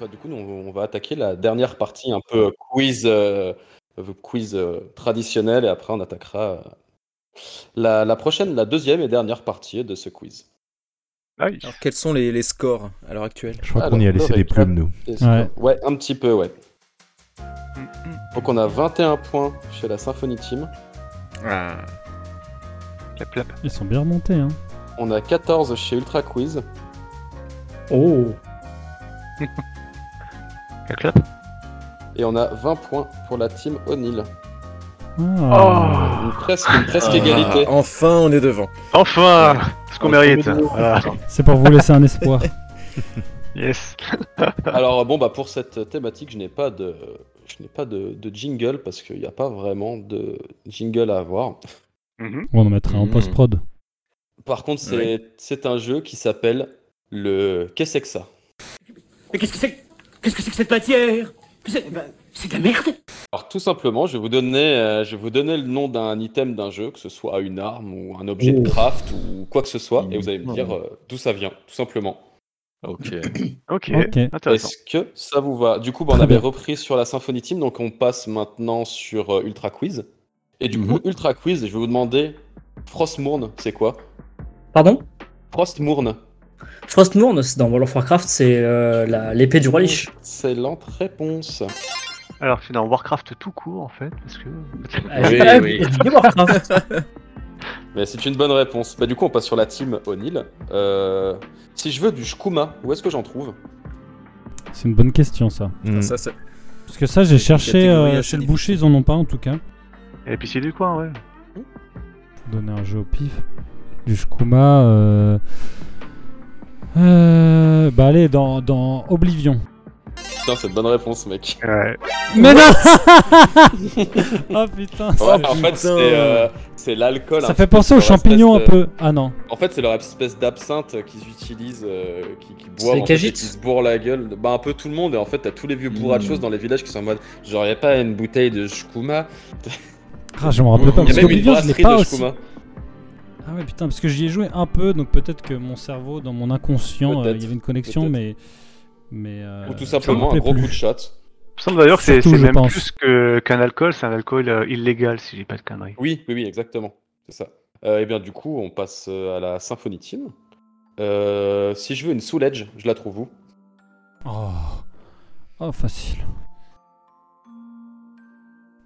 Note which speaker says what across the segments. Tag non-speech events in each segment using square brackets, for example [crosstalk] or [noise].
Speaker 1: bah, du coup, nous, on va attaquer la dernière partie un peu quiz, euh, quiz euh, traditionnel et après on attaquera euh, la, la prochaine, la deuxième et dernière partie de ce quiz.
Speaker 2: Nice.
Speaker 3: Alors, quels sont les, les scores à l'heure actuelle
Speaker 4: Je crois
Speaker 1: Alors,
Speaker 4: qu'on y a
Speaker 1: le
Speaker 4: laissé des
Speaker 1: récap.
Speaker 4: plumes, nous.
Speaker 1: Est-ce
Speaker 5: Ouais.
Speaker 1: que- Mm, ouais, un petit peu, ouais. Donc on a 21 points chez la Symphonie Team,
Speaker 2: Ah. Clap, clap.
Speaker 5: Ils sont bien remontés, hein.
Speaker 1: on a 14 chez Ultra Quiz,
Speaker 5: Oh
Speaker 2: Clap, clap.
Speaker 1: Et on a 20 points pour la team O'Neill.
Speaker 2: Oh.
Speaker 5: Ah.
Speaker 1: Une presque, une presque
Speaker 3: Ah,
Speaker 1: égalité.
Speaker 3: enfin, on est devant.
Speaker 2: Enfin Ce qu'on
Speaker 5: Ah,
Speaker 1: Un
Speaker 2: mérite.
Speaker 1: premier niveau.
Speaker 2: Voilà.
Speaker 5: C'est pour vous laisser un [laughs] espoir.
Speaker 2: Yes.
Speaker 1: [laughs] Alors bon bah pour cette thématique je n'ai pas de je n'ai pas de, de jingle parce qu'il n'y a pas vraiment de jingle à avoir.
Speaker 2: Mhm.
Speaker 5: On en mettra en
Speaker 3: Mm.
Speaker 5: post-prod.
Speaker 1: Par contre c'est c'est un jeu qui s'appelle le Qu'est-ce que ça
Speaker 6: Mais qu'est-ce que c'est Qu'est-ce que c'est que cette matière C'est ben, c'est de la merde
Speaker 1: Alors tout simplement je vais vous donner euh, je vais vous donner le nom d'un item d'un jeu que ce soit une arme ou un objet de craft ou quoi que ce soit et vous allez me dire euh, d'où ça vient tout simplement.
Speaker 7: Ok.
Speaker 2: Ok,
Speaker 5: Ok.
Speaker 2: intéressant.
Speaker 1: Est-ce que ça vous va Du coup, bah, on
Speaker 5: Très
Speaker 1: avait
Speaker 5: bien.
Speaker 1: repris sur la Symphonie Team, donc on passe maintenant sur euh, Ultra Quiz. Et du coup, Ultra Quiz, je vais vous demander Frostmourne, c'est quoi
Speaker 8: Pardon
Speaker 1: Frostmourne,
Speaker 8: Frostmourne, c'est dans World of Warcraft, c'est euh, la- l'épée du roi Lich.
Speaker 1: excellente réponse.
Speaker 2: Alors c'est dans Warcraft tout court en fait, parce que...
Speaker 8: Ah,
Speaker 7: Oui,
Speaker 8: j'ai pas-
Speaker 7: oui.
Speaker 8: j'ai dit Warcraft.
Speaker 1: Mais c'est une bonne réponse. Bah, du coup, on passe sur la team O'Neill. Euh, si je veux du Shkuma, où est-ce que j'en trouve
Speaker 5: C'est une bonne question, ça.
Speaker 2: Hmm.
Speaker 4: Mm.
Speaker 3: Ça, ça-
Speaker 5: Parce que ça, j'ai
Speaker 3: C'est une
Speaker 5: cherché
Speaker 3: catégorie
Speaker 5: euh,
Speaker 3: assez
Speaker 5: chez le
Speaker 3: difficile.
Speaker 5: boucher, ils en ont pas en tout cas.
Speaker 2: Et puis c'est du coin, ouais.
Speaker 5: Pour donner un jeu au pif. Du Shkuma. euh, euh, Bah, allez, dans, dans Oblivion.
Speaker 1: Putain, c'est une bonne réponse, mec.
Speaker 2: Ouais.
Speaker 5: Mais non Oh putain
Speaker 1: Ouais,
Speaker 3: Oh,
Speaker 1: en fait,
Speaker 3: putain.
Speaker 1: c'est euh, c'est l'alcool. un
Speaker 5: Ça fait
Speaker 1: petit peu,
Speaker 5: penser aux
Speaker 1: leur espèce
Speaker 5: champignons un
Speaker 1: de-
Speaker 5: peu. Ah non.
Speaker 1: En fait, c'est leur espèce d'absinthe qu'ils utilisent, euh, qui, qui
Speaker 8: C'est
Speaker 1: boivent,
Speaker 8: les
Speaker 1: en fait, et
Speaker 8: cagites
Speaker 1: qui se bourrent la gueule. Bah, un peu tout le monde, et en fait, t'as tous les vieux bourrats de
Speaker 5: Hmm.
Speaker 3: Mm.
Speaker 1: choses dans les villages qui sont en mode genre, y a pas une bouteille de Shkuma,
Speaker 5: Ah, je me
Speaker 1: Mm. y a
Speaker 5: rappelle pas. Parce
Speaker 1: même une
Speaker 5: qu'Oblivion, je l'ai
Speaker 1: brasserie
Speaker 5: pas
Speaker 1: de
Speaker 5: aussi.
Speaker 1: Shkuma.
Speaker 5: Ah ouais, putain, parce que j'y ai joué un peu, donc peut-être que mon cerveau, dans mon inconscient, euh, il
Speaker 1: Peut-être,
Speaker 5: y avait une connexion,
Speaker 1: peut-être.
Speaker 5: mais. mais euh,
Speaker 1: Ou tout
Speaker 5: je me
Speaker 1: simplement un
Speaker 5: rappelais
Speaker 1: gros
Speaker 5: plus.
Speaker 1: coup de shot.
Speaker 2: Il me semble d'ailleurs que c'est
Speaker 5: Surtout,
Speaker 2: c'est
Speaker 5: je
Speaker 2: même
Speaker 5: pense.
Speaker 2: plus que- qu'un alcool, c'est un alcool euh, illégal si j'ai pas de conneries.
Speaker 1: Oui, oui, oui, exactement. C'est ça. Euh, et bien, du coup, on passe euh, à la Symphonie Team. Euh, si je veux une Soul Edge, je la trouve où
Speaker 5: Oh. Oh, facile.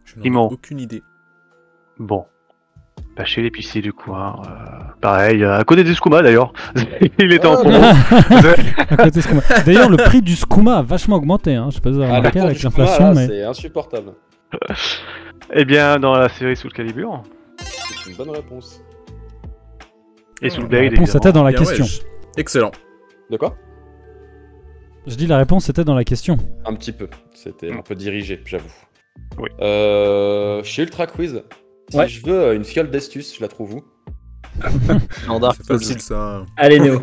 Speaker 3: Je n'en
Speaker 2: Ils m'ont.
Speaker 3: ai aucune idée.
Speaker 2: Bon. Bah chez l'épicier du coin, euh, pareil, euh, à côté du skouma d'ailleurs. [laughs] Il était en
Speaker 1: Ah,
Speaker 5: [laughs]
Speaker 2: promo.
Speaker 5: À côté Skouma. D'ailleurs, le prix du Skouma a vachement augmenté. Hein. Je sais pas si vous avez
Speaker 1: Ah, le
Speaker 5: remarqué
Speaker 1: cours
Speaker 5: avec
Speaker 1: du Shkuma,
Speaker 5: l'inflation,
Speaker 1: là,
Speaker 5: mais.
Speaker 1: c'est insupportable.
Speaker 2: Eh bien dans la série Soul Calibur
Speaker 1: C'est une bonne réponse.
Speaker 2: et
Speaker 3: Ah,
Speaker 2: Soul
Speaker 5: La
Speaker 2: Blade.
Speaker 5: réponse était dans la
Speaker 3: Bien,
Speaker 5: question.
Speaker 3: wesh. Excellent.
Speaker 1: De quoi
Speaker 5: Je dis la réponse était dans la question.
Speaker 1: Un petit peu. C'était un peu dirigé, j'avoue.
Speaker 2: Oui.
Speaker 1: Euh, chez Ultra Quiz, si
Speaker 8: Ouais.
Speaker 1: je veux euh, une fiole d'astuce, je la trouve où
Speaker 7: Dans
Speaker 2: Ah,
Speaker 7: Dark
Speaker 3: C'est
Speaker 7: Souls.
Speaker 2: [laughs]
Speaker 3: facile, ça.
Speaker 8: [laughs] Allez, Néo.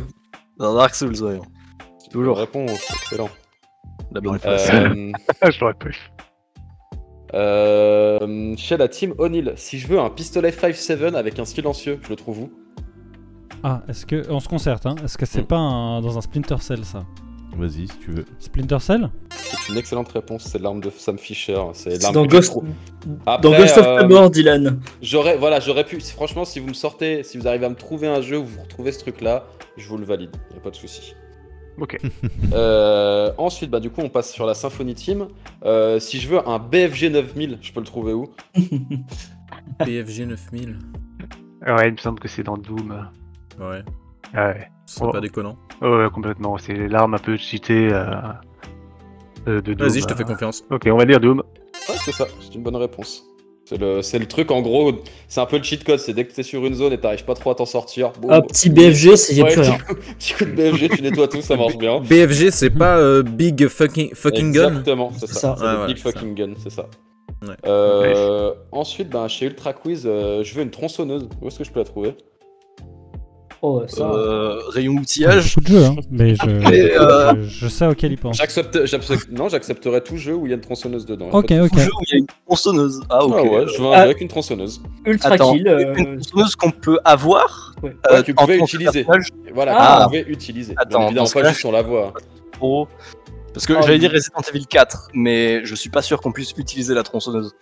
Speaker 7: Dans Dark Souls, voyons. Toujours.
Speaker 1: Réponse, excellent.
Speaker 7: La bonne face.
Speaker 1: Euh,
Speaker 2: évidemment. [laughs] Je l'aurais pas eu.
Speaker 1: euh, chez la team O'Neill, si je veux un pistolet 5-7 avec un silencieux, je le trouve où
Speaker 5: Ah, est-ce que. On se concerte, hein. Est-ce que c'est
Speaker 1: Mm.
Speaker 5: pas un- dans un Splinter Cell, ça
Speaker 4: Vas-y, si tu veux.
Speaker 5: Splinter Cell
Speaker 1: C'est une excellente réponse, c'est l'arme de Sam Fisher. C'est
Speaker 8: C'est
Speaker 1: l'arme
Speaker 8: dans
Speaker 1: que je
Speaker 8: Ghost,
Speaker 1: trouve.
Speaker 8: dans
Speaker 1: Après,
Speaker 8: Ghost of
Speaker 1: euh,
Speaker 8: Tabor, Dylan.
Speaker 1: J'aurais, voilà, j'aurais pu. Franchement, si vous me sortez, si vous arrivez à me trouver un jeu où vous retrouvez ce truc-là, je vous le valide. Y a pas de souci.
Speaker 8: [laughs]
Speaker 2: Ok.
Speaker 1: Euh, ensuite, bah du coup, on passe sur la Symphony Team. Euh, si je veux un BFG 9000, je peux le trouver où
Speaker 3: PFG 9000.
Speaker 2: Ouais, il me semble que c'est dans Doom.
Speaker 3: Ouais,
Speaker 2: Ouais.
Speaker 3: c'est
Speaker 2: Oh.
Speaker 3: pas déconnant.
Speaker 2: Oh, ouais, complètement. C'est l'arme un peu cheatée euh, euh, de Doom.
Speaker 3: Vas-y, je te fais confiance.
Speaker 2: Ok, on va dire Doom.
Speaker 1: Ouais, c'est ça. C'est une bonne réponse. C'est le, c'est le truc en gros, c'est un peu le cheat code. C'est dès que t'es sur une zone et t'arrives pas trop à t'en sortir. boum.
Speaker 8: Un petit BFG, c'est y a
Speaker 1: Ouais,
Speaker 8: plus rien.
Speaker 1: petit, coup- petit coup de BFG, [laughs] tu nettoies tout, ça marche bien.
Speaker 3: BFG, c'est
Speaker 5: Hmm.
Speaker 3: pas euh, Big Fucking, fucking Gun
Speaker 1: Exactement, c'est
Speaker 8: C'est
Speaker 1: ça.
Speaker 8: ça.
Speaker 1: C'est le
Speaker 3: Ouais, ouais,
Speaker 1: Big
Speaker 3: c'est ça.
Speaker 1: Fucking Gun, c'est ça.
Speaker 3: Ouais.
Speaker 1: Euh, Ensuite, ben, chez Ultra Quiz, euh, je veux une tronçonneuse. Où est-ce que je peux la trouver
Speaker 8: Oh, ça.
Speaker 7: Euh, rayon
Speaker 5: Il y a
Speaker 7: outillage.
Speaker 5: beaucoup de jeux, hein. Mais je.
Speaker 7: Et, euh,
Speaker 5: je- je sais auquel il pense.
Speaker 1: J'accepte, j'accepte- Non, j'accepterai tout jeu où il y a une tronçonneuse dedans.
Speaker 5: Ok,
Speaker 1: Ah
Speaker 5: ok.
Speaker 7: Tout jeu où il y a une tronçonneuse. Ah, ok.
Speaker 1: ouais, je veux un jeu
Speaker 8: Ah.
Speaker 1: avec une tronçonneuse.
Speaker 8: Ultra
Speaker 7: Attends,
Speaker 8: kill.
Speaker 7: une
Speaker 8: euh,
Speaker 7: tronçonneuse qu'on peut avoir euh,
Speaker 8: Ouais.
Speaker 1: Ouais, que vous pouvez
Speaker 7: en tant Ah, que
Speaker 1: utiliser.
Speaker 7: personnage
Speaker 1: Voilà,
Speaker 8: Ah.
Speaker 1: que vous pouvez utiliser. Bien
Speaker 7: Attends,
Speaker 1: évidemment,
Speaker 7: dans ce
Speaker 1: pas
Speaker 7: cas-là,
Speaker 1: juste sur la voie.
Speaker 7: pro. Parce que
Speaker 8: Ah,
Speaker 7: j'allais dire Resident Evil 4, mais je suis pas sûr qu'on puisse utiliser la tronçonneuse.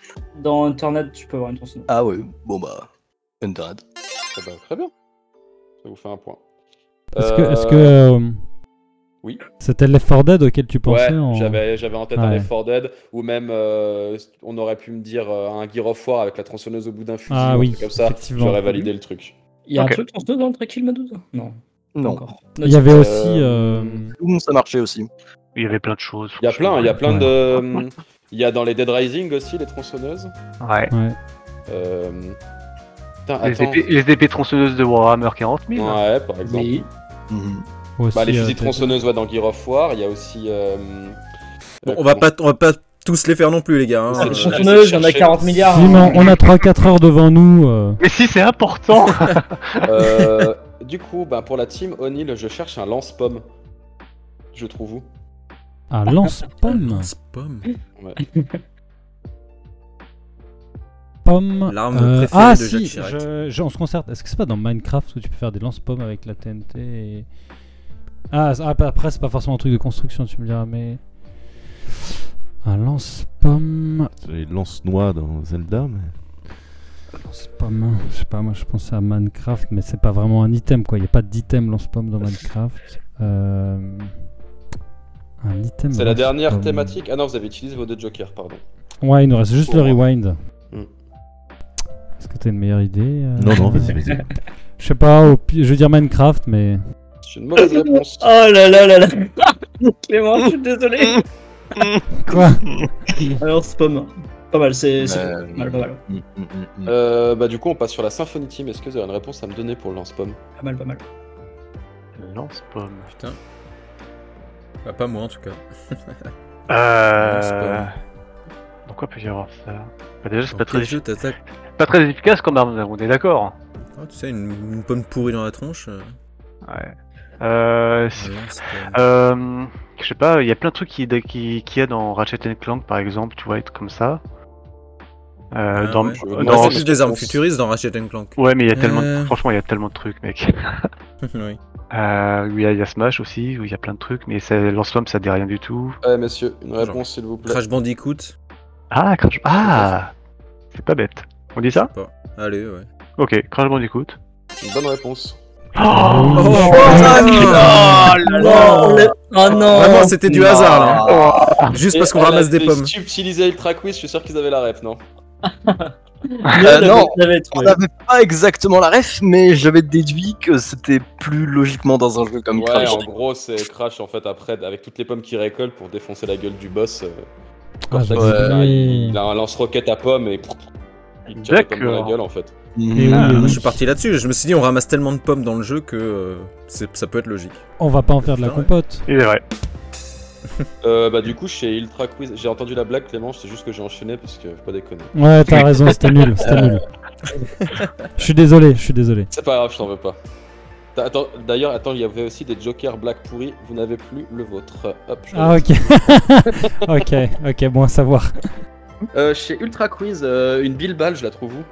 Speaker 8: Dans Internet, tu peux avoir une tronçonneuse.
Speaker 7: Ah ouais, bon bah. Undead.
Speaker 1: Ah bah, très bien. Ça vous fait un point.
Speaker 5: Est-ce que.
Speaker 1: Euh,
Speaker 5: Est-ce que euh,
Speaker 1: oui.
Speaker 5: C'était Left 4 Dead auquel tu pensais
Speaker 1: Ouais,
Speaker 5: en...
Speaker 1: j'avais, j'avais en tête un
Speaker 5: Ouais.
Speaker 1: Left 4 Dead, ou même euh, on aurait pu me dire euh, un Gear of War avec la tronçonneuse au bout d'un fusil,
Speaker 5: Ah
Speaker 1: ou un
Speaker 5: oui,
Speaker 1: truc comme ça,
Speaker 5: effectivement.
Speaker 1: j'aurais validé le truc.
Speaker 8: Il y a
Speaker 2: Ok.
Speaker 8: un truc tronçonneuse dans le Tranquil Madou Non.
Speaker 7: Non.
Speaker 8: Encore.
Speaker 5: Il y avait
Speaker 1: Euh,
Speaker 5: aussi. euh,
Speaker 7: Doom, ça marchait aussi.
Speaker 2: Il y avait plein de choses.
Speaker 1: Il y a plein, il y a plein
Speaker 5: Ouais.
Speaker 1: de. euh, Il y a dans les Dead Rising aussi les tronçonneuses.
Speaker 2: Ouais.
Speaker 5: Ouais.
Speaker 1: Euh, Putain,
Speaker 2: Les
Speaker 1: attends.
Speaker 2: épées, les épées tronçonneuses de Warhammer 40 000.
Speaker 1: Ouais, par exemple.
Speaker 8: Oui.
Speaker 5: aussi,
Speaker 1: Bah, les
Speaker 5: euh,
Speaker 1: fusils
Speaker 5: t'as-
Speaker 1: tronçonneuses ouais, dans Gear of War, il y a aussi. euh,
Speaker 3: Bon,
Speaker 1: euh,
Speaker 3: on va
Speaker 1: comment-
Speaker 3: pas, on va pas tous les faire non plus, les gars. hein.
Speaker 1: C'est
Speaker 5: Ah,
Speaker 8: Les
Speaker 1: cher.
Speaker 3: Euh,
Speaker 8: tronçonneuses, il y en a 40 milliards.
Speaker 5: Si, mais
Speaker 8: hein.
Speaker 5: on- on a 3-4 heures devant nous. euh,
Speaker 2: Mais si,
Speaker 1: [laughs]
Speaker 2: c'est important
Speaker 1: Euh, du coup, bah, pour la team O'Neill, je cherche un lance-pomme. Je trouve où
Speaker 5: [laughs] à lance-pomme.
Speaker 3: Spam.
Speaker 5: Pomme.
Speaker 3: L'arme
Speaker 5: euh,
Speaker 3: préférée
Speaker 5: ah,
Speaker 3: de
Speaker 5: si,
Speaker 3: Jacques Chirac.
Speaker 5: je- je- on se concerte. Est-ce que c'est pas dans Minecraft où tu peux faire des lance-pommes avec la TNT et... Ah, ça- ah, pas- après, c'est pas forcément un truc de construction, tu me diras, mais. Ah, Un lance-pomme.
Speaker 4: C'est les lance-noix dans Zelda, mais.
Speaker 5: Lance-pomme. Je sais pas, moi je pensais à Minecraft, mais c'est pas vraiment un item quoi. Il n'y a pas d'item lance-pomme dans Minecraft. Euh, Un item.
Speaker 1: C'est la dernière
Speaker 5: lance-pomme.
Speaker 1: thématique. Ah non, vous avez utilisé vos deux jokers, pardon.
Speaker 5: Ouais, il nous reste juste le rewind.
Speaker 1: Hmm.
Speaker 5: Est-ce que t'as une meilleure idée euh,
Speaker 4: Non, non, vas-y, vas-y.
Speaker 5: Je sais pas, au pi- je veux dire Minecraft, mais.
Speaker 1: C'est une
Speaker 3: Euh,
Speaker 1: mauvaise réponse.
Speaker 3: ah.
Speaker 8: Oh là là là [laughs] là Clément, je suis désolé
Speaker 5: Quoi
Speaker 8: Alors, c'est pas mal. Pas mal, c'est c'est
Speaker 7: Euh,
Speaker 8: pas mal, pas mal.
Speaker 7: Mm, mm, mm, mm.
Speaker 1: Euh, bah, du coup, on passe sur la Symphony Team. Est-ce que vous avez une réponse à me donner pour le lance-pomme
Speaker 8: Pas mal, pas mal.
Speaker 2: Lance-pomme.
Speaker 3: Putain. Bah, pas moi en tout cas.
Speaker 2: Euh...
Speaker 3: Lance-pomme.
Speaker 2: Pourquoi peut y avoir ça Bah, Déjà, c'est
Speaker 3: Dans
Speaker 2: pas
Speaker 3: quel
Speaker 2: très,
Speaker 3: jeu t'attaques
Speaker 2: pas très efficace comme arme, on est d'accord.
Speaker 3: Ah, Tu sais, une, une pomme pourrie dans la tronche. euh,
Speaker 2: Ouais. Euh...
Speaker 3: un lance-pomme.
Speaker 2: Euh, je sais pas, il y a plein de trucs qu'il qui, qui y a dans Ratchet Clank par exemple, tu vois, être comme ça. Euh,
Speaker 3: Ah
Speaker 2: dans, euh,
Speaker 3: ouais.
Speaker 1: Ouais,
Speaker 2: dans-
Speaker 3: Ouais,
Speaker 1: non,
Speaker 3: c'est plus des armes
Speaker 1: pense-
Speaker 3: futuristes dans Ratchet Clank.
Speaker 2: ouais, mais il y a tellement, de-
Speaker 3: Euh.
Speaker 2: franchement, il y a tellement de trucs, mec.
Speaker 3: oui.
Speaker 2: Euh, oui, il y, a- il y a Smash aussi, où il y a plein de trucs, mais ça- lance-flamme, ça dit rien du tout.
Speaker 1: Ouais, messieurs, une
Speaker 3: Genre.
Speaker 1: réponse, s'il vous plaît.
Speaker 3: Crash Bandicoot.
Speaker 2: Ah, Crash... Ah C'est pas bête. On dit ça
Speaker 3: Allez, ouais.
Speaker 2: Ok, Crash Bandicoot.
Speaker 1: C'est Une bonne réponse.
Speaker 2: Oh,
Speaker 3: Oh,
Speaker 7: Ah,
Speaker 8: Oh,
Speaker 7: là
Speaker 8: non, le- oh non
Speaker 3: Vraiment, c'était du
Speaker 7: non.
Speaker 3: hasard là.
Speaker 2: Oh.
Speaker 3: Juste
Speaker 1: Et
Speaker 3: parce qu'on
Speaker 1: elle a
Speaker 3: ramasse des
Speaker 1: fait
Speaker 3: pommes.
Speaker 1: subtiliser Ultra Quiz, je suis sûr qu'ils avaient la rep, non
Speaker 8: Nul,
Speaker 7: Euh, non.
Speaker 8: je l'avais
Speaker 7: On
Speaker 8: trouvé.
Speaker 7: n'avait pas exactement la ref, mais j'avais déduit que c'était plus logiquement dans un jeu comme
Speaker 1: Ouais,
Speaker 7: Crash.
Speaker 1: en gros, c'est Crash en fait après, avec toutes les pommes qu'il récolte pour défoncer la gueule du boss. euh,
Speaker 3: Ah,
Speaker 1: Cortex,
Speaker 5: bah
Speaker 1: il, a,
Speaker 5: oui.
Speaker 1: il a un lance-roquette à pommes et. Il tire les pommes dans la
Speaker 2: D'accord.
Speaker 1: gueule en fait.
Speaker 5: Et oui,
Speaker 7: Mm.
Speaker 5: et
Speaker 3: Moi,
Speaker 5: oui.
Speaker 3: je suis parti là-dessus. Je me suis dit, on ramasse tellement de pommes dans le jeu que euh, c'est- ça peut être logique.
Speaker 5: On va pas en faire de la
Speaker 3: Putain, ouais.
Speaker 5: compote.
Speaker 2: Il est vrai.
Speaker 1: Euh, bah, du coup, chez Ultra Quiz, j'ai entendu la blague, Clément, c'est juste que j'ai enchaîné parce que faut pas déconner.
Speaker 5: Ouais, t'as raison, c'était nul, c'était nul. Je suis désolé, je suis désolé.
Speaker 1: C'est pas grave, je t'en veux pas. T'as- attends, D'ailleurs, attends, il y avait aussi des jokers black pourris, vous n'avez plus le vôtre. Hop, je
Speaker 5: Ah ok. [laughs] ok, ok, bon à savoir.
Speaker 1: Euh, chez Ultra Quiz, euh, une Bill Ball, je la trouve où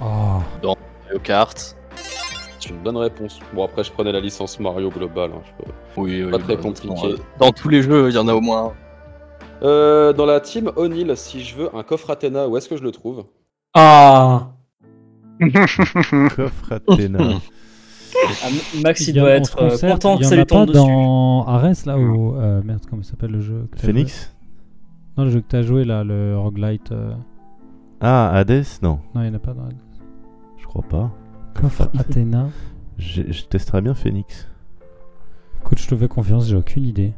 Speaker 5: Oh,
Speaker 7: Mario Kart.
Speaker 1: C'est une bonne réponse. Bon, après, je prenais la licence Mario globale. hein, je peux-
Speaker 7: Oui, oui,
Speaker 1: Pas très
Speaker 7: bah,
Speaker 1: compliqué.
Speaker 7: euh, Dans tous les jeux, il y en a au moins un.
Speaker 1: Euh, dans la team O'Neill, si je veux un coffre Athéna, où est-ce que je le trouve
Speaker 8: Ah
Speaker 4: Coffre Athéna.
Speaker 8: Ah, Max, il
Speaker 5: y en-
Speaker 8: doit
Speaker 5: on se
Speaker 8: être euh,
Speaker 5: concerte,
Speaker 8: content que
Speaker 5: il y
Speaker 8: ça
Speaker 5: en a
Speaker 8: lui
Speaker 5: pas
Speaker 8: tombe dessus.
Speaker 5: dans Ares là ou euh, merde comment il s'appelle le jeu que t'as joué
Speaker 4: Phoenix
Speaker 5: Non le jeu que t'as joué là le roguelite. euh,
Speaker 4: Ah, Hades Non,
Speaker 5: Non il y en a pas dans
Speaker 4: je crois pas.
Speaker 5: coffre Athéna.
Speaker 4: Je, je testerai bien Phoenix.
Speaker 5: Écoute je te fais confiance j'ai aucune [laughs] idée.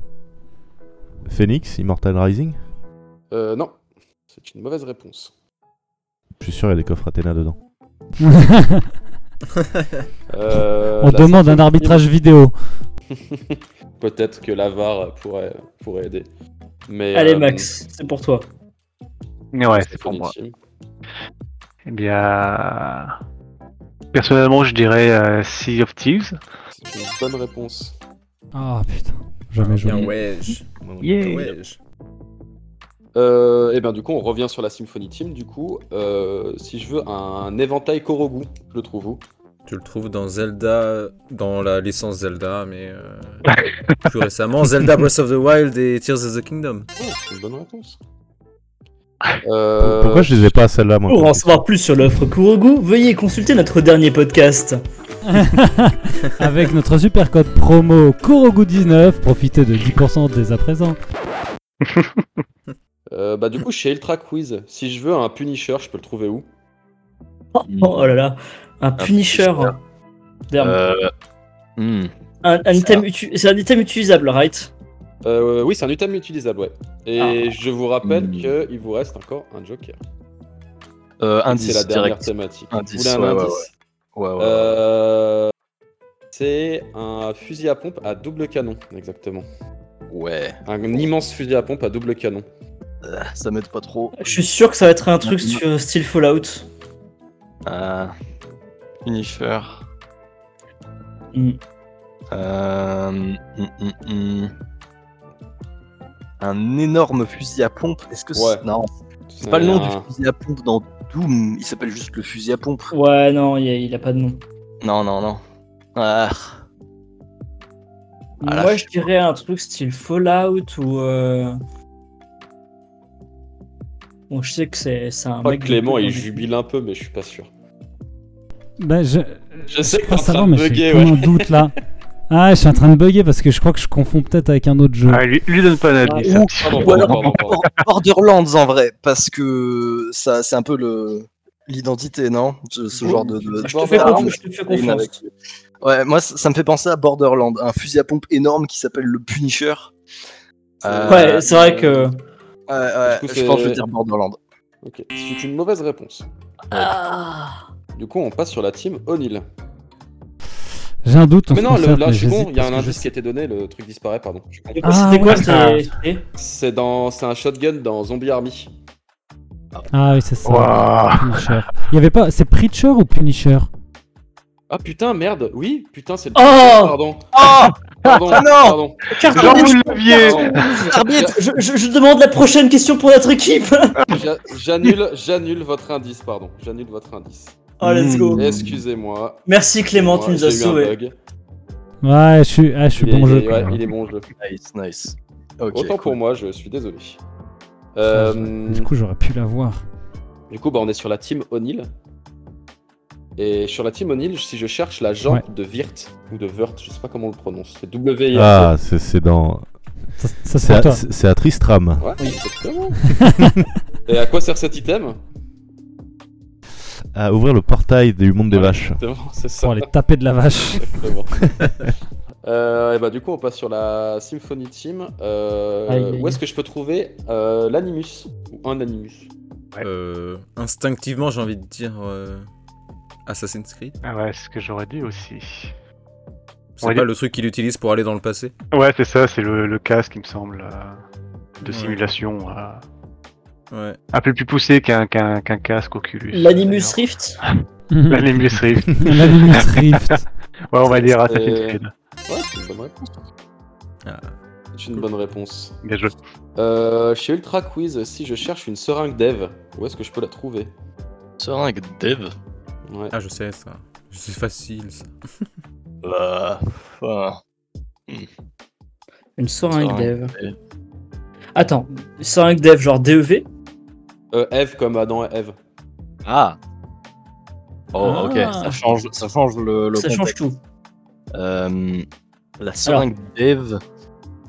Speaker 4: Phoenix, Immortal Rising
Speaker 1: Euh, non. C'est une mauvaise réponse.
Speaker 4: Je suis sûr, il y a des coffres Athéna dedans.
Speaker 1: Euh,
Speaker 5: On
Speaker 1: la
Speaker 5: demande un
Speaker 1: Symphony
Speaker 5: arbitrage vidéo.
Speaker 1: Team, Peut-être que l'avare pourrait, pourrait aider. Mais,
Speaker 8: Allez,
Speaker 1: euh,
Speaker 8: Max, c'est pour toi.
Speaker 2: Mais ouais, c'est pour
Speaker 1: Symphony
Speaker 2: moi.
Speaker 1: Team.
Speaker 2: Eh bien... Personnellement, je dirais euh, Sea of Thieves.
Speaker 1: C'est une bonne réponse.
Speaker 5: Ah putain jamais joué.
Speaker 3: Bien, wesh.
Speaker 2: Yeah.
Speaker 3: Wesh.
Speaker 1: Euh, et ben du coup, on revient sur la Symphony Team. Du coup, Euh, si je veux un éventail Korogu, je le trouve où
Speaker 3: Tu le trouves dans Zelda, dans la licence Zelda, mais euh,
Speaker 2: [laughs]
Speaker 3: plus récemment, Zelda Breath of the Wild et Tears of the Kingdom.
Speaker 1: Oh, c'est une bonne
Speaker 2: [laughs]
Speaker 1: réponse.
Speaker 4: Pour-
Speaker 1: Euh,
Speaker 4: Pourquoi je les ai pas celle-là moi
Speaker 8: Pour
Speaker 4: comme
Speaker 8: en savoir plus sur l'offre Kurogu, veuillez consulter notre dernier podcast. [laughs]
Speaker 5: Avec notre super code promo Korogu19, profitez de 10% dès à présent.
Speaker 1: euh, bah, du coup, chez Ultra Quiz, si je veux un Punisher, je peux le trouver où
Speaker 8: Oh, oh là là, un Punisher.
Speaker 2: Punisher.
Speaker 8: Damn.
Speaker 2: Euh, hmm.
Speaker 8: un, un item utu- C'est un item utilisable, right
Speaker 1: Euh, Oui, c'est un item utilisable, ouais. Et
Speaker 8: Ah.
Speaker 1: je vous rappelle
Speaker 2: Hmm.
Speaker 1: que qu'il vous reste encore un Joker.
Speaker 2: Euh, indice
Speaker 1: C'est la dernière
Speaker 2: direct.
Speaker 1: thématique.
Speaker 2: Indice,
Speaker 1: vous voulez un
Speaker 2: ouais, ouais,
Speaker 1: indice
Speaker 2: Ouais, ouais.
Speaker 1: Euh, C'est un fusil à pompe à double canon, exactement.
Speaker 2: ouais.
Speaker 1: Un immense fusil à pompe à double canon.
Speaker 2: Euh, ça m'aide pas trop.
Speaker 8: Je suis sûr que ça va être un truc sur style Fallout.
Speaker 2: Euh, Punisher.
Speaker 8: Mm.
Speaker 2: Euh, hum, hum, hum. Un énorme fusil à pompe. Est-ce que
Speaker 1: Ouais.
Speaker 2: c'est... Non, c'est pas le nom du fusil à pompe dans Doom. Il s'appelle juste le fusil à pompe.
Speaker 8: Ouais, non, il a, il a pas de nom.
Speaker 2: Non, non, non. Ah, Ah, la
Speaker 8: Moi,
Speaker 2: f-
Speaker 8: je dirais un truc style Fallout ou. euh, Bon, je sais que c'est c'est un
Speaker 1: Je crois
Speaker 8: mec.
Speaker 1: que Clément, il jubile un peu, mais je suis pas sûr.
Speaker 5: Bah, je,
Speaker 1: Je sais que t'es
Speaker 5: pas
Speaker 1: en train
Speaker 5: savoir,
Speaker 1: de
Speaker 5: mais j'ai
Speaker 1: bugger,
Speaker 5: comme
Speaker 1: ouais.
Speaker 5: un
Speaker 1: [laughs]
Speaker 5: doute là. Ah, je suis en train de bugger parce que je crois que je confonds peut-être avec un autre jeu.
Speaker 2: Ah, lui, lui donne pas d'indice.
Speaker 7: Ah,
Speaker 2: un petit
Speaker 1: Pardon,
Speaker 2: peu.
Speaker 1: pardon, pardon, pardon.
Speaker 7: Borderlands en vrai, parce que ça, c'est un peu le l'identité, non ce, ce genre de. de-
Speaker 8: Je te fais confiance. Je te fais
Speaker 7: Une
Speaker 8: confiance.
Speaker 7: avec- Ouais, moi ça, ça me fait penser à Borderlands, un fusil à pompe énorme qui s'appelle le Punisher. Euh,
Speaker 8: Ouais, c'est vrai que.
Speaker 7: ouais, ouais,
Speaker 1: Du coup,
Speaker 7: je
Speaker 1: c'est-
Speaker 7: pense que je vais dire Borderlands.
Speaker 1: Ok, c'est une mauvaise réponse.
Speaker 8: Ah.
Speaker 1: Du coup, on passe sur la team O'Neill.
Speaker 5: J'ai un doute. on
Speaker 1: Mais
Speaker 5: se
Speaker 1: non, le,
Speaker 5: concerte,
Speaker 1: là,
Speaker 5: mais
Speaker 1: je suis
Speaker 5: j'hésite
Speaker 1: con, il y a
Speaker 5: parce
Speaker 1: un
Speaker 5: que je
Speaker 1: indice qui
Speaker 5: sais-
Speaker 1: a été donné, le truc disparaît, pardon. Je suis con.
Speaker 5: Ah,
Speaker 8: C'était quoi
Speaker 5: ouais.
Speaker 8: c'était- c'était
Speaker 1: C'est dans, c'est un shotgun dans Zombie Army.
Speaker 5: Ah oui, c'est ça.
Speaker 2: Ouah.
Speaker 5: Punisher. Il y avait pas. C'est Preacher ou Punisher
Speaker 1: Ah putain, merde, oui, putain, c'est le.
Speaker 8: Oh
Speaker 1: pardon.
Speaker 7: Oh
Speaker 1: Pardon,
Speaker 7: Ah non
Speaker 1: pardon.
Speaker 8: Carte
Speaker 2: Jean
Speaker 8: rouge.
Speaker 2: Olivier
Speaker 7: Arbitre
Speaker 8: je, je- je demande la prochaine question pour notre équipe. [laughs]
Speaker 1: J'a- J'annule, j'annule votre indice, pardon. J'annule votre indice.
Speaker 8: Oh, let's go.
Speaker 2: Mm.
Speaker 1: Excusez-moi.
Speaker 8: Merci Clément, tu
Speaker 1: Moi,
Speaker 8: nous as
Speaker 1: j'ai eu un
Speaker 8: sauvés.
Speaker 1: bug.
Speaker 5: Ouais, je suis. Ah, je suis
Speaker 1: Il
Speaker 5: bon
Speaker 1: est-
Speaker 5: jeu.
Speaker 1: il est-
Speaker 5: quand
Speaker 1: ouais,
Speaker 5: même.
Speaker 1: il est bon jeu.
Speaker 7: Nice, nice. Ok.
Speaker 1: Autant pour
Speaker 7: cool.
Speaker 1: moi, je suis désolé. Euh,
Speaker 5: Du coup, j'aurais pu l'avoir.
Speaker 1: Du coup, bah, on est sur la team O'Neill. Et sur la team O'Neill, si je cherche la jambe de Virt ou de Vert, je sais pas comment on le prononce, c'est w i r
Speaker 4: Ah, c'est c'est dans.
Speaker 5: Ça, ça
Speaker 4: C'est
Speaker 5: c'est toi.
Speaker 4: à, c'est- c'est à Tristram.
Speaker 1: Ouais, exactement. Et à quoi sert cet item
Speaker 4: À ouvrir le portail du monde des
Speaker 1: Ouais,
Speaker 4: vaches.
Speaker 1: Exactement, c'est ça.
Speaker 5: Pour aller taper de la vache.
Speaker 1: Exactement. [laughs] Euh, et bah, du coup, on passe sur la Symphony Team. Euh,
Speaker 8: Aïe, aïe.
Speaker 1: Où est-ce que je peux trouver euh, l'animus Ou un animus
Speaker 3: Euh, instinctivement, j'ai envie de dire euh, Assassin's Creed.
Speaker 2: Ah ouais, c'est ce que j'aurais dit aussi.
Speaker 3: C'est
Speaker 2: On va
Speaker 3: pas
Speaker 2: dire-
Speaker 3: le truc qu'il utilise pour aller dans le passé
Speaker 2: Ouais, c'est ça, c'est le, le casque, il me semble, euh, de
Speaker 3: Ouais.
Speaker 2: simulation. euh,
Speaker 3: Ouais.
Speaker 2: un peu plus poussé qu'un qu'un qu'un casque Oculus.
Speaker 8: L'Animus Rift
Speaker 5: [laughs]
Speaker 2: L'animus Rift.
Speaker 5: L'animus Rift.
Speaker 2: Ouais, on va dire Assassin's
Speaker 1: Euh,
Speaker 2: Creed.
Speaker 1: Ouais, c'est une bonne réponse.
Speaker 3: Ah.
Speaker 1: C'est une bonne réponse.
Speaker 2: Bien joué.
Speaker 1: Euh, chez Ultra Quiz, si je cherche une seringue dev, où est-ce que je peux la trouver
Speaker 9: Seringue dev
Speaker 1: Ouais.
Speaker 3: Ah, je sais ça. C'est facile ça.
Speaker 9: Bah. enfin,
Speaker 8: Une seringue
Speaker 9: seringue
Speaker 8: dev. Attends, seringue dev genre E DEV
Speaker 1: Euh, Eve comme Adam et Eve.
Speaker 9: Ah Oh,
Speaker 8: Ah.
Speaker 9: ok, ça change, ça change le, le
Speaker 8: Ça change
Speaker 9: contexte.
Speaker 8: tout.
Speaker 9: Euh, la seringue dev.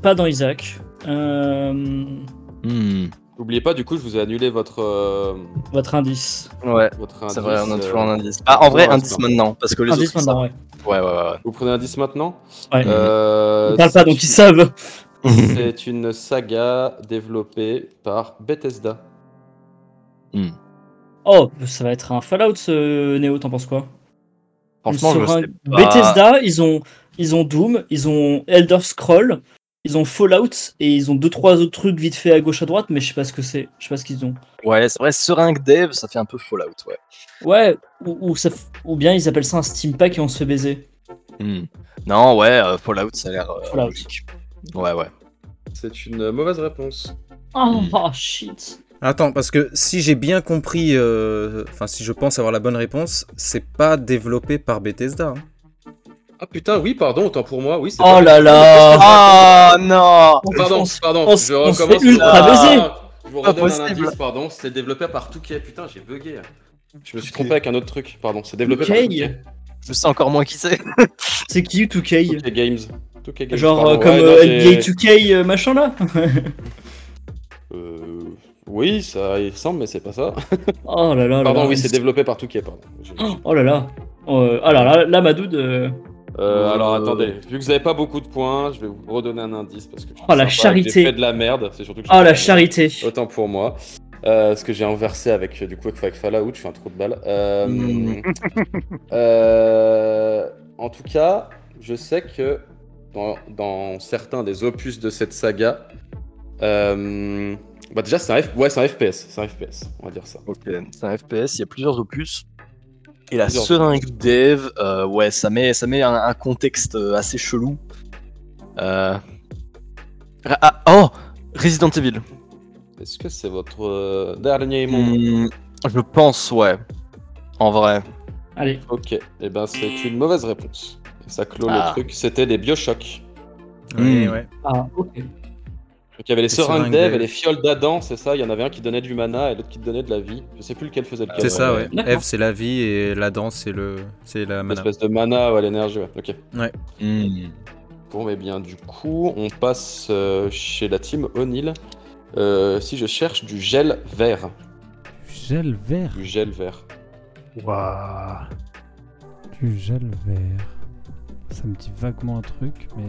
Speaker 8: Pas dans Isaac. Euh,
Speaker 9: Hmm.
Speaker 1: N'oubliez pas, du coup, je vous ai annulé votre, euh,
Speaker 8: votre indice.
Speaker 7: Ouais,
Speaker 1: votre indice,
Speaker 7: c'est vrai, on a
Speaker 1: euh,
Speaker 7: toujours un indice. Ah, en vrai,
Speaker 1: non,
Speaker 7: indice
Speaker 1: c'est pas-
Speaker 7: maintenant, parce que les
Speaker 8: indice
Speaker 7: autres.
Speaker 8: maintenant, ouais.
Speaker 9: Ouais, ouais, ouais. ouais.
Speaker 1: Vous prenez indice
Speaker 8: [laughs]
Speaker 1: maintenant
Speaker 8: Ouais.
Speaker 1: Euh,
Speaker 8: Ils parlent pas, donc ils savent. [laughs]
Speaker 1: C'est une saga développée par Bethesda.
Speaker 8: Oh, ça va être un Fallout, ce Néo, t'en penses quoi
Speaker 9: Franchement,
Speaker 8: Une
Speaker 9: je sais
Speaker 8: seringue-
Speaker 9: pas.
Speaker 8: Bethesda, ils ont, ils ont Doom, ils ont Elder Scroll, ils ont Fallout, et ils ont deux trois autres trucs vite fait à gauche à droite, mais je sais pas ce que c'est. Je sais pas ce qu'ils ont.
Speaker 9: Ouais, c'est vrai, seringue dev, ça fait un peu Fallout, ouais.
Speaker 8: Ouais, ou, ou, ça f- ou bien ils appellent ça un Steam Pack et on se fait baiser.
Speaker 9: Hmm. Non, ouais, euh, Fallout, ça a l'air euh,
Speaker 8: Fallout.
Speaker 9: logique. Ouais, ouais.
Speaker 1: C'est une mauvaise réponse.
Speaker 8: Oh, shit.
Speaker 3: Attends, parce que si j'ai bien compris, euh, enfin si je pense avoir la bonne réponse, c'est pas développé par Bethesda. hein.
Speaker 1: Ah putain, oui, pardon, autant pour moi. Oui, c'est
Speaker 8: Oh
Speaker 1: pas-
Speaker 8: là là
Speaker 7: Ah [laughs] non
Speaker 1: Pardon,
Speaker 8: On se-
Speaker 1: pardon,
Speaker 8: on s-
Speaker 1: je
Speaker 8: on se
Speaker 1: recommence.
Speaker 8: fait ultra baiser.
Speaker 1: Ah, Je vous redonne un
Speaker 7: possible.
Speaker 1: indice, pardon. C'est développé par Touquet. Putain, j'ai bugué. Je me suis trompé avec un autre truc, pardon. C'est développé par
Speaker 8: Touquet
Speaker 1: Touquet.
Speaker 7: Je sais encore moins qui c'est.
Speaker 8: C'est qui 2K
Speaker 1: Touquet Games. Touquet Games.
Speaker 8: Genre
Speaker 1: pardon.
Speaker 8: euh, comme
Speaker 1: Ouais,
Speaker 8: euh,
Speaker 1: non, j'ai-
Speaker 8: NBA 2K euh, machin là
Speaker 1: Euh, Oui, ça il ressemble, mais c'est pas ça.
Speaker 8: Oh là là là
Speaker 1: Pardon,
Speaker 8: là.
Speaker 1: oui, c'est développé par Touquet, pardon. J'ai-
Speaker 8: Oh là là Euh, Ah là là, là Madoud... euh,
Speaker 1: Euh, alors
Speaker 9: Euh,
Speaker 1: attendez, vu que vous avez pas beaucoup de points, je vais vous redonner un indice parce que je suis
Speaker 8: Oh, la
Speaker 1: sympa et que
Speaker 8: charité.
Speaker 1: J'ai fait de la merde, c'est surtout que j'ai
Speaker 8: Oh
Speaker 1: fait de
Speaker 8: la
Speaker 1: merde.
Speaker 8: charité
Speaker 1: Autant pour moi. Euh, ce que j'ai inversé avec euh, du coup avec Fake Fallout, je suis un trou de balle. Euh,
Speaker 8: Hmm.
Speaker 7: Mm.
Speaker 1: euh, en tout cas, je sais que dans, dans certains des opus de cette saga, euh, bah déjà c'est un, F- ouais, c'est un FPS, c'est un FPS, on va dire ça.
Speaker 7: Ok, c'est un FPS, il y a plusieurs opus. Et la
Speaker 1: Plusieurs
Speaker 7: seringue dev, euh, ouais, ça met, ça met un, un contexte euh, assez chelou. Euh... Ra- ah, oh Resident Evil.
Speaker 1: Est-ce que c'est votre euh, dernier mot
Speaker 7: Hmm, je pense, ouais. En vrai.
Speaker 8: Allez,
Speaker 1: Ok, et ben c'est une mauvaise réponse. Et ça clôt
Speaker 7: Ah.
Speaker 1: le truc, c'était des Bioshock.
Speaker 3: Oui,
Speaker 7: Mm.
Speaker 3: ouais.
Speaker 8: ah, ok.
Speaker 1: Donc il y avait les
Speaker 3: Les
Speaker 1: seringues
Speaker 3: seringues
Speaker 1: d'Ève
Speaker 3: d'Ève.
Speaker 1: et les fioles d'Adam, c'est ça. Il y en avait un qui donnait du mana et l'autre qui donnait de la vie. Je sais plus lequel faisait lequel.
Speaker 3: C'est ça, ouais.
Speaker 8: D'accord.
Speaker 3: Eve, c'est la vie et la danse, c'est le, c'est la
Speaker 1: Une
Speaker 3: mana.
Speaker 1: espèce de mana, ouais, l'énergie, ouais. Ok.
Speaker 7: Hmm.
Speaker 1: Bon, mais bien, du coup, on passe euh, chez la team O'Neill. Euh, si je cherche du gel vert,
Speaker 5: Du gel vert.
Speaker 1: du gel vert.
Speaker 2: Ouah.
Speaker 5: Du gel vert. Ça me dit vaguement un truc, mais.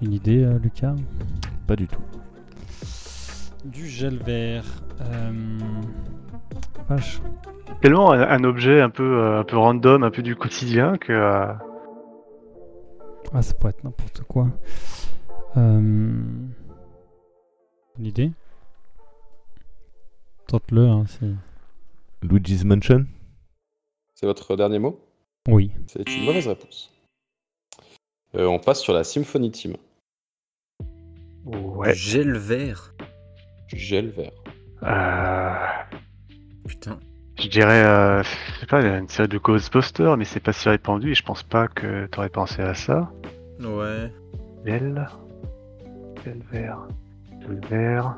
Speaker 5: Une idée, euh, Lucas
Speaker 4: Pas du tout.
Speaker 5: Du gel vert. Euh... Vache.
Speaker 2: Tellement un, un objet un peu, euh, un peu random, un peu du quotidien que. euh,
Speaker 5: Ah, ça pourrait être n'importe quoi. Euh... Une idée Tente-le, hein, si.
Speaker 4: Luigi's Mansion
Speaker 1: C'est votre dernier mot
Speaker 5: Oui.
Speaker 1: C'est une mauvaise réponse. Euh, on passe sur la Symphony Team.
Speaker 2: Ouais.
Speaker 3: Gel vert.
Speaker 1: Du gel vert.
Speaker 2: Euh,
Speaker 3: Putain.
Speaker 2: je dirais, euh, je sais pas, une série de Ghostbusters, mais c'est pas si répandu et je pense pas que t'aurais pensé à ça.
Speaker 3: Ouais.
Speaker 2: Belle. Belle vert. Belle vert.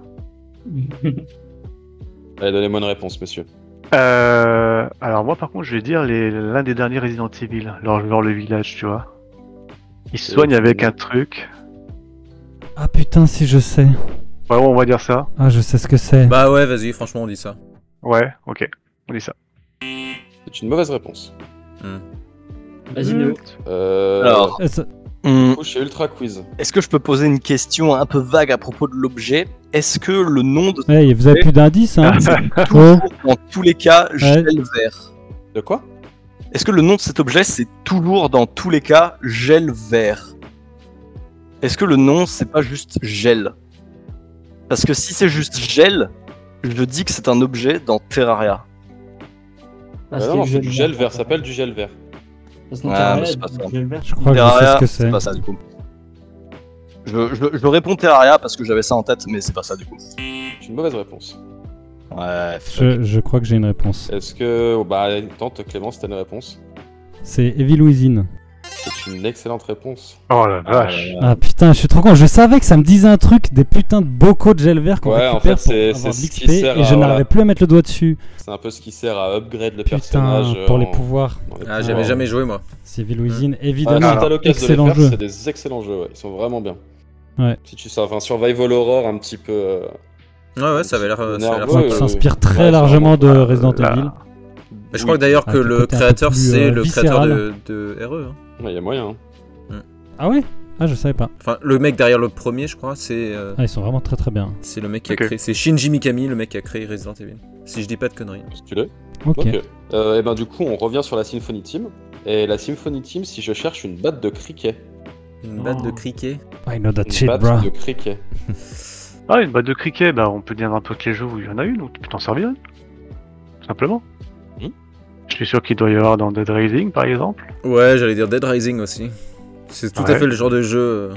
Speaker 1: Allez, donnez-moi une réponse, monsieur.
Speaker 2: Euh, alors moi par contre je vais dire les- l'un des derniers Resident Evil, genre, genre le village tu vois. Il se
Speaker 1: Euh,
Speaker 2: soigne
Speaker 1: c'est
Speaker 2: avec
Speaker 1: bien.
Speaker 2: un truc.
Speaker 5: Ah putain, si je sais.
Speaker 2: Ouais on va dire ça.
Speaker 5: Ah, je sais ce que c'est.
Speaker 3: Bah ouais, vas-y, franchement, on dit ça.
Speaker 2: Ouais, ok. On dit ça.
Speaker 1: C'est une mauvaise réponse.
Speaker 8: [laughs] Vas-y,
Speaker 1: Mmh.
Speaker 8: Néo.
Speaker 1: Euh,
Speaker 7: Alors.
Speaker 5: Euh, ça-
Speaker 7: Hmm,
Speaker 1: du coup, chez Ultra Quiz.
Speaker 7: Est-ce que je peux poser une question un peu vague à propos de l'objet Est-ce que le nom de
Speaker 5: Hey, eh, vous avez plus d'indices, hein Oh.
Speaker 7: dans tous les cas gel vert
Speaker 1: De quoi
Speaker 7: Est-ce que le nom de cet objet c'est toujours dans tous les cas gel vert Est-ce que le nom c'est pas juste gel Parce que si c'est juste gel, je dis que c'est un objet dans
Speaker 8: Ah,
Speaker 7: Terraria.
Speaker 1: Bah
Speaker 8: c'était
Speaker 1: non,
Speaker 8: le
Speaker 1: c'est du gel vert, ça
Speaker 8: ça
Speaker 1: s'appelle du gel vert.
Speaker 8: Parce que non,
Speaker 7: Ah,
Speaker 8: t'as
Speaker 7: mais
Speaker 8: raison,
Speaker 7: c'est pas ça.
Speaker 8: le gel vert.
Speaker 5: Je crois que je sais
Speaker 7: Terraria,
Speaker 5: ce que
Speaker 7: c'est
Speaker 5: c'est.
Speaker 7: pas ça du coup. Je, je- je réponds Terraria parce que j'avais ça en tête, mais c'est pas ça du coup.
Speaker 1: C'est une mauvaise réponse.
Speaker 7: Ouais.
Speaker 5: Je, je crois que j'ai une réponse.
Speaker 1: Est-ce que. Bah, tente Clémence, t'as une réponse
Speaker 5: C'est Evil Within.
Speaker 1: C'est une excellente réponse. Euh,
Speaker 2: Oh la vache.
Speaker 5: Ah putain, je suis trop con. Je savais que ça me disait un truc des putains de bocaux de gel vert qu'on
Speaker 1: Ouais, en
Speaker 5: récupère
Speaker 1: fait, c'est-
Speaker 5: pour avoir
Speaker 1: c'est
Speaker 5: de
Speaker 1: ce qui
Speaker 5: l'XP et
Speaker 1: sert à-
Speaker 5: je n'arrivais
Speaker 1: voilà.
Speaker 5: plus à mettre le doigt dessus.
Speaker 1: C'est un peu ce qui sert à upgrade le
Speaker 5: Putain,
Speaker 1: personnage. euh,
Speaker 5: pour les
Speaker 1: en-
Speaker 5: pouvoirs.
Speaker 1: dans les
Speaker 3: Ah,
Speaker 1: pouvoirs.
Speaker 3: j'avais jamais joué, moi.
Speaker 5: C'est Evil Within,
Speaker 1: Ah, si
Speaker 5: évidemment.
Speaker 1: t'as l'occasion de les
Speaker 5: excellent
Speaker 1: faire,
Speaker 5: jeu.
Speaker 1: c'est des excellents jeux, ouais. Ils sont vraiment bien.
Speaker 5: Ouais.
Speaker 1: Si tu sers un survival horror un petit peu. euh,
Speaker 3: Ouais, ouais, ça avait l'air. ça avait l'air
Speaker 1: Nerveux.
Speaker 5: Enfin,
Speaker 3: sympa.
Speaker 1: Ouais,
Speaker 5: qui
Speaker 1: ouais,
Speaker 5: s'inspire
Speaker 1: ouais.
Speaker 5: très
Speaker 1: Ouais,
Speaker 5: largement de
Speaker 1: c'est vraiment,
Speaker 5: Resident
Speaker 2: là.
Speaker 5: Evil.
Speaker 3: Mais je crois d'ailleurs que
Speaker 5: Avec un
Speaker 3: le
Speaker 5: côté un peu
Speaker 3: créateur,
Speaker 5: plus,
Speaker 3: c'est
Speaker 5: euh,
Speaker 3: le créateur de,
Speaker 5: viscéral.
Speaker 3: de RE. hein.
Speaker 1: Il y a moyen. hein.
Speaker 5: Ah ouais Ah, je savais pas.
Speaker 3: Enfin, le mec derrière le premier, je crois, c'est euh,
Speaker 5: Ah, ils sont vraiment très très bien.
Speaker 3: c'est le mec qui
Speaker 2: Ok.
Speaker 3: a créé. C'est Shinji Mikami, le mec qui a créé Resident Evil. Si je dis pas de conneries.
Speaker 1: Si tu l'as.
Speaker 5: Ok.
Speaker 1: Ok. Euh, et ben, du coup, on revient sur la Symphony Team. Et la Symphony Team, si je cherche une batte de cricket.
Speaker 3: Une batte
Speaker 8: Oh.
Speaker 3: de criquet.
Speaker 5: I know that
Speaker 1: Une
Speaker 5: shit,
Speaker 1: batte
Speaker 5: bruh.
Speaker 1: de cricket.
Speaker 2: Ah une batte de cricket, bah on peut dire un peu que les jeux où il y en a une, ou tu peux t'en servir une. Tout Simplement.
Speaker 1: Hmm.
Speaker 2: Je suis sûr qu'il doit y avoir dans Dead Rising par exemple.
Speaker 3: Ouais, j'allais dire Dead Rising aussi. C'est tout
Speaker 2: Ouais.
Speaker 3: à fait le
Speaker 1: Hmm,
Speaker 3: genre de jeu euh,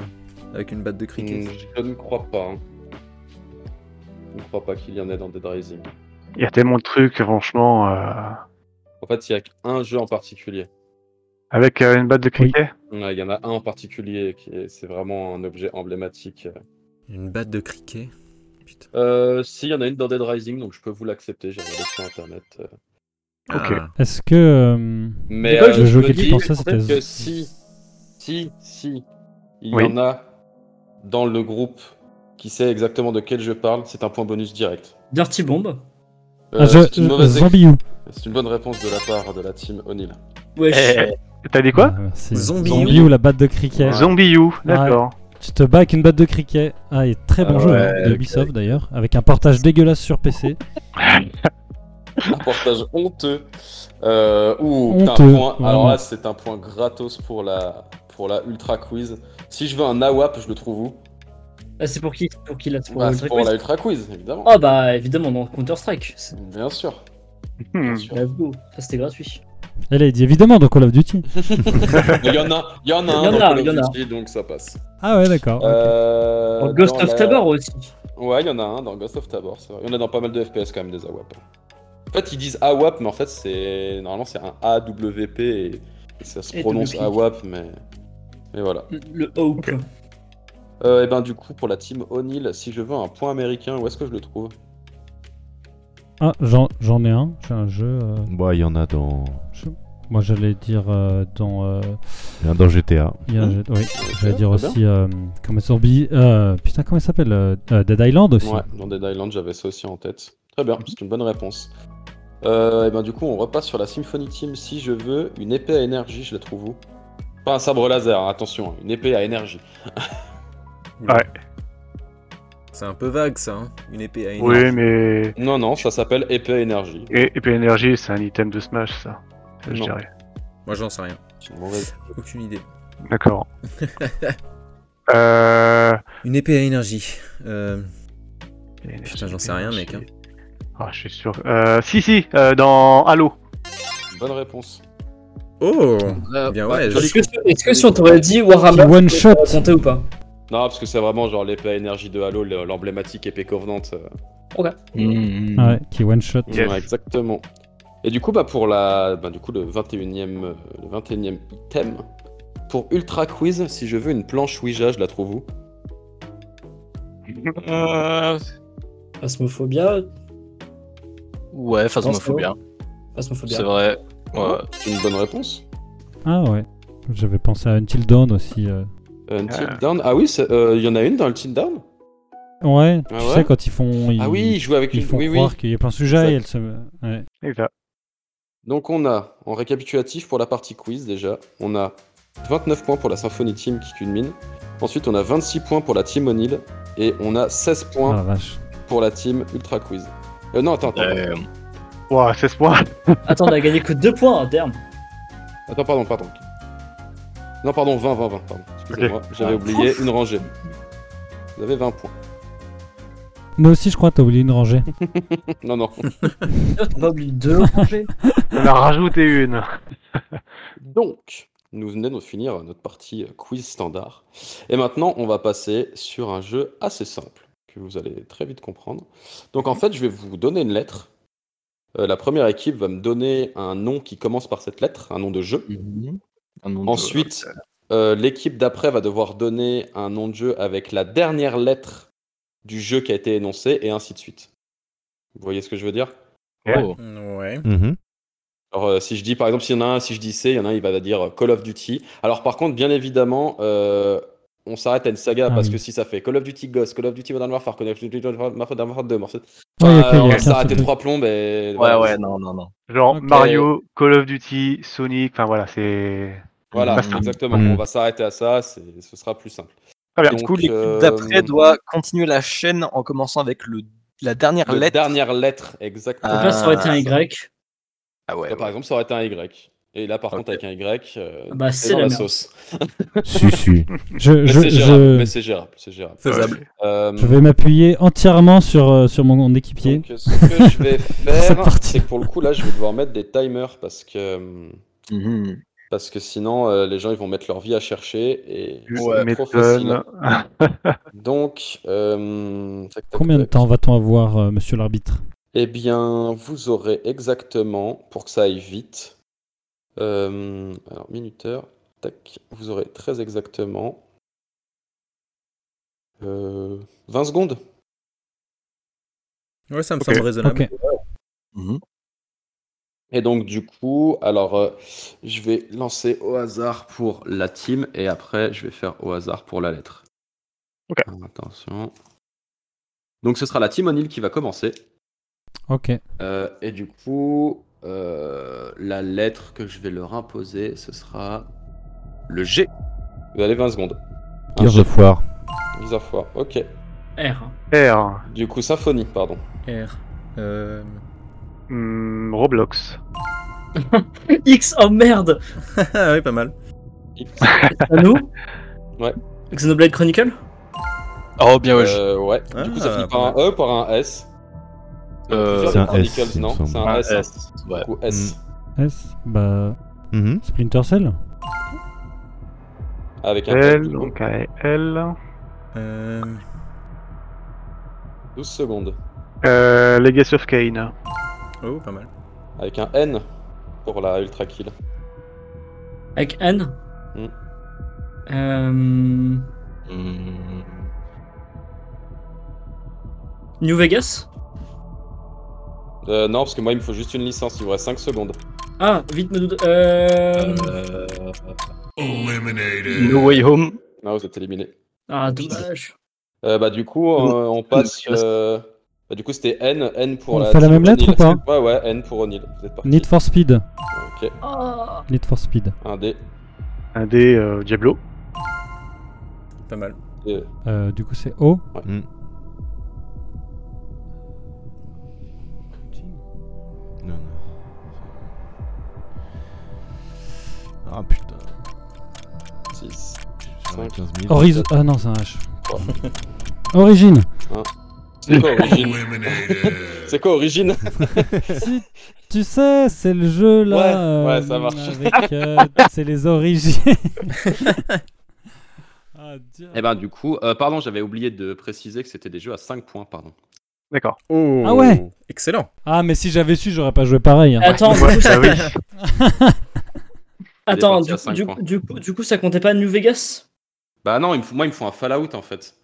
Speaker 3: avec une batte de criquet.
Speaker 1: Mm, Je ne crois pas. hein. Je ne crois pas qu'il y en ait dans Dead Rising.
Speaker 2: Il y a tellement de trucs, franchement. euh,
Speaker 1: En fait, il y a qu'un jeu en particulier.
Speaker 2: Avec euh, une batte de cricket
Speaker 1: Ouais, Il y en a un en particulier qui est, c'est vraiment un objet emblématique.
Speaker 5: Mm.
Speaker 3: Une batte de criquet. Putain.
Speaker 1: Euh, si, il y en a une dans Dead Rising, donc je peux vous l'accepter. J'ai regardé sur internet. euh.
Speaker 2: Ok.
Speaker 3: Ah.
Speaker 5: Est-ce que. euh,
Speaker 1: Mais
Speaker 5: pas que
Speaker 1: euh,
Speaker 5: le
Speaker 1: je
Speaker 5: jeu
Speaker 1: me
Speaker 5: auquel tu
Speaker 1: dis
Speaker 5: pensais,
Speaker 1: peut-être
Speaker 5: c'était-
Speaker 1: que si, si, si, il
Speaker 2: Oui.
Speaker 1: y en a dans le groupe qui sait exactement de quel je parle, c'est un point bonus direct.
Speaker 8: Dirty Bomb.
Speaker 1: Euh,
Speaker 5: ah, je-
Speaker 1: c'est une mauvaise-
Speaker 5: Zombie You.
Speaker 1: c'est une bonne réponse de la part de la team O'Neill.
Speaker 8: Ouais, je-
Speaker 7: Eh.
Speaker 2: T'as dit quoi
Speaker 5: Ah, merci.
Speaker 3: Zombie
Speaker 5: Zombie
Speaker 3: You.
Speaker 5: You, la batte de cricket.
Speaker 2: Zombie You, d'accord.
Speaker 5: Tu te bats avec une batte de cricket. Ah, et très bon
Speaker 1: Ah
Speaker 5: jeu
Speaker 1: ouais,
Speaker 5: hein, de Ubisoft d'ailleurs, avec un portage dégueulasse sur PC.
Speaker 1: Un portage honteux. Euh, ouh, putain,
Speaker 5: Honteux,
Speaker 1: point- Alors
Speaker 5: vraiment.
Speaker 1: là, c'est un point gratos pour la, pour la Ultra Quiz. Si je veux un AWAP, je le trouve où
Speaker 8: Ah, c'est pour qui C'est Pour qui là C'est pour
Speaker 1: Bah,
Speaker 8: Ultra
Speaker 1: C'est pour
Speaker 8: Quest
Speaker 1: la Ultra Quiz, évidemment.
Speaker 8: Ah bah évidemment dans Counter Strike.
Speaker 1: Bien sûr.
Speaker 2: Hmm.
Speaker 1: bien sûr.
Speaker 8: Let's go. Ça c'était gratuit.
Speaker 5: Elle a dit évidemment dans Call of Duty.
Speaker 1: Il y en a, il y en a
Speaker 8: Il y
Speaker 1: un
Speaker 8: en
Speaker 1: dans
Speaker 8: a,
Speaker 1: Call of
Speaker 8: il y en a.
Speaker 1: Duty, donc ça passe.
Speaker 5: Ah ouais, d'accord. ok.
Speaker 1: Euh,
Speaker 8: Dans Ghost
Speaker 1: dans
Speaker 8: of
Speaker 1: la-
Speaker 8: Tabor aussi.
Speaker 1: Ouais, il y en a un dans Ghost of Tabor, c'est vrai. Il y en a dans pas mal de FPS quand même des AWAP. En fait, ils disent AWAP, mais en fait, c'est normalement c'est un AWP et, et ça se
Speaker 8: Et
Speaker 1: prononce
Speaker 8: double clic.
Speaker 1: AWAP, mais mais voilà.
Speaker 8: Le- Le Hope.
Speaker 1: Euh, et ben du coup, pour la team O'Neill, si je veux un point américain, où est-ce que je le trouve
Speaker 5: Ah, j'en j'en ai un. J'ai un jeu. euh,
Speaker 4: Bon, Bah, il y en a dans.
Speaker 5: je- Moi j'allais dire euh, dans. euh,
Speaker 4: Il y en a dans GTA.
Speaker 5: il y a un jeu- oui, j'allais
Speaker 1: Ouais,
Speaker 5: dire
Speaker 1: très
Speaker 5: aussi. euh, comment zombie. euh, putain, comment il s'appelle euh, euh, Dead Island aussi.
Speaker 1: Ouais, dans Dead Island, j'avais ça aussi en tête. Très
Speaker 5: Mhm.
Speaker 1: bien, c'est une bonne réponse. Euh, et ben du coup, on repasse sur la Symphony Team. Si je veux une épée à énergie, je la trouve où Pas un sabre laser, hein, attention, hein, une épée à énergie.
Speaker 3: C'est un peu vague ça, hein. une épée à une
Speaker 2: Oui,
Speaker 3: arme.
Speaker 2: mais.
Speaker 1: Non, non, ça s'appelle épée à énergie.
Speaker 2: Et, et puis l'énergie, c'est un item de Smash, ça. Je
Speaker 1: Non.
Speaker 2: dirais.
Speaker 3: Moi j'en sais rien,
Speaker 1: C'est une mauvaise-
Speaker 3: aucune idée.
Speaker 1: [laughs]
Speaker 2: D'accord. euh.
Speaker 3: Une épée à énergie. Euh, Putain, j'en sais rien, mec, hein.
Speaker 2: Ah, je suis sûr. Euh, si, si, euh, dans Halo.
Speaker 1: Bonne réponse.
Speaker 3: Oh Bien ouais,
Speaker 8: Est-ce
Speaker 3: je-
Speaker 8: que, est-ce que si on t'aurait dit
Speaker 1: Ah,
Speaker 8: Warhammer,
Speaker 1: bah,
Speaker 5: Qui one shot.
Speaker 8: compté ou pas
Speaker 1: Non, parce que c'est vraiment genre l'épée à énergie de Halo, le- l'emblématique épée covenante. euh.
Speaker 9: Hmm.
Speaker 5: Ah ouais, qui one shot.
Speaker 2: Yes.
Speaker 1: Ouais, exactement. Et du coup, bah, pour la, bah, du coup, le 21e, euh, le 21e item, pour Ultra Quiz, si je veux une planche Ouija, je la trouve où
Speaker 9: Euh,
Speaker 8: Phasmophobia.
Speaker 9: Ouais, phasmophobia.
Speaker 8: Phasmophobia.
Speaker 9: C'est vrai. Ouais.
Speaker 1: C'est une bonne réponse.
Speaker 5: Ah ouais. J'avais pensé à Until Dawn aussi. euh.
Speaker 1: Euh, Until
Speaker 2: Ah.
Speaker 1: Dawn. Ah oui, c'est- euh, il y en a une dans le Tilt Down
Speaker 5: Ouais,
Speaker 1: Ah
Speaker 5: tu
Speaker 1: ouais
Speaker 5: sais, quand ils font. Ils,
Speaker 1: Ah oui, jouer avec
Speaker 5: ils
Speaker 1: une.
Speaker 5: font
Speaker 1: Oui, oui.
Speaker 5: croire qu'il y a plein de sujets et elle
Speaker 1: Exact.
Speaker 5: se. Ouais.
Speaker 2: Exact.
Speaker 1: Donc on a, en récapitulatif pour la partie quiz déjà, on a 29 points pour la Symphony Team qui culmine. Ensuite on a 26 points pour la Team O'Neill et on a 16
Speaker 5: Ah
Speaker 1: points
Speaker 5: la vache.
Speaker 1: pour la Team Ultra Quiz. Euh, non attends, attends,
Speaker 9: Euh,
Speaker 2: Ouah, 16 points.
Speaker 8: Attends, on a gagné que 2 points en terme.
Speaker 1: attends, pardon, pardon. Non pardon, 20, 20, 20, pardon. Excusez-moi, j'avais
Speaker 9: Ah.
Speaker 1: oublié une rangée. Vous avez 20 points. [laughs]
Speaker 5: Nous aussi, je crois, t'as oublié une rangée.
Speaker 1: Non, non.
Speaker 8: T'as pas oublié 2
Speaker 2: On en a rajouté une.
Speaker 1: Donc, nous venons de finir notre partie quiz standard. Et maintenant, on va passer sur un jeu assez simple, que vous allez très vite comprendre. Donc, en fait, je vais vous donner une lettre. Euh, la première équipe va me donner un nom qui commence par cette lettre, un nom de jeu.
Speaker 9: un nom de-
Speaker 1: Mm-hmm. Ensuite, euh, l'équipe d'après va devoir donner un nom de jeu avec la dernière lettre du jeu qui a été énoncé, et ainsi de suite. Vous voyez ce que je veux dire
Speaker 9: Oh.
Speaker 3: Ouais.
Speaker 4: Mhm.
Speaker 1: Alors, euh, si je dis, par exemple, s'il y en a un, si je dis C, il y en a un, il va dire euh, Call of Duty. Alors, par contre, bien évidemment, euh, on s'arrête à une saga
Speaker 5: Ah
Speaker 1: parce
Speaker 5: oui.
Speaker 1: que si ça fait Call of Duty Ghost, Call of Duty Modern Warfare, Call of Duty Modern Warfare 2, morceau.
Speaker 5: Ouais, Oh, y a qu'un- y a
Speaker 1: on
Speaker 5: qu'un
Speaker 1: va s'arrêter
Speaker 5: seul
Speaker 1: trois plombes et.
Speaker 9: Ouais,
Speaker 1: voilà,
Speaker 9: ouais, non, non, non.
Speaker 2: Genre
Speaker 5: Ok.
Speaker 2: Mario, Call of Duty, Sonic, enfin voilà, c'est.
Speaker 1: Voilà,
Speaker 2: Basta.
Speaker 1: exactement.
Speaker 4: Mm.
Speaker 1: On va s'arrêter à ça, c'est- ce sera plus simple.
Speaker 2: Très bien.
Speaker 9: Bah,
Speaker 1: Donc,
Speaker 9: Du coup, l'équipe
Speaker 1: euh,
Speaker 9: d'après doit continuer la chaîne en commençant avec le, la dernière
Speaker 1: La
Speaker 9: lettre.
Speaker 1: dernière lettre, exactement.
Speaker 9: Ah.
Speaker 8: là, ça aurait été un Y.
Speaker 9: Ah ouais.
Speaker 1: Là, par exemple, ça aurait été un Y. Et là, par
Speaker 9: Ok.
Speaker 1: contre, avec un Y, euh,
Speaker 8: Ah bah, c'est
Speaker 1: dans
Speaker 8: la
Speaker 1: la
Speaker 8: merde.
Speaker 1: sauce.
Speaker 4: si, si.
Speaker 5: [laughs] Je,
Speaker 1: Mais
Speaker 5: je,
Speaker 1: c'est gérable,
Speaker 5: je,
Speaker 1: mais c'est gérable, c'est gérable.
Speaker 3: Faisable.
Speaker 1: Euh,
Speaker 5: je vais m'appuyer entièrement sur, euh, sur mon équipier.
Speaker 1: Donc, ce que
Speaker 5: [laughs]
Speaker 1: je vais
Speaker 5: Cette
Speaker 1: faire,
Speaker 5: partie.
Speaker 1: c'est que pour le coup, là, je vais devoir mettre des timers parce que,
Speaker 9: Mhm.
Speaker 1: parce que sinon euh, les gens ils vont mettre leur vie à chercher et
Speaker 2: Tu
Speaker 1: c'est trop facile.
Speaker 2: m'étonnes.
Speaker 1: Donc, euh, tac, tac,
Speaker 5: Combien de
Speaker 1: tac.
Speaker 5: temps va-t-on avoir, euh, monsieur l'arbitre
Speaker 1: Eh bien, vous aurez exactement, pour que ça aille vite, euh, alors minuteur, tac, vous aurez très exactement euh, 20 secondes.
Speaker 3: Ouais, ça me
Speaker 2: Ok.
Speaker 3: semble
Speaker 1: Ah,
Speaker 3: raisonnable.
Speaker 5: Ok.
Speaker 1: Mm-hmm. Et donc du coup, alors euh, je vais lancer au hasard pour la team et après je vais faire au hasard pour la lettre.
Speaker 2: Ok.
Speaker 1: Alors, attention. Donc ce sera la team O'Neill qui va commencer.
Speaker 5: Ok.
Speaker 1: Euh, et du coup, euh, la lettre que je vais leur imposer, ce sera le G. Vous avez 20 secondes. Un
Speaker 4: Gears
Speaker 1: G,
Speaker 4: de foire.
Speaker 1: mise à foire. Ok.
Speaker 8: R.
Speaker 2: R.
Speaker 1: Du coup, symphonie, pardon.
Speaker 3: R. Euh, [laughs]
Speaker 2: Hmm, Roblox.
Speaker 8: X, oh merde
Speaker 3: ah oui, pas mal.
Speaker 1: X.
Speaker 8: [laughs] À nous
Speaker 1: Ouais.
Speaker 8: Xenoblade Chronicle
Speaker 7: Oh, bien ouais.
Speaker 1: Euh, ouais.
Speaker 3: Ah,
Speaker 1: du coup, ça finit
Speaker 3: pas
Speaker 1: par un E, par un S.
Speaker 7: Euh,
Speaker 1: Plusieurs
Speaker 4: C'est un
Speaker 1: Chronicles,
Speaker 4: S, il me
Speaker 1: non
Speaker 4: semble. Mm.
Speaker 1: C'est un
Speaker 7: Ah,
Speaker 1: S. hein.
Speaker 7: S, ouais.
Speaker 1: Du coup, S.
Speaker 5: S. Bah.
Speaker 4: Mhm.
Speaker 5: Splinter Cell
Speaker 1: Avec un
Speaker 2: L,
Speaker 1: L.
Speaker 2: donc un L.
Speaker 3: Euh,
Speaker 1: 12 secondes.
Speaker 2: Euh, Legacy of Kane.
Speaker 3: Oh, pas mal.
Speaker 1: Avec un N pour la ultra kill.
Speaker 8: Avec N
Speaker 1: Mm.
Speaker 8: Euh,
Speaker 7: Hmm.
Speaker 8: New Vegas
Speaker 1: Euh, non, parce que moi, il me faut juste une licence. Il me reste 5 secondes.
Speaker 8: Ah, vite me doute. Euh...
Speaker 7: Euh, No Way Home.
Speaker 1: Non, vous êtes éliminé.
Speaker 8: Ah, dommage.
Speaker 1: Euh, bah, du coup, euh, on passe. euh, bah, du coup, c'était N, N pour
Speaker 5: On
Speaker 1: la.
Speaker 5: fait la
Speaker 1: team
Speaker 5: même lettre
Speaker 1: O'Neill.
Speaker 5: ou
Speaker 1: Ouais,
Speaker 5: pas
Speaker 1: ouais, N pour O'Neill. Vous êtes parti.
Speaker 5: Need for Speed.
Speaker 1: Ok,
Speaker 8: Ah.
Speaker 5: Need for Speed.
Speaker 1: un D.
Speaker 2: Un D, euh, Diablo.
Speaker 3: Pas mal.
Speaker 1: deux.
Speaker 5: Euh, du coup, c'est O.
Speaker 1: Ouais.
Speaker 4: Mm. Non, non. Ah putain.
Speaker 1: 6.
Speaker 4: Sur la
Speaker 1: Cinq.
Speaker 4: 15 000.
Speaker 5: Horizon. Ah non, c'est un
Speaker 1: [laughs]
Speaker 5: H. Origine.
Speaker 1: C'est quoi Origine C'est quoi Origine
Speaker 5: Si, tu sais, c'est le jeu là.
Speaker 1: Ouais,
Speaker 5: euh,
Speaker 1: ouais, ça marche.
Speaker 5: avec, euh, c'est les origines. ah, Dieu.
Speaker 1: [laughs] Eh ben, du coup, euh, pardon, j'avais oublié de préciser que c'était des jeux à 5 points, pardon.
Speaker 2: D'accord.
Speaker 3: Oh.
Speaker 5: Ah ouais
Speaker 3: Excellent.
Speaker 5: Ah, mais si j'avais su, j'aurais pas joué pareil. hein.
Speaker 8: Attends, du
Speaker 2: Ouais,
Speaker 8: coup, ça-
Speaker 2: bah oui.
Speaker 8: [laughs] attends,
Speaker 1: parti à
Speaker 8: du,
Speaker 1: cinq hein.
Speaker 8: du-
Speaker 1: points.
Speaker 8: du coup- du coup, ça comptait pas New Vegas
Speaker 1: Bah, non, il me faut- moi, il me faut un Fallout en fait.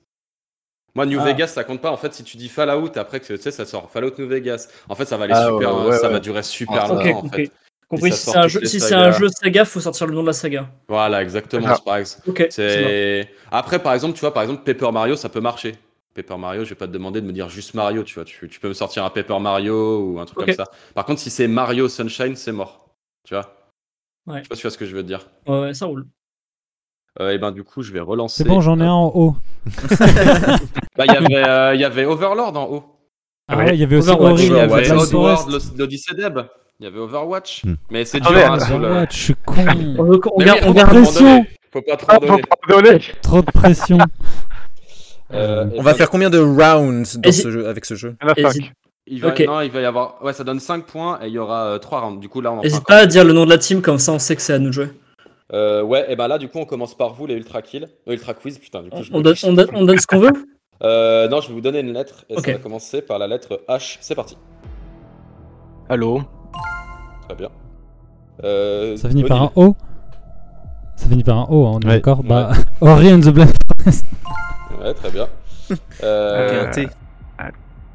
Speaker 1: Moi, New
Speaker 8: Ah.
Speaker 1: Vegas, ça compte pas. En fait, si tu dis Fallout, après, que tu sais, ça sort Fallout New Vegas. En fait, ça va aller
Speaker 7: Ah,
Speaker 1: super. euh,
Speaker 7: ouais, ouais,
Speaker 1: ça
Speaker 7: ouais.
Speaker 1: va durer super
Speaker 7: Ah,
Speaker 1: longtemps
Speaker 8: Ok,
Speaker 1: en
Speaker 8: ok.
Speaker 1: fait.
Speaker 8: Compris,
Speaker 1: ça
Speaker 8: si
Speaker 1: sort
Speaker 8: c'est un,
Speaker 1: toutes
Speaker 8: jeu,
Speaker 1: les
Speaker 8: si c'est un
Speaker 1: sagas.
Speaker 8: jeu saga, faut sortir le nom de la saga.
Speaker 1: Voilà, exactement.
Speaker 2: Ah.
Speaker 1: c'est pareil.
Speaker 8: Ok, c'est bon.
Speaker 1: C'est- Après, par exemple, tu vois, par exemple, Paper Mario, ça peut marcher. Paper Mario, je vais pas te demander de me dire juste Mario, tu vois. Tu, tu peux me sortir un Paper Mario ou un truc
Speaker 8: Ok.
Speaker 1: comme ça. Par contre, si c'est Mario Sunshine, c'est mort. Tu vois
Speaker 8: Ouais.
Speaker 1: Je sais pas si tu vois ce que je veux te dire.
Speaker 8: Ouais, ouais, ça roule.
Speaker 1: et ben, du coup, je vais relancer.
Speaker 5: C'est bon, j'en ai un en haut.
Speaker 1: Bah, il y avait, euh, il y avait Overlord en haut.
Speaker 5: Ah
Speaker 2: Ouais.
Speaker 5: ouais, il y avait aussi
Speaker 8: Overwatch.
Speaker 1: Il
Speaker 5: Origin.
Speaker 1: y avait
Speaker 5: Blind Forest.
Speaker 1: Overlord, l'O- l'Odyssée d'Eb. Il y avait Overwatch.
Speaker 4: Hmm.
Speaker 1: Mais c'est
Speaker 2: Ah,
Speaker 1: dur,
Speaker 2: merde.
Speaker 1: hein, sous le-
Speaker 5: Overwatch, je suis con.
Speaker 8: On, veut- on
Speaker 1: Mais
Speaker 8: garde,
Speaker 1: oui,
Speaker 8: on
Speaker 1: faut
Speaker 8: garde-
Speaker 1: pas
Speaker 5: pression.
Speaker 1: abandonner. Faut pas trop
Speaker 2: Ah, faut
Speaker 1: abandonner.
Speaker 2: pas donner.
Speaker 5: Trop de pression.
Speaker 1: Euh, et
Speaker 3: On va
Speaker 1: donc,
Speaker 3: faire combien de rounds dans
Speaker 8: Et
Speaker 3: ce
Speaker 8: c'est-
Speaker 3: jeu, avec ce jeu
Speaker 2: Il y en a
Speaker 8: Et
Speaker 2: cinq.
Speaker 8: c'est-
Speaker 1: il va-
Speaker 8: Ok.
Speaker 1: Non, il va y avoir. Ouais, ça donne 5 points et il y aura 3 rounds. Du coup, là, on en fera
Speaker 8: N'hésite pas à dire le nom de la team, comme ça on sait que c'est à nous de jouer.
Speaker 1: Euh, ouais, et ben là, du coup, on commence par vous, les Ultra Kill. Euh, ultra Quiz, putain, du coup,
Speaker 8: On,
Speaker 1: je
Speaker 8: on
Speaker 1: me
Speaker 8: donne,
Speaker 1: cache.
Speaker 8: on donne- on donne ce qu'on veut
Speaker 1: Euh, non, je vais vous donner une lettre, et
Speaker 8: Ok.
Speaker 1: ça va commencer par la lettre H. C'est parti.
Speaker 7: Allô
Speaker 1: Très bien. Euh,
Speaker 5: Ça finit par
Speaker 1: Odile.
Speaker 5: un O. Ça finit par un O, hein, on est
Speaker 4: Ouais.
Speaker 5: d'accord Bah, [laughs] Ori and the Blind Forest.
Speaker 1: Ouais, très
Speaker 8: [laughs]
Speaker 1: bien.
Speaker 3: Ok,
Speaker 1: Euh,
Speaker 3: un T.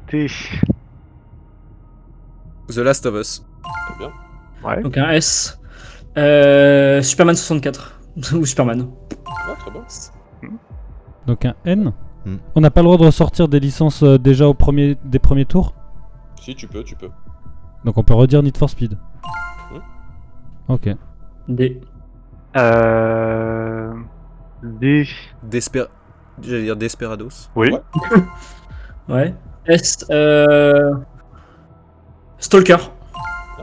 Speaker 2: T.
Speaker 3: The Last of Us.
Speaker 2: Ouais.
Speaker 8: Donc un S. Euh, Superman 64. [laughs] Ou Superman.
Speaker 1: ouais, très bien.
Speaker 5: Donc un N.
Speaker 4: Hmm.
Speaker 5: On n'a pas le droit de ressortir des licences euh, déjà au premier, des premiers tours
Speaker 1: Si, tu peux, tu peux.
Speaker 5: Donc on peut redire Need for Speed.
Speaker 1: Hmm.
Speaker 5: Ok.
Speaker 8: D.
Speaker 2: Euh... D.
Speaker 3: Desper... J'allais dire Desperados.
Speaker 2: Oui.
Speaker 1: Ouais.
Speaker 8: Ouais. S. Euh... Stalker.
Speaker 1: Ouais,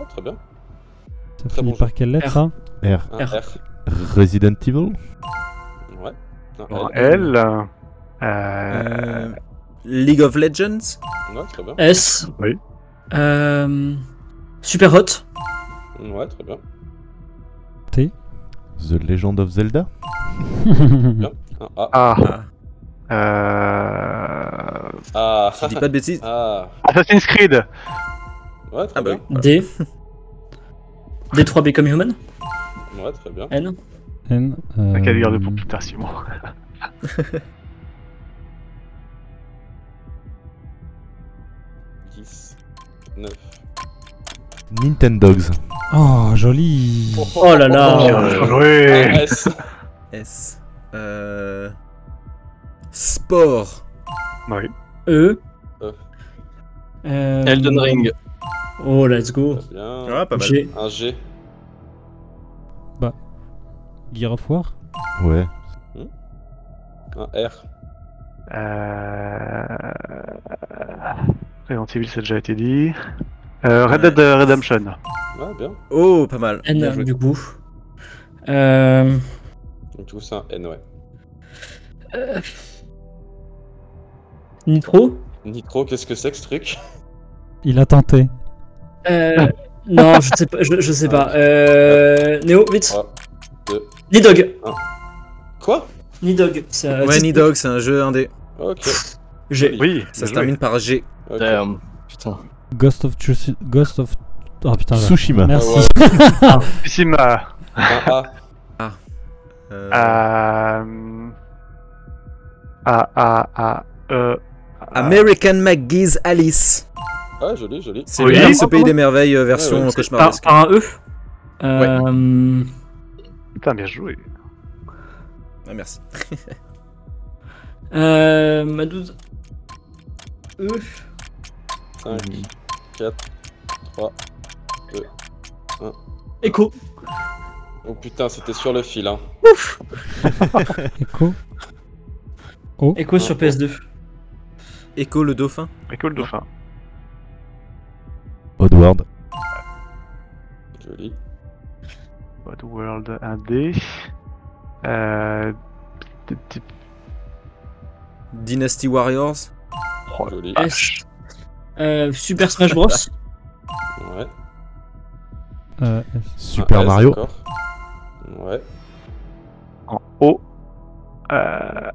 Speaker 1: Ah, très bien.
Speaker 5: Ça
Speaker 1: Très
Speaker 5: finit
Speaker 1: bon
Speaker 5: par quelle lettre hein
Speaker 8: R.
Speaker 5: ça
Speaker 4: R.
Speaker 1: Un
Speaker 8: R.
Speaker 1: R.
Speaker 4: Resident Evil.
Speaker 1: Ouais. Un
Speaker 2: En
Speaker 1: L.
Speaker 2: L. Euh...
Speaker 3: Euh, League of Legends.
Speaker 1: Ouais, très bien.
Speaker 8: S.
Speaker 2: Oui.
Speaker 8: Euh... Super Hot.
Speaker 1: Ouais, très bien.
Speaker 4: The Legend of Zelda
Speaker 1: Ah, ah,
Speaker 2: Ah.
Speaker 3: Ah.
Speaker 2: Euh...
Speaker 1: ah,
Speaker 3: Je dis pas de bêtises.
Speaker 1: ah.
Speaker 2: Assassin's Creed
Speaker 1: Ouais, très
Speaker 3: Ah bah
Speaker 1: bien.
Speaker 3: oui. [laughs]
Speaker 8: D. D3 Become Human
Speaker 1: Ouais, très bien.
Speaker 8: N.
Speaker 5: [laughs] N, euh,
Speaker 2: La carrière de pour plus tard, Simon.
Speaker 1: Dix, neuf.
Speaker 4: Nintendogs.
Speaker 5: Oh, joli
Speaker 8: Oh
Speaker 3: [laughs]
Speaker 8: là là
Speaker 1: [laughs]
Speaker 2: Bien
Speaker 1: Ah,
Speaker 2: joué.
Speaker 1: S.
Speaker 3: S. Euh... Sport.
Speaker 2: Oui.
Speaker 8: E.
Speaker 1: E.
Speaker 8: Euh,
Speaker 1: Mm-hmm.
Speaker 7: Elden Ring.
Speaker 8: Oh, let's go.
Speaker 1: Très bien.
Speaker 3: Ah, pas mal.
Speaker 8: J'ai
Speaker 1: Un G.
Speaker 5: Gear of War
Speaker 4: Ouais.
Speaker 1: Un R.
Speaker 2: Euh... Resident Evil, ça a déjà été dit. Euh, Red Dead Redemption.
Speaker 1: Ouais, bien.
Speaker 3: Oh, pas mal. Bien
Speaker 8: N
Speaker 3: joué.
Speaker 8: Ah, du coup. Euh...
Speaker 1: Donc, du coup, c'est un N, ouais.
Speaker 8: euh, Nitro
Speaker 1: Nitro, qu'est-ce que c'est que ce truc
Speaker 5: Il a tenté.
Speaker 8: euh... Non, je sais pas. Je, je sais pas. Euh... Néo, vite.
Speaker 1: 3, 2,
Speaker 8: Nidog.
Speaker 1: Quoi
Speaker 8: Nidog. c'est, euh,
Speaker 3: Ouais,
Speaker 8: c'est-
Speaker 3: Nidog, c'est un jeu indé.
Speaker 1: Ok.
Speaker 8: J'ai.
Speaker 2: Oui.
Speaker 3: Ça se
Speaker 2: bien joué.
Speaker 3: termine par G.
Speaker 1: ok.
Speaker 7: Damn. Putain.
Speaker 5: Ghost of... Tsushi- Ghost of... Oh putain, là.
Speaker 4: Tsushima.
Speaker 1: Ah,
Speaker 5: merci.
Speaker 1: ouais.
Speaker 2: Tsushima.
Speaker 1: Un A.
Speaker 3: Euh,
Speaker 2: Ah. Euh... Ah, ah, ah, euh...
Speaker 3: Ah, American McGee's Alice.
Speaker 1: Ah, joli, joli.
Speaker 3: C'est
Speaker 2: Oui.
Speaker 3: le Alice au Pays
Speaker 8: Pardon
Speaker 3: des Merveilles euh,
Speaker 1: Ouais,
Speaker 3: version
Speaker 1: ouais,
Speaker 8: Par,
Speaker 3: cauchemardesque.
Speaker 8: par un E euh...
Speaker 2: Putain, bien joué.
Speaker 3: Ah, merci.
Speaker 8: Euh... Ma 12. E.
Speaker 1: 5, 4, 3.
Speaker 8: Echo.
Speaker 1: Oh putain, c'était sur le fil, hein.
Speaker 5: Echo
Speaker 8: Echo sur PS2.
Speaker 3: Echo le dauphin.
Speaker 2: Écho le dauphin.
Speaker 4: Oddworld.
Speaker 1: Joli.
Speaker 2: Bad World 1D. Euh... t- t-
Speaker 3: Dynasty Warriors.
Speaker 2: Oh,
Speaker 1: Joli.
Speaker 8: S. Euh, Super Smash Bros.
Speaker 1: Ouais.
Speaker 5: euh, S.
Speaker 1: Un
Speaker 4: Super
Speaker 1: S
Speaker 4: Mario.
Speaker 1: encore. Ouais.
Speaker 2: en haut. oh. Euh...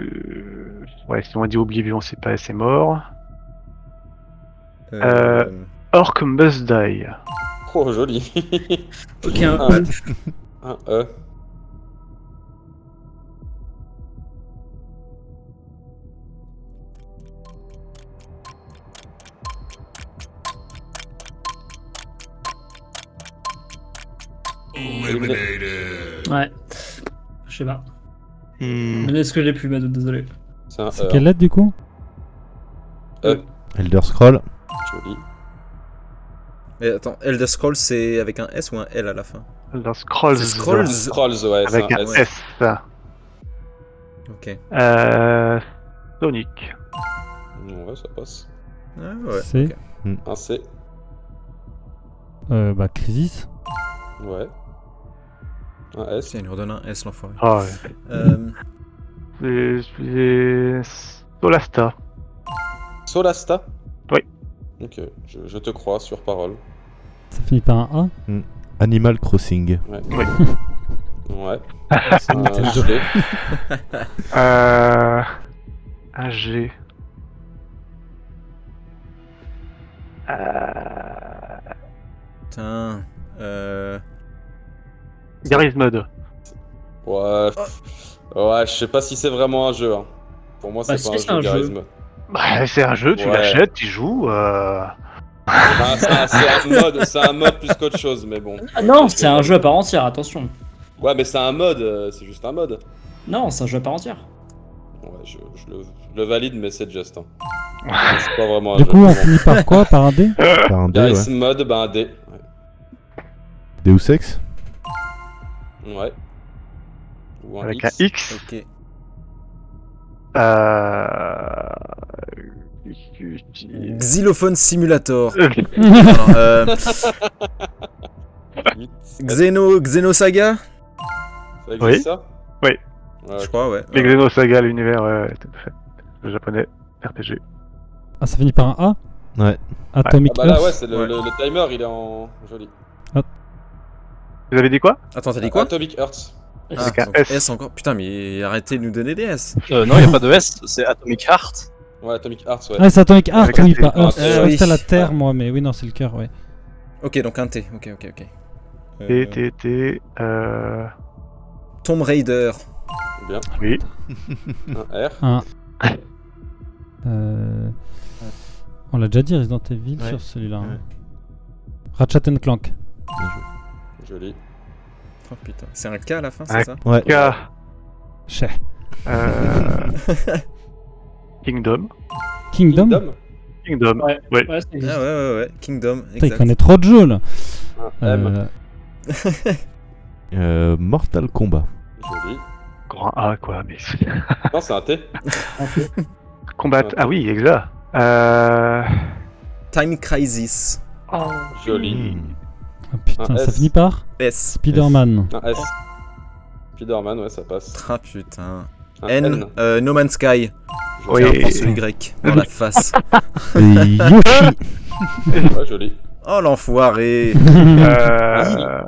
Speaker 2: euh, Ouais, si on dit Oblivion, c'est pas c'est mort. Euh, Orc Must Die.
Speaker 1: Oh, joli. [laughs]
Speaker 8: Ok, un
Speaker 1: Ah.
Speaker 8: E.
Speaker 1: un E.
Speaker 8: Ouais. Je sais pas.
Speaker 7: Mm.
Speaker 3: Mm.
Speaker 8: Mais Est-ce que j'ai plus, Madou Désolé.
Speaker 1: C'est un
Speaker 5: C'est
Speaker 1: E.
Speaker 5: quelle lettre du coup
Speaker 4: Elder Scroll.
Speaker 1: Joli.
Speaker 3: Et attends, Elder Scrolls, c'est avec un S ou un L à la fin
Speaker 2: Oh, Elder Scrolls.
Speaker 3: C'est Scrolls.
Speaker 1: Scrolls, ouais, c'est
Speaker 2: Avec
Speaker 1: un
Speaker 2: un
Speaker 1: S.
Speaker 2: S.
Speaker 3: Ok.
Speaker 2: Euh... Sonic.
Speaker 1: Ouais, ça passe.
Speaker 3: Ah, ouais.
Speaker 5: C'est
Speaker 3: ok.
Speaker 1: Un C.
Speaker 5: euh, bah, Crisis.
Speaker 1: Ouais. Un S.
Speaker 3: Tiens, il lui redonne un S, l'enfoiré.
Speaker 2: Oh,
Speaker 3: Euh,
Speaker 2: ouais. C'est- c'est- Solasta.
Speaker 1: Solasta
Speaker 2: Oui.
Speaker 1: Ok, je, je te crois sur parole.
Speaker 5: Ça finit par un A
Speaker 4: Animal Crossing.
Speaker 1: Ouais.
Speaker 2: Oui.
Speaker 1: Ouais.
Speaker 2: Ah,
Speaker 5: C'est
Speaker 1: Un
Speaker 5: Nintendo.
Speaker 1: G.
Speaker 2: Euh... Un G. Euh...
Speaker 3: putain. Euh...
Speaker 2: Garry's Mod.
Speaker 1: Ouais. pff, Ouais, je sais pas si c'est vraiment un jeu. hein. Pour moi, c'est
Speaker 8: Bah,
Speaker 1: pas
Speaker 8: si, c'est
Speaker 1: un
Speaker 8: un
Speaker 1: jeu.
Speaker 8: jeu.
Speaker 1: Garry's Mod.
Speaker 2: Bah, c'est un jeu, tu
Speaker 1: Ouais.
Speaker 2: l'achètes, tu y joues. Euh...
Speaker 1: Ah, c'est un- c'est un mode, c'est un mode plus qu'autre chose, mais bon.
Speaker 8: Ah non, c'est un jeu à part entière, attention.
Speaker 1: Ouais, mais c'est un mode, euh, c'est juste un mode.
Speaker 8: Non, c'est un jeu à part entière.
Speaker 1: Ouais, je, je le, je le valide, mais c'est juste. Hein. C'est pas vraiment un
Speaker 5: Du
Speaker 1: jeu.
Speaker 5: coup, on finit par quoi Par
Speaker 1: [laughs]
Speaker 5: un D
Speaker 4: Par un D, ouais.
Speaker 1: Garry's Mod, bah un D.
Speaker 4: Deus Ex.
Speaker 1: Ouais. Ouais. Ou un
Speaker 2: Avec
Speaker 1: X.
Speaker 2: un X.
Speaker 3: Ok.
Speaker 2: Euh...
Speaker 3: Xylophone Simulator.
Speaker 2: Euh,
Speaker 3: Alors,
Speaker 5: [laughs]
Speaker 3: euh,
Speaker 1: Huit.
Speaker 3: Xeno, Xenosaga
Speaker 1: Ça existe, ça
Speaker 2: Oui.
Speaker 1: Ouais,
Speaker 3: Je crois, ouais.
Speaker 2: Les Xenosaga, l'univers euh, tout à fait. Le japonais RPG.
Speaker 5: Ah, ça finit par un A
Speaker 4: Ouais.
Speaker 5: Atomic
Speaker 1: Ah bah là,
Speaker 5: Earth.
Speaker 1: ouais, c'est le,
Speaker 3: Ouais.
Speaker 1: le- le timer, il est en joli.
Speaker 2: Vous avez dit quoi
Speaker 3: Attends, t'as dit quoi
Speaker 1: Atomic Hearts.
Speaker 3: Ah,
Speaker 2: Avec un
Speaker 3: donc
Speaker 2: S.
Speaker 3: S encore. Putain, mais arrêtez de nous donner des S.
Speaker 7: Euh, non, il n'y a pas de S, c'est Atomic Heart.
Speaker 1: Ouais, Atomic Hearts, ouais.
Speaker 5: Ah, c'est Atomic Heart,
Speaker 2: Avec un
Speaker 5: oui,
Speaker 2: T.
Speaker 5: pas Heart.
Speaker 1: Ah,
Speaker 5: Je crois
Speaker 3: oui.
Speaker 5: que c'était la Terre, moi, mais oui, non, c'est le cœur, ouais.
Speaker 3: Ok, donc un T. Ok, ok, ok. Euh,
Speaker 2: T, T, T, euh...
Speaker 3: Tomb Raider.
Speaker 1: Bien.
Speaker 2: Oui.
Speaker 1: Un R.
Speaker 5: Un. Euh, On l'a déjà dit, Resident Evil,
Speaker 4: Ouais.
Speaker 5: sur celui-là. hein.
Speaker 4: Ouais.
Speaker 5: Ratchet and Clank.
Speaker 1: Joli.
Speaker 3: Oh putain, c'est un K à la fin,
Speaker 2: Ouais.
Speaker 3: c'est ça
Speaker 4: Ouais.
Speaker 2: K,
Speaker 5: Cher.
Speaker 2: euh... Kingdom.
Speaker 5: Kingdom,
Speaker 1: Kingdom
Speaker 2: Kingdom.
Speaker 8: Ouais,
Speaker 2: Ouais.
Speaker 8: ouais, ça existe.
Speaker 3: Ah ouais, ouais, ouais. Kingdom,
Speaker 5: Putain, il
Speaker 3: exact.
Speaker 5: connaît trop de jeux, là.
Speaker 1: Un M.
Speaker 5: Euh,
Speaker 4: Euh, Mortal Kombat.
Speaker 1: Joli.
Speaker 2: Grand A, quoi, mais...
Speaker 1: Non, c'est un T.
Speaker 2: Combat... Ah oui, exact. Euh...
Speaker 3: Time Crisis.
Speaker 1: Joli.
Speaker 4: Hmm.
Speaker 5: ah, putain,
Speaker 1: Un
Speaker 5: ça
Speaker 1: S.
Speaker 5: finit par
Speaker 3: S.
Speaker 5: Spider-Man.
Speaker 1: Un S. Spider-Man, ouais, ça passe.
Speaker 3: Ah putain.
Speaker 1: Un
Speaker 3: N, euh, No Man's Sky.
Speaker 2: Oui.
Speaker 3: J'ai un pensée Y dans [laughs] la face.
Speaker 1: [laughs]
Speaker 4: Et
Speaker 5: [laughs]
Speaker 4: Yoshi.
Speaker 1: Ouais, joli.
Speaker 3: Oh l'enfoiré
Speaker 1: Ah,
Speaker 2: Euh...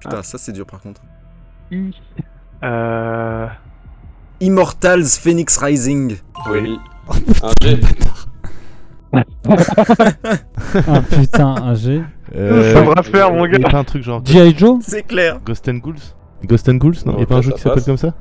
Speaker 3: Putain, ça c'est dur par contre.
Speaker 2: Euh...
Speaker 3: Immortals Phoenix Rising.
Speaker 1: Joli. Un G.
Speaker 5: [laughs] ah putain, un G.
Speaker 2: Ça me rappelle, mon
Speaker 4: euh, Il y a
Speaker 2: gars
Speaker 4: pas un truc genre
Speaker 5: G.I. Joe
Speaker 3: C'est clair.
Speaker 4: Ghost and Ghouls Ghost and Ghouls Non, il y a pas un
Speaker 1: Ouais,
Speaker 4: jeu
Speaker 1: ça
Speaker 4: qui s'appelle
Speaker 1: passe.
Speaker 4: comme ça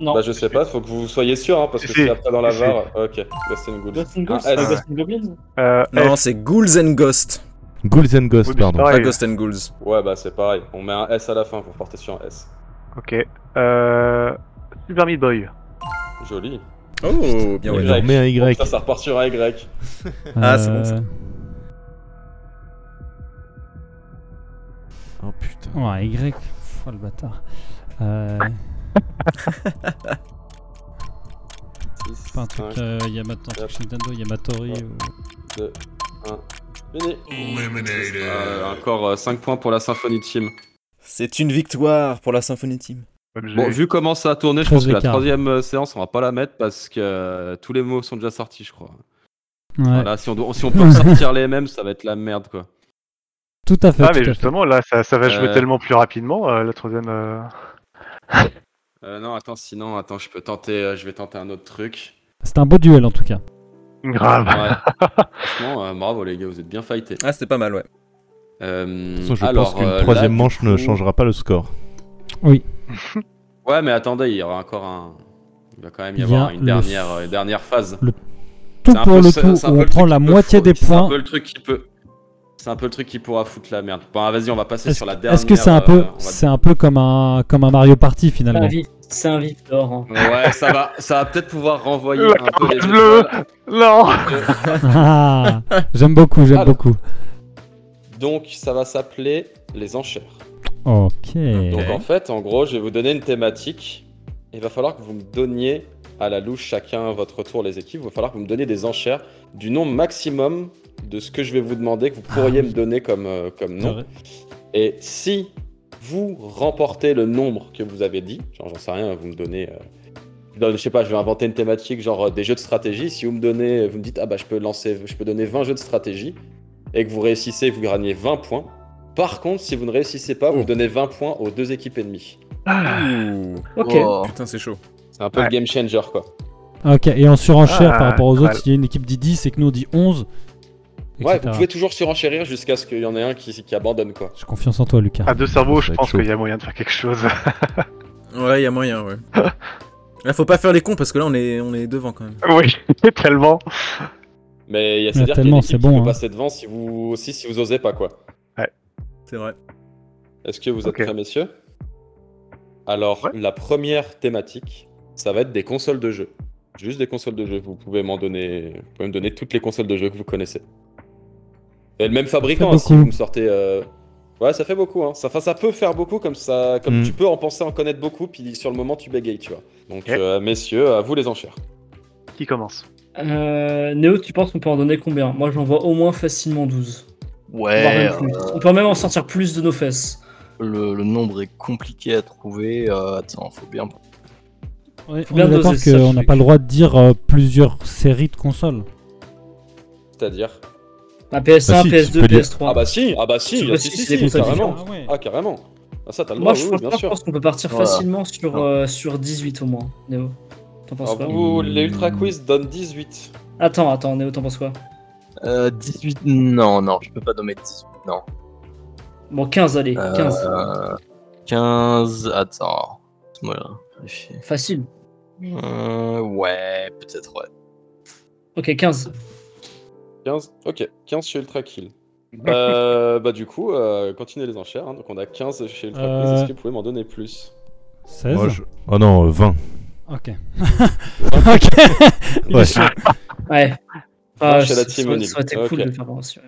Speaker 8: Non.
Speaker 1: Bah, je sais pas, faut que vous soyez sûr, hein, parce que
Speaker 2: Si.
Speaker 1: c'est après dans la
Speaker 2: Si.
Speaker 1: VAR. Ok, Ghost and Ghouls.
Speaker 8: Ghost and
Speaker 1: Un
Speaker 8: Goblins,
Speaker 3: Ah,
Speaker 8: c'est
Speaker 1: S.
Speaker 8: Ghost and Goblins
Speaker 2: Euh...
Speaker 3: Non,
Speaker 2: S.
Speaker 3: c'est Ghouls and Ghosts.
Speaker 4: Ghouls and
Speaker 2: Oui,
Speaker 4: Ghosts,
Speaker 2: mais c'est
Speaker 4: pardon.
Speaker 3: Pas
Speaker 2: pareil.
Speaker 3: Ghosts and Ghouls.
Speaker 1: Ouais, bah c'est pareil. On met un S à la fin pour porter sur un S.
Speaker 2: Ok. Euh... Super Meat Boy.
Speaker 1: Joli.
Speaker 3: Oh, bien
Speaker 1: Ouais,
Speaker 4: Il
Speaker 3: ouais.
Speaker 4: en met un
Speaker 1: Bon,
Speaker 4: Y.
Speaker 1: ça, ça repart sur un Y.
Speaker 3: Ah, c'est bon,
Speaker 5: Euh,
Speaker 4: Oh putain.
Speaker 5: Ouais, Y. Pff, Oh, le bâtard. Euh,
Speaker 1: Six,
Speaker 5: pas un truc,
Speaker 1: cinq,
Speaker 5: euh, Yamato, un truc chez Nintendo, Yamatori.
Speaker 1: Ouais.
Speaker 5: ou-
Speaker 1: deux, un. Fini. Euh, encore 5 points pour la Symphonie Team.
Speaker 3: C'est une victoire pour la Symphonie Team.
Speaker 1: Bon, vu comment ça a tourné, je
Speaker 5: Creuse
Speaker 1: pense que la
Speaker 5: l'écart.
Speaker 1: troisième euh, séance, on va pas la mettre parce que euh, tous les mots sont déjà sortis, je crois.
Speaker 5: Ouais,
Speaker 1: Voilà, si on, doit- si on peut
Speaker 4: [laughs]
Speaker 1: ressortir les mêmes, ça va être la merde, quoi.
Speaker 5: Tout à fait.
Speaker 2: Ah,
Speaker 5: tout
Speaker 2: mais
Speaker 5: à fait.
Speaker 2: justement, là, ça, ça va jouer
Speaker 1: Euh.
Speaker 2: tellement plus rapidement, euh, la troisième... euh,
Speaker 1: Euh, non, attends, sinon, attends, je peux tenter, euh, je vais tenter un autre truc.
Speaker 5: C'était un beau duel en tout cas.
Speaker 2: Grave. [laughs]
Speaker 1: Ouais. Franchement, euh, bravo les gars, vous êtes bien fightés.
Speaker 3: Ah, c'était pas mal, ouais.
Speaker 1: Euh,
Speaker 4: De toute façon, je
Speaker 1: alors,
Speaker 4: pense qu'une
Speaker 1: euh, là,
Speaker 4: troisième
Speaker 1: du
Speaker 4: manche ne
Speaker 1: coup-
Speaker 4: changera pas le score.
Speaker 1: Ouais, mais attendez, il y aura encore un. Il va quand même y
Speaker 5: Il y
Speaker 1: avoir
Speaker 5: a
Speaker 1: une
Speaker 5: le
Speaker 1: dernière,
Speaker 5: f-
Speaker 1: euh, dernière phase.
Speaker 5: Tout
Speaker 1: C'est un
Speaker 5: pour
Speaker 1: peu
Speaker 5: le
Speaker 1: ce-
Speaker 5: tout,
Speaker 1: c'est un
Speaker 5: où
Speaker 1: peu
Speaker 5: on
Speaker 1: le
Speaker 5: prend
Speaker 1: truc
Speaker 5: la
Speaker 1: qui peut
Speaker 5: moitié
Speaker 1: fou-
Speaker 5: des
Speaker 1: C'est un
Speaker 5: points.
Speaker 1: peu le truc qui peut. C'est un peu le truc qui pourra foutre la merde. Bon, vas-y, on va passer
Speaker 5: Est-ce
Speaker 1: sur la dernière.
Speaker 5: est-ce que c'est un peu,
Speaker 1: euh, on va-
Speaker 5: c'est un peu comme un, comme un Mario Party
Speaker 8: C'est
Speaker 5: finalement
Speaker 8: un vif- C'est un vif d'or. hein.
Speaker 1: Ouais, ça va, ça va peut-être pouvoir renvoyer
Speaker 2: La
Speaker 1: un peu les
Speaker 2: carte bleue.
Speaker 1: étoiles.
Speaker 2: Non
Speaker 5: [laughs] Ah, J'aime beaucoup, j'aime
Speaker 1: Alors.
Speaker 5: beaucoup.
Speaker 1: Donc, ça va s'appeler les enchères.
Speaker 5: Ok.
Speaker 1: Donc, en fait, en gros, je vais vous donner une thématique. Il va falloir que vous me donniez à la louche chacun à votre tour les équipes. Il va falloir que vous me donniez des enchères du nombre maximum de ce que je vais vous demander
Speaker 5: Ah
Speaker 1: que vous pourriez me donner comme, euh, comme nom. Et si vous remportez le nombre que vous avez dit, genre j'en sais rien, vous me donnez, euh, je donne- je sais pas, je vais inventer une thématique genre euh, des jeux de stratégie. Si vous me donnez, vous me dites ah bah je peux lancer, je peux donner 20 jeux de stratégie et que vous réussissez, vous gagnez 20 points. Par contre, si vous ne réussissez pas,
Speaker 5: Oh.
Speaker 1: vous donnez 20 points aux deux équipes ennemies.
Speaker 3: Ah. Ouh.
Speaker 8: Ok.
Speaker 9: Oh.
Speaker 3: Putain, c'est chaud.
Speaker 1: C'est un peu
Speaker 2: Ouais.
Speaker 1: le game changer quoi.
Speaker 5: Ok, et en surenchère
Speaker 2: Ah,
Speaker 5: par rapport aux
Speaker 2: voilà.
Speaker 5: autres, s'il y a une équipe dit 10 et que nous on dit 11,
Speaker 1: Ouais, vous
Speaker 5: etc.
Speaker 1: pouvez toujours surenchérir jusqu'à ce qu'il y en ait un qui, qui abandonne quoi.
Speaker 5: J'ai confiance en toi, Lucas.
Speaker 2: À deux cerveaux, je
Speaker 4: va être
Speaker 2: pense
Speaker 4: chaud.
Speaker 2: qu'il y a moyen de faire quelque chose. [laughs]
Speaker 3: Ouais, y a moyen, [laughs] ouais. Là, faut pas faire les cons parce que là, on est, on est devant quand même.
Speaker 2: oui, [laughs] tellement.
Speaker 1: Mais il y a
Speaker 5: Ah,
Speaker 1: c'est-à-dire qu'il y a une
Speaker 5: tellement,
Speaker 1: équipe
Speaker 5: c'est
Speaker 1: qui
Speaker 5: bon,
Speaker 1: peut
Speaker 5: hein.
Speaker 1: passer devant si vous aussi si vous osez pas quoi.
Speaker 3: C'est vrai.
Speaker 1: Est-ce que vous êtes
Speaker 2: Ok.
Speaker 1: prêts, messieurs Alors,
Speaker 2: Ouais.
Speaker 1: la première thématique, ça va être des consoles de jeux. Juste des consoles de jeux. Vous pouvez m'en donner, vous pouvez me donner toutes les consoles de jeux que vous connaissez. Et le même fabricant, hein, si
Speaker 5: beaucoup.
Speaker 1: vous me sortez. euh, Ouais, ça fait beaucoup. Hein. Ça, enfin, ça peut faire beaucoup comme ça, comme
Speaker 4: Mm.
Speaker 1: tu peux en penser, en connaître beaucoup, puis sur le moment tu bégayes, tu vois. Donc,
Speaker 2: Ouais.
Speaker 1: euh, messieurs, à vous les enchères.
Speaker 2: Qui commence
Speaker 8: Euh, Néo, tu penses qu'on peut en donner combien Moi, j'en vois au moins facilement 12. voire
Speaker 9: Ouais,
Speaker 8: même plus. On peut même en sortir plus de nos fesses.
Speaker 9: le, le nombre est compliqué à trouver. euh, attends, faut bien.
Speaker 5: On est,
Speaker 8: Faut
Speaker 5: on
Speaker 8: bien
Speaker 5: est d'accord
Speaker 8: doser ça,
Speaker 5: qu'on
Speaker 8: le
Speaker 5: n'a
Speaker 8: truc.
Speaker 5: pas le droit de dire euh, plusieurs séries de consoles.
Speaker 1: C'est-à-dire,
Speaker 8: Un PS1,
Speaker 4: Bah si, tu
Speaker 8: PS2,
Speaker 4: peux dire.
Speaker 8: PS3.
Speaker 1: Ah bah si, ah bah si,
Speaker 8: Je sais
Speaker 1: il y a-
Speaker 8: pas
Speaker 1: si, si,
Speaker 8: si c'est
Speaker 1: si,
Speaker 8: des consoles
Speaker 1: carrément.
Speaker 5: Ah ouais.
Speaker 1: Ah carrément. Ah ça, t'as le droit,
Speaker 8: Moi, je
Speaker 1: oui,
Speaker 8: pense,
Speaker 1: bien
Speaker 8: je
Speaker 1: sûr.
Speaker 8: pense qu'on peut partir
Speaker 7: Voilà.
Speaker 8: facilement sur, euh, sur 18 au moins, Néo. T'en penses
Speaker 1: Alors,
Speaker 8: quoi
Speaker 1: vous, les Ultra
Speaker 4: Hmm.
Speaker 1: Quiz donnent 18.
Speaker 8: Attends, attends, Néo, t'en penses quoi
Speaker 7: Euh, 18. Non, non, je peux pas nommer 18. Non.
Speaker 8: Bon, 15, allez, 15.
Speaker 7: Euh, 15. Attends. Voilà. vérifier.
Speaker 8: Facile.
Speaker 7: Euh, ouais, peut-être, ouais.
Speaker 8: Ok, 15.
Speaker 1: 15, ok, 15 chez Ultra Kill. Euh, bah du coup, euh, continuez les enchères. hein. Donc on a 15 chez Ultra Quiz.
Speaker 5: Euh.
Speaker 1: Est-ce que vous pouvez m'en donner plus
Speaker 5: 16
Speaker 4: Moi, je- Oh non,
Speaker 1: [laughs]
Speaker 4: euh, 20.
Speaker 5: Ok. ok. Il est
Speaker 4: Ouais.
Speaker 5: chaud.
Speaker 8: Ouais.
Speaker 1: Ah,
Speaker 8: ça
Speaker 1: chez la
Speaker 8: ça-
Speaker 1: team
Speaker 8: ça aurait été
Speaker 1: O'Neill.
Speaker 8: cool
Speaker 1: Ok.
Speaker 8: de faire aussi,
Speaker 4: [laughs]
Speaker 8: ouais.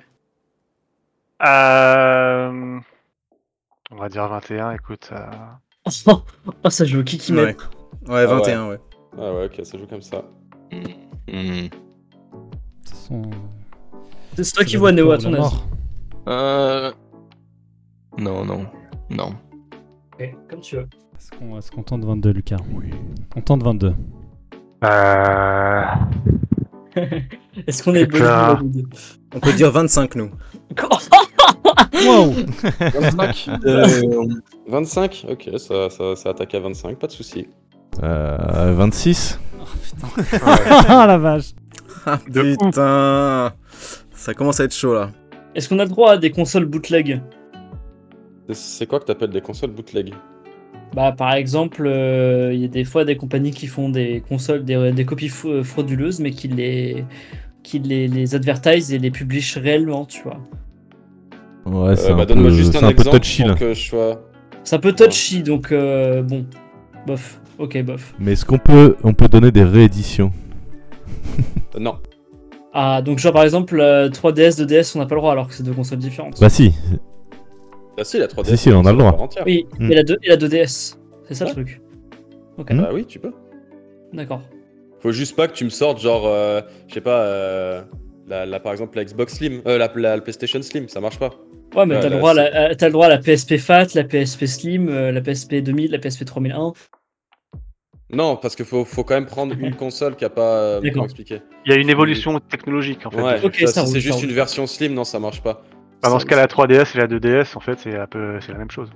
Speaker 2: Euh, On va dire 21, écoute. euh,
Speaker 8: Oh, oh, ça joue au qui qui met.
Speaker 3: Ouais. Ouais, 21, ouais.
Speaker 1: Ah ouais, ok, ça joue comme ça.
Speaker 7: Hmm.
Speaker 5: De toute façon,
Speaker 8: C'est toi
Speaker 5: ça
Speaker 8: qui
Speaker 5: va
Speaker 8: vois
Speaker 5: être
Speaker 8: Néo
Speaker 5: pour
Speaker 8: à ton
Speaker 5: la
Speaker 8: aise.
Speaker 5: mort.
Speaker 7: Euh... Non, non. Non.
Speaker 8: Ok, comme tu veux.
Speaker 5: Est-ce qu'on est-ce qu'on tente 22, Lucas On tente 22.
Speaker 2: euh,
Speaker 8: Est-ce qu'on est bon
Speaker 2: Putain.
Speaker 8: ou valide
Speaker 4: [laughs]
Speaker 3: On peut dire 25, [laughs] nous.
Speaker 5: Wow
Speaker 7: 25
Speaker 1: [laughs]
Speaker 7: [laughs] euh,
Speaker 1: 25 Ok, ça, ça, ça attaque à 25, pas de souci.
Speaker 4: Euh, 26.
Speaker 5: [laughs] Ah la vache
Speaker 3: Ah, putain. Ça commence à être chaud, là.
Speaker 8: Est-ce qu'on a le droit à des consoles bootleg
Speaker 1: C'est- C'est quoi que t'appelles des consoles bootleg
Speaker 8: Bah, par exemple, euh, il y a des fois des compagnies qui font des consoles, des, des copies fou- euh, frauduleuses, mais qui les qui les, les advertise et les publient réellement, tu vois.
Speaker 4: Ouais, c'est
Speaker 1: Euh,
Speaker 4: un,
Speaker 1: bah,
Speaker 4: peu...
Speaker 1: Donne-moi juste
Speaker 4: c'est
Speaker 1: un,
Speaker 4: un peu
Speaker 1: exemple
Speaker 4: touchy là.
Speaker 1: pour que je sois.
Speaker 8: C'est un peu touchy, donc euh, bon, bof, ok, bof.
Speaker 4: Mais est-ce qu'on peut... On peut donner des rééditions
Speaker 1: Euh, non,
Speaker 8: Ah, donc genre par exemple, euh, 3DS, 2DS, on n'a pas le droit alors que c'est deux consoles différentes.
Speaker 4: Bah si.
Speaker 1: Ah si, la 3D.
Speaker 4: Si, si, on a le droit.
Speaker 8: oui,
Speaker 4: Hmm.
Speaker 8: et, la 2, et la 2DS, c'est ça le
Speaker 1: Ouais.
Speaker 8: truc. Ok,
Speaker 4: Hmm.
Speaker 1: Bah oui, tu peux.
Speaker 8: d'accord.
Speaker 1: Faut juste pas que tu me sortes, genre, euh, je sais pas, euh, la, la- par exemple la Xbox Slim, euh, la, la- la PlayStation Slim, ça marche pas.
Speaker 8: Ouais, mais
Speaker 1: Ouais,
Speaker 8: t'as, le
Speaker 1: là,
Speaker 8: droit à
Speaker 1: c'est-
Speaker 8: la, à- t'as le droit à la PSP Fat, la PSP Slim, euh, la PSP 2000, la PSP 3001.
Speaker 1: Non, parce qu'il faut, faut quand même prendre une console qui a pas. euh,
Speaker 8: D'accord.
Speaker 1: comment expliquer
Speaker 2: Il y a une évolution technologique en fait.
Speaker 1: Ouais,
Speaker 8: Ok,
Speaker 1: tu vois,
Speaker 8: ça
Speaker 1: si
Speaker 8: roule,
Speaker 1: c'est juste
Speaker 8: ça
Speaker 1: une
Speaker 8: roule.
Speaker 1: version Slim, non, ça marche pas.
Speaker 2: Bah, dans
Speaker 1: Ça-
Speaker 2: ce cas, la 3DS et la 2DS, en fait, c'est un peu, c'est la même chose.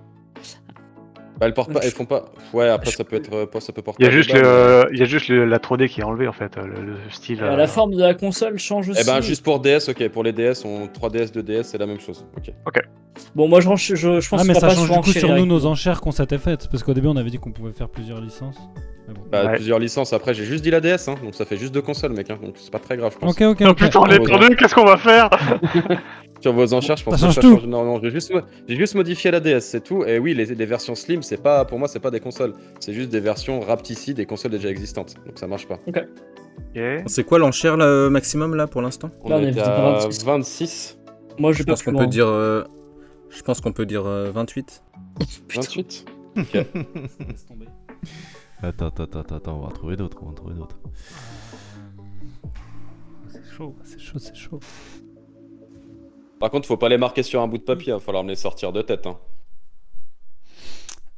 Speaker 1: Bah, elles, portent pas, elles font pas. Ouais, après, ça peut être. euh, Ça peut porter.
Speaker 2: Il y a
Speaker 1: à
Speaker 2: juste,
Speaker 1: débat, mais-
Speaker 2: le, il y a juste le- la 3D qui est enlevée en fait, euh, le, le style.
Speaker 8: Euh,
Speaker 2: euh,
Speaker 8: la forme de la console change aussi.
Speaker 1: Eh ben, juste pour DS, ok. Pour les DS, on... 3DS, 2DS, c'est la même chose. Ok.
Speaker 8: Bon, moi je, range- je, je pense
Speaker 5: Ah mais
Speaker 8: qu'on va
Speaker 5: ça
Speaker 8: pas
Speaker 5: change
Speaker 8: se
Speaker 5: du coup
Speaker 8: renchérir
Speaker 5: sur nous
Speaker 8: avec-
Speaker 5: nos enchères qu'on s'était faites. Parce qu'au début on avait dit qu'on pouvait faire plusieurs licences. Mais bon.
Speaker 1: Bah,
Speaker 2: Ouais.
Speaker 1: plusieurs licences. Après, j'ai juste dit la DS, hein, donc ça fait juste deux consoles, mec. hein, donc c'est pas très grave, je pense.
Speaker 5: Ok ok
Speaker 2: Oh
Speaker 5: ok.
Speaker 2: putain, on est perdu, qu'est-ce qu'on va faire
Speaker 1: Sur vos enchères, je pense
Speaker 5: Ça
Speaker 1: que
Speaker 5: change
Speaker 1: ça
Speaker 5: tout.
Speaker 1: change énormément. J'ai juste, j'ai juste modifié la DS, c'est tout. Et oui, les, les versions Slim, c'est pas, pour moi, c'est pas des consoles. C'est juste des versions rapetissées des consoles déjà existantes. Donc ça marche pas.
Speaker 2: Ok.
Speaker 3: C'est quoi l'enchère là, euh, maximum, là, pour l'instant
Speaker 1: On
Speaker 8: Là, on est
Speaker 1: est
Speaker 8: plutôt
Speaker 1: à
Speaker 8: pas 26.
Speaker 1: 26,
Speaker 8: Moi je
Speaker 3: Je
Speaker 8: vais pas
Speaker 3: pense
Speaker 8: plus
Speaker 3: qu'on
Speaker 8: loin.
Speaker 3: peut dire... euh, Je pense qu'on peut dire euh, 28.
Speaker 8: Putain.
Speaker 1: 28.
Speaker 4: Attends, attends, attends, attends, on va en trouver d'autres, on va en trouver d'autres.
Speaker 5: C'est chaud, c'est chaud, c'est chaud.
Speaker 1: Par contre, faut pas les marquer sur un bout de papier. Il va falloir me les sortir de tête. Hein.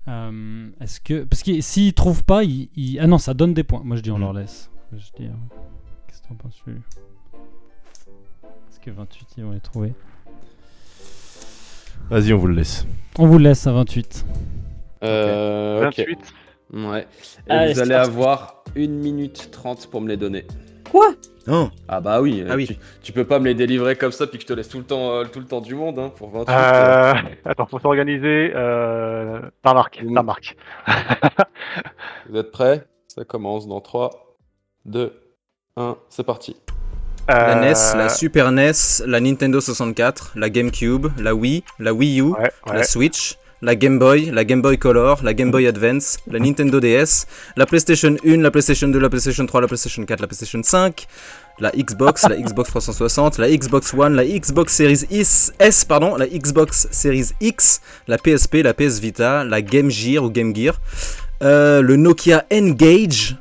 Speaker 5: Euh, Est-ce que. Parce que s'ils trouvent pas, ils, ils- Ah non, ça donne des points. Moi je dis on
Speaker 4: Mm.
Speaker 5: leur laisse. Je dis. euh, Qu'est-ce que t'en penses Lulu Est-ce que 28 ils vont les trouver
Speaker 4: Vas-y, on vous le laisse.
Speaker 5: On vous laisse à 28.
Speaker 1: Euh, ok.
Speaker 2: 28.
Speaker 1: Ouais. Et
Speaker 8: Allez,
Speaker 1: vous
Speaker 8: c'est
Speaker 1: allez
Speaker 8: parti.
Speaker 1: avoir 1 minute 30 pour me les donner.
Speaker 3: Non
Speaker 1: Ah bah oui.
Speaker 3: Ah oui.
Speaker 1: Tu, tu peux pas me les délivrer comme ça puis que je te laisse tout le temps, euh, tout le temps du monde hein, pour 28. euh.
Speaker 2: Euh, attends, faut s'organiser euh, par marque.
Speaker 1: Mm.
Speaker 2: Par marque.
Speaker 1: Vous êtes prêts Ça commence dans 3, 2, 1, c'est parti.
Speaker 3: La
Speaker 2: Euh,
Speaker 3: NES, la Super NES, la Nintendo 64, la GameCube, la Wii, la Wii U,
Speaker 2: Ouais, ouais.
Speaker 3: la Switch, la Game Boy, la Game Boy Color, la Game
Speaker 4: Mm.
Speaker 3: Boy Advance, la Nintendo DS, la PlayStation 1, la PlayStation 2, la PlayStation 3, la PlayStation 4, la PlayStation 5, la Xbox, la Xbox 360, la Xbox One, la Xbox Series Is- S, pardon, la Xbox Series X, la PSP, la PS Vita, la Game Gear ou Game Gear, euh, le Nokia N-Gage,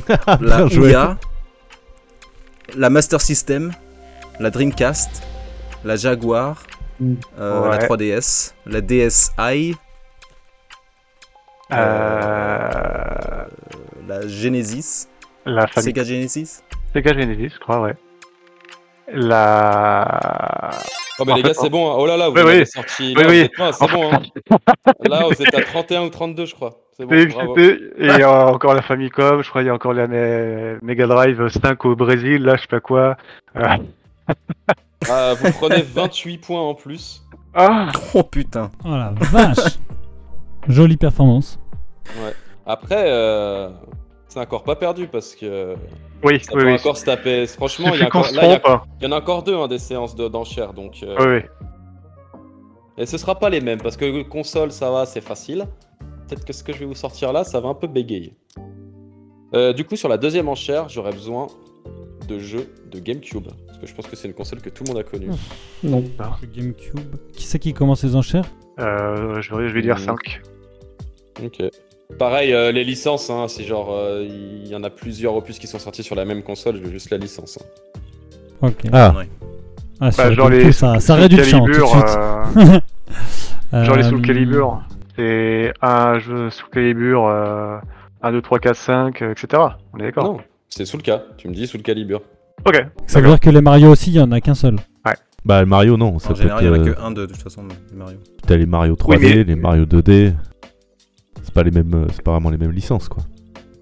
Speaker 3: la
Speaker 4: [laughs] Bien joué.
Speaker 3: Ouya, la Master System, la Dreamcast, la Jaguar, euh,
Speaker 2: Ouais.
Speaker 3: la 3DS, la DSi,
Speaker 1: Euh.
Speaker 2: Euh,
Speaker 3: euh, la Genesis,
Speaker 2: la famille
Speaker 3: Sega Genesis,
Speaker 1: [laughs]
Speaker 2: Sega Genesis, je crois, ouais. La.
Speaker 1: Oh, mais
Speaker 2: En
Speaker 1: les
Speaker 2: fait,
Speaker 1: gars, c'est bon. hein. Oh là là, vous
Speaker 2: Oui, oui.
Speaker 1: avez sorti.
Speaker 2: Oui,
Speaker 1: là,
Speaker 2: oui.
Speaker 1: vous êtes loin, C'est bon.
Speaker 2: [laughs]
Speaker 1: hein. Là, vous êtes à 31 ou 32, je crois. C'est bon.
Speaker 2: C'était-
Speaker 1: bravo.
Speaker 2: c'était- Et il y a encore la Famicom, je crois, il y a encore la Me- Mega Drive 5 au Brésil, là, je sais pas quoi. Euh,
Speaker 1: Ah, vous prenez 28 points en plus.
Speaker 2: Ah
Speaker 3: Oh putain.
Speaker 5: Oh la vache Jolie performance.
Speaker 1: Après, euh, c'est encore pas perdu parce que
Speaker 2: Oui,
Speaker 1: ça
Speaker 2: oui,
Speaker 1: peut
Speaker 2: oui.
Speaker 1: encore se taper. Franchement, il y,
Speaker 2: Suffit
Speaker 1: a
Speaker 2: qu'on
Speaker 1: encore-
Speaker 2: se
Speaker 1: là, il y a-
Speaker 2: trompe. hein.
Speaker 1: il y en a encore deux hein, des séances de- d'enchères. donc, euh,
Speaker 2: Oui, oui.
Speaker 1: Et ce sera pas les mêmes parce que console, ça va, c'est facile. Peut-être que ce que je vais vous sortir là, ça va un peu bégayer. Euh, du coup, sur la deuxième enchère, j'aurais besoin de jeux de GameCube. Parce que je pense que c'est une console que tout le monde a connue.
Speaker 8: Non.
Speaker 5: Le Gamecube. Qui c'est qui commence les enchères
Speaker 2: Euh, je, vais, je vais dire
Speaker 5: Mmh.
Speaker 1: Mm.
Speaker 2: 5.
Speaker 1: Ok. Pareil, euh, les licences, hein, c'est genre, euh, il y en a plusieurs opus qui sont sortis sur la même console, je veux juste la licence. hein.
Speaker 5: Ok.
Speaker 4: Ah,
Speaker 5: Ah, sur
Speaker 2: Bah,
Speaker 5: le
Speaker 2: genre
Speaker 5: Gamecube,
Speaker 2: les.
Speaker 5: ça, ça
Speaker 2: Soul
Speaker 5: réduit le champ tout de
Speaker 2: Calibur,
Speaker 5: suite.
Speaker 2: euh,
Speaker 5: [laughs]
Speaker 2: Genre
Speaker 1: Euh,
Speaker 5: Euh,
Speaker 2: les Soul Calibur. C'est un jeu Soul Calibur euh, 1, 2, 3, 4, 5, euh, etc. On est d'accord
Speaker 1: Non, c'est sous le cas. Tu me dis sous le calibre.
Speaker 2: Ok.
Speaker 5: Ça veut dire que les Mario aussi, il y en a qu'un seul.
Speaker 4: bah Mario non, ça
Speaker 3: En
Speaker 4: peut
Speaker 3: général, il y en
Speaker 4: être,
Speaker 3: a
Speaker 4: euh,
Speaker 3: que un, deux, de toute façon, de Mario.
Speaker 4: T'as les Mario 3D,
Speaker 2: mais-
Speaker 4: les Mario 2D. C'est pas les mêmes, euh, c'est pas vraiment les mêmes licences quoi.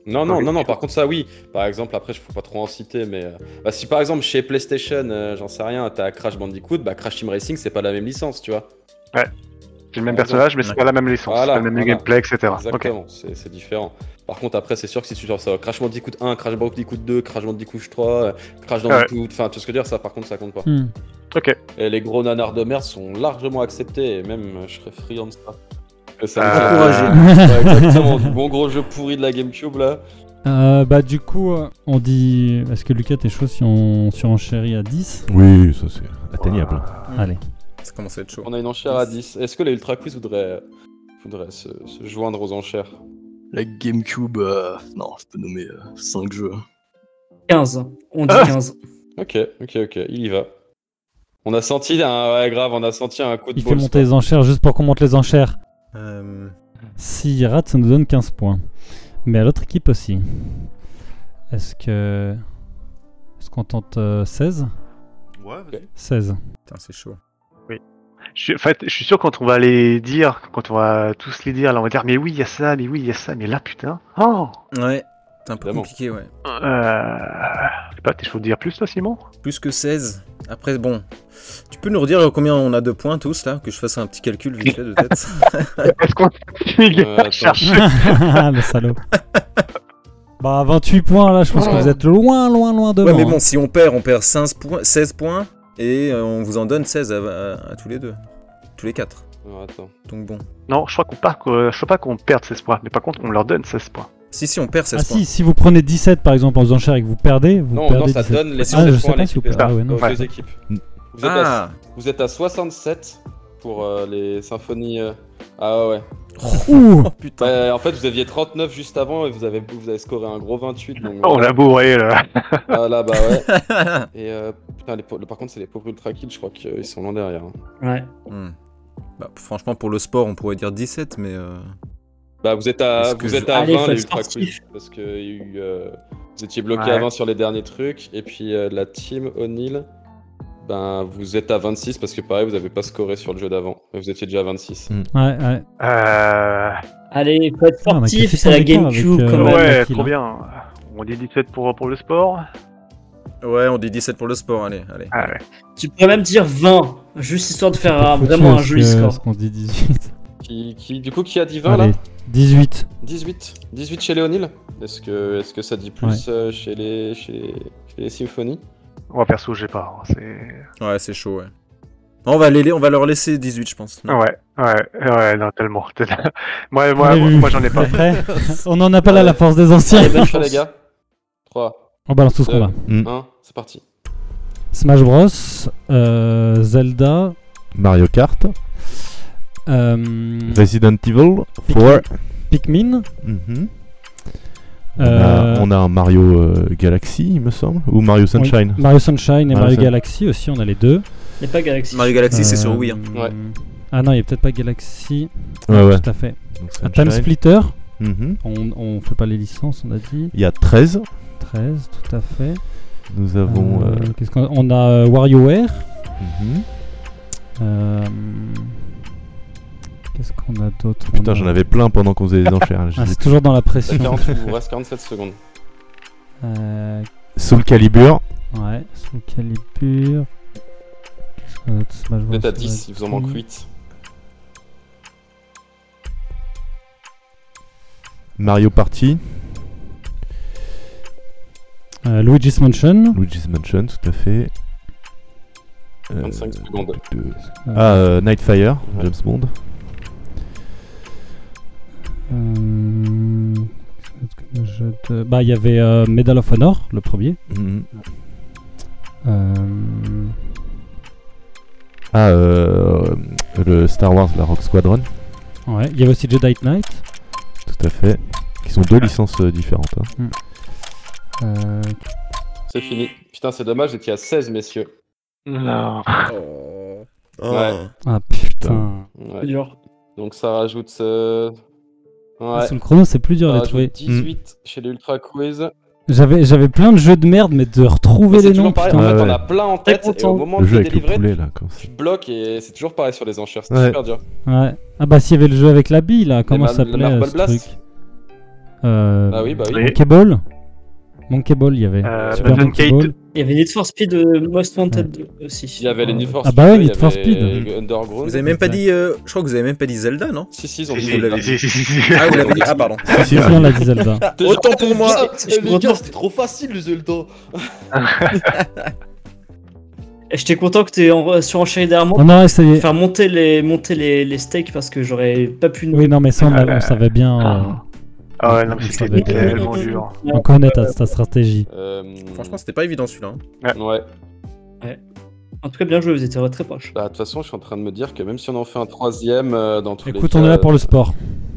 Speaker 1: Non, non,
Speaker 2: Oui.
Speaker 1: non, non. Par contre, ça, oui. Par exemple, après, je ne faut pas trop en citer, mais euh, bah, si par exemple chez PlayStation, euh, j'en sais rien, t'as Crash Bandicoot, bah Crash Team Racing, c'est pas la même licence, tu vois.
Speaker 2: C'est le même
Speaker 1: Par
Speaker 2: personnage, mais c'est
Speaker 3: Ouais.
Speaker 2: pas la même licence,
Speaker 1: Voilà,
Speaker 2: c'est pas le même
Speaker 1: voilà.
Speaker 2: gameplay, etc. Ok.
Speaker 1: Exactement, c'est- c'est différent. Par contre, après, c'est sûr que si tu sors ça, Crash Bandicoot 1, Crash Bandicoot 2, Crash Bandicoot 3, euh, Crash
Speaker 2: Ouais.
Speaker 1: Bandicoot, enfin, tu sais ce que je veux dire, ça, par contre, ça compte pas.
Speaker 5: Hmm.
Speaker 2: Ok.
Speaker 1: Et les gros nanars de merde sont largement acceptés, et même euh, je serais friand de ça. Et ça
Speaker 2: Euh, [laughs]
Speaker 1: me fait encourager. Ouais, exactement, du bon gros jeu pourri de la GameCube là.
Speaker 5: Euh, bah du coup, euh, on dit... Est-ce que Lucas, t'es chaud si on surenchérit à 10
Speaker 4: Oui, ça c'est atteignable.
Speaker 5: Allez.
Speaker 3: Ça commence à être chaud.
Speaker 1: On a une enchère à 10. Est-ce que les Ultra Quiz voudraient, voudraient se, se joindre aux enchères
Speaker 9: La GameCube, euh, non, je peux nommer
Speaker 7: euh,
Speaker 9: 5 jeux.
Speaker 8: 15. On dit
Speaker 1: Ah.
Speaker 8: 15.
Speaker 1: Ok, ok, ok, il y va. On a senti un. Ouais, grave, on a senti un coup de
Speaker 5: Il fait
Speaker 1: bol,
Speaker 5: monter les enchères juste pour qu'on monte les enchères.
Speaker 3: Euh,
Speaker 5: S'il rate, ça nous donne 15 points. Mais à l'autre équipe aussi. Est-ce que... Est-ce qu'on tente euh, 16
Speaker 4: Ouais,
Speaker 1: vas-y.
Speaker 5: 16.
Speaker 3: putain, c'est chaud.
Speaker 2: Je suis, en fait, je suis sûr quand on va les dire, quand on va tous les dire, là on va dire mais oui il y a ça, mais oui il y a ça, mais là putain. Oh.
Speaker 3: Ouais, c'est un peu
Speaker 1: Évidemment.
Speaker 3: compliqué, ouais.
Speaker 2: Euh... Je sais pas, t'es chaud de dire plus toi Simon
Speaker 3: Plus que 16. Après, bon. Tu peux nous redire combien on a de points tous, là Que je fasse un petit calcul vite fait de tête.
Speaker 2: Est-ce qu'on
Speaker 1: [laughs]
Speaker 2: les
Speaker 1: Euh, attends.
Speaker 2: gars, cherche
Speaker 5: [laughs] le salaud. Bah 28 points là, je pense que vous êtes loin, loin, loin devant.
Speaker 3: ouais, mais bon,
Speaker 5: hein.
Speaker 3: si on perd, on perd 15 points, 16 points. Et euh, on vous en donne 16 à, à- à tous les deux. Tous les quatre.
Speaker 1: quoi. Non, attends.
Speaker 3: Donc bon.
Speaker 2: Non, je crois qu'on part, que- je crois pas qu'on perde 16 points, mais par contre on leur donne 16 points.
Speaker 3: Si, si, on perd 16
Speaker 5: Ah
Speaker 3: points.
Speaker 5: si, si vous prenez 17 par exemple aux enchères et que vous perdez, vous
Speaker 1: Non,
Speaker 5: perdez
Speaker 1: non, ça
Speaker 5: 17.
Speaker 1: donne les
Speaker 5: Ah, je
Speaker 1: 16
Speaker 5: sais
Speaker 1: points à
Speaker 5: pas si vous
Speaker 1: l'équipe
Speaker 5: perdez. Ah ouais, non.
Speaker 1: aux
Speaker 2: Ouais.
Speaker 1: deux équipes.
Speaker 4: Mm.
Speaker 1: Vous êtes, à,
Speaker 5: [laughs]
Speaker 3: Ah
Speaker 1: vous êtes à 67 pour euh, les symphonies. euh, Ah ouais.
Speaker 5: Ouh
Speaker 3: Oh putain
Speaker 1: Bah, en fait, vous aviez 39 juste avant et vous avez, vous avez scoré un gros 28. Donc,
Speaker 2: Oh, on l'a bourré là.
Speaker 1: Ah là, bah [laughs] ouais. Et euh, putain, les pau- par contre, c'est les pauvres ultra kills, je crois qu'ils sont loin derrière. hein.
Speaker 8: Ouais.
Speaker 3: Hmm. Bah, franchement, pour le sport, on pourrait dire 17, mais. euh,
Speaker 1: Bah, vous êtes à,
Speaker 3: Est-ce que
Speaker 1: vous
Speaker 3: je-
Speaker 1: êtes à
Speaker 8: Allez,
Speaker 1: 20
Speaker 8: faut
Speaker 1: les
Speaker 8: être
Speaker 1: ultra
Speaker 8: sportif.
Speaker 1: kills parce que il y a eu, euh, vous étiez bloqué
Speaker 2: Ouais.
Speaker 1: à 20 sur les derniers trucs. Et puis euh, la team O'Neill, ben vous êtes à 26 parce que pareil, vous avez pas scoré sur le jeu d'avant. Mais Vous étiez déjà à 26.
Speaker 8: [laughs]
Speaker 5: Ouais, ouais.
Speaker 2: Euh...
Speaker 8: Allez, faut être
Speaker 5: Ah, on a
Speaker 8: sportif,
Speaker 5: que
Speaker 8: c'est la
Speaker 5: 600 d'écart
Speaker 8: GameCube
Speaker 5: avec, euh,
Speaker 8: quand même.
Speaker 2: Ouais,
Speaker 5: tranquille,
Speaker 2: trop
Speaker 5: hein.
Speaker 2: bien. On dit 17 pour, pour le sport.
Speaker 3: Ouais, on dit 17 pour le sport, allez, allez.
Speaker 2: Ah ouais.
Speaker 8: Tu pourrais même dire 20, juste histoire de faire
Speaker 5: Pas
Speaker 8: un-
Speaker 5: foutu,
Speaker 8: vraiment un
Speaker 5: est-ce
Speaker 8: joli
Speaker 5: que-
Speaker 8: score.
Speaker 5: Est-ce euh, qu'on se dit 18
Speaker 1: Qui, qui- du coup, qui a dit 20
Speaker 5: Allez,
Speaker 1: là
Speaker 5: 18.
Speaker 1: 18. 18 chez Léonil. Est-ce que, est que ça dit plus euh, chez, les, chez, les, chez les symphonies
Speaker 2: Ouais, perso, j'ai pas. hein, C'est...
Speaker 3: Ouais, c'est chaud, ouais. On va, les, on va leur laisser 18, je pense.
Speaker 5: Ah.
Speaker 3: Non.
Speaker 2: Ouais, ouais, ouais, non, tellement. [laughs] moi,
Speaker 5: On
Speaker 2: moi,
Speaker 5: est
Speaker 2: moi,
Speaker 5: vu.
Speaker 2: moi, j'en ai pas.
Speaker 5: Après, on en appelle à la force des anciens.
Speaker 1: Allez, bonne chance, les gars. 3,
Speaker 5: On balance tout ce qu'on a.
Speaker 8: Euh.
Speaker 4: Mmh.
Speaker 1: 1, c'est parti.
Speaker 5: Smash Bros, euh, Zelda,
Speaker 4: Mario Kart,
Speaker 5: euh,
Speaker 1: Mmh.
Speaker 4: Resident Evil 4.
Speaker 5: Pikmin.
Speaker 4: Mhm. On,
Speaker 5: euh,
Speaker 4: a, on a un Mario euh, Galaxy, il me semble, ou Mario Sunshine.
Speaker 5: oui, Mario Sunshine et
Speaker 4: Mario
Speaker 5: Mario
Speaker 4: Sun-
Speaker 5: Galaxy aussi, on a les deux.
Speaker 8: Il n'y a pas Galaxy.
Speaker 3: Mario Galaxy, c'est sur
Speaker 5: Euh,
Speaker 3: Wii. hein.
Speaker 1: Ouais.
Speaker 5: Ah non, il n'y a peut-être pas Galaxy. Ah,
Speaker 4: Ouais, ouais.
Speaker 5: Tout à fait.
Speaker 4: Donc,
Speaker 5: Un
Speaker 4: Sunshine.
Speaker 5: Time Splitter,
Speaker 4: Mhm.
Speaker 5: on, on fait pas les licences, on a dit.
Speaker 4: Il y a 13.
Speaker 5: 13, tout à fait.
Speaker 4: Nous avons.
Speaker 5: Euh,
Speaker 4: euh,
Speaker 5: qu'est-ce qu'on- on a euh, WarioWare.
Speaker 4: mhm.
Speaker 5: euh, Qu'est-ce qu'on a d'autre On
Speaker 4: Oh, Putain,
Speaker 5: a-
Speaker 4: j'en avais plein pendant qu'on faisait les enchères. hein, je
Speaker 5: [laughs] Ah,
Speaker 4: les ai
Speaker 5: c'est toujours dans la
Speaker 1: T'as
Speaker 5: pression.
Speaker 1: 48, vous reste 47 secondes.
Speaker 5: Euh,
Speaker 4: Soul Calibur.
Speaker 5: ouais, Soul Calibur. Qu'est-ce qu'on a d'autre Bah, Smash
Speaker 1: Vous
Speaker 5: Bros,
Speaker 1: êtes à
Speaker 5: Smash
Speaker 1: 10, il vous en
Speaker 5: Bros.
Speaker 1: manque 8.
Speaker 4: Mario Party.
Speaker 5: Euh, Luigi's Mansion.
Speaker 4: Luigi's Mansion, tout à fait. Euh,
Speaker 1: 25 secondes.
Speaker 4: deux. Ah, euh, Nightfire,
Speaker 1: Ouais.
Speaker 4: James Bond.
Speaker 5: Euh, qu'est-ce que le jeu de- Bah, il y avait euh, Medal of Honor, le premier.
Speaker 4: Mhm.
Speaker 5: Euh,
Speaker 4: Ah, euh, le Star Wars, la Rock Squadron,
Speaker 5: ouais, il y avait aussi Jedi Knight.
Speaker 4: tout à fait. Qui sont
Speaker 5: Ah.
Speaker 4: deux licences euh, différentes. hein.
Speaker 5: Euh,
Speaker 1: C'est fini. Putain, c'est dommage, vous étiez à 16, messieurs.
Speaker 2: [laughs] Non.
Speaker 3: hein. Oh.
Speaker 1: Ouais.
Speaker 5: Ah putain.
Speaker 1: Ouais.
Speaker 8: C'est dur.
Speaker 1: Donc ça rajoute. euh, Ouais. Ah,
Speaker 5: Sur le chrono, Ah, c'est plus dur
Speaker 1: Ça
Speaker 5: à les
Speaker 1: rajoute
Speaker 5: trouver.
Speaker 1: 18 chez les Ultra Quiz.
Speaker 5: J'avais, j'avais plein de jeux de merde, mais de retrouver
Speaker 1: C'est
Speaker 5: les
Speaker 1: toujours
Speaker 5: noms.
Speaker 1: pareil,
Speaker 5: putain.
Speaker 1: en fait,
Speaker 4: Ouais,
Speaker 1: on
Speaker 4: ouais.
Speaker 1: a plein en
Speaker 8: Très
Speaker 1: tête et au
Speaker 8: content.
Speaker 1: moment
Speaker 4: Le
Speaker 1: de
Speaker 4: jeu avec le
Speaker 1: délivrer,
Speaker 4: poulet, là. Comme ça.
Speaker 1: tu te bloques et c'est toujours pareil sur les enchères, c'est
Speaker 4: Ouais.
Speaker 1: super dur.
Speaker 5: Ouais. Ah bah, s'il y avait le jeu avec la bille là, comment
Speaker 1: Les
Speaker 5: ça
Speaker 1: Mar-
Speaker 5: s'appelait
Speaker 1: le
Speaker 5: euh,
Speaker 1: Marble
Speaker 5: ce
Speaker 1: Eh ben, Blast
Speaker 5: truc euh,
Speaker 1: Ah oui, bah oui.
Speaker 2: Oui.
Speaker 5: Monkey Ball Monkey Ball, il y avait.
Speaker 2: Euh,
Speaker 5: Super
Speaker 2: Dungeon
Speaker 5: Monkey
Speaker 2: Kate.
Speaker 5: Ball.
Speaker 8: Il y avait Need for Speed euh, Most Wanted aussi.
Speaker 1: Il y avait les Need for
Speaker 5: Ah
Speaker 1: Speed.
Speaker 5: bah ouais,
Speaker 1: il y
Speaker 5: Need for
Speaker 1: avait euh,
Speaker 5: Speed.
Speaker 1: Underground.
Speaker 3: Vous avez même pas dit. euh, je crois que vous avez même pas dit Zelda, non
Speaker 1: Si, si, ils ont
Speaker 2: Si,
Speaker 1: dit
Speaker 2: si,
Speaker 1: Zelda.
Speaker 2: si, si, si, si.
Speaker 3: Ah, vous l'avez dit. Ah, pardon.
Speaker 4: [laughs]
Speaker 5: [laughs] Si, si, on l'a dit Zelda.
Speaker 1: [laughs]
Speaker 9: Autant pour moi.
Speaker 8: je me retourne.
Speaker 1: c'était trop facile le Zelda.
Speaker 8: Et J'étais content que tu en surenchaîné derrière moi.
Speaker 5: On a essayé.
Speaker 8: Faire monter les, monter les, les steaks parce que j'aurais pas pu.
Speaker 5: Oui, non, mais ça, on, l'a- on savait bien
Speaker 2: Euh, Ah ouais, non, mais
Speaker 5: Ça
Speaker 2: c'était
Speaker 5: va être-
Speaker 2: tellement dur.
Speaker 5: euh, on connaît ta, ta stratégie.
Speaker 3: Franchement, c'était pas évident celui-là. hein.
Speaker 1: Euh, Ouais.
Speaker 8: En tout cas, bien joué, vous étiez très proche.
Speaker 1: Bah, de toute façon, je suis en train de me dire que même si on en fait un troisième, euh, dans tous les
Speaker 5: Écoute,
Speaker 1: cas,
Speaker 5: on est là pour le
Speaker 1: euh,
Speaker 5: sport.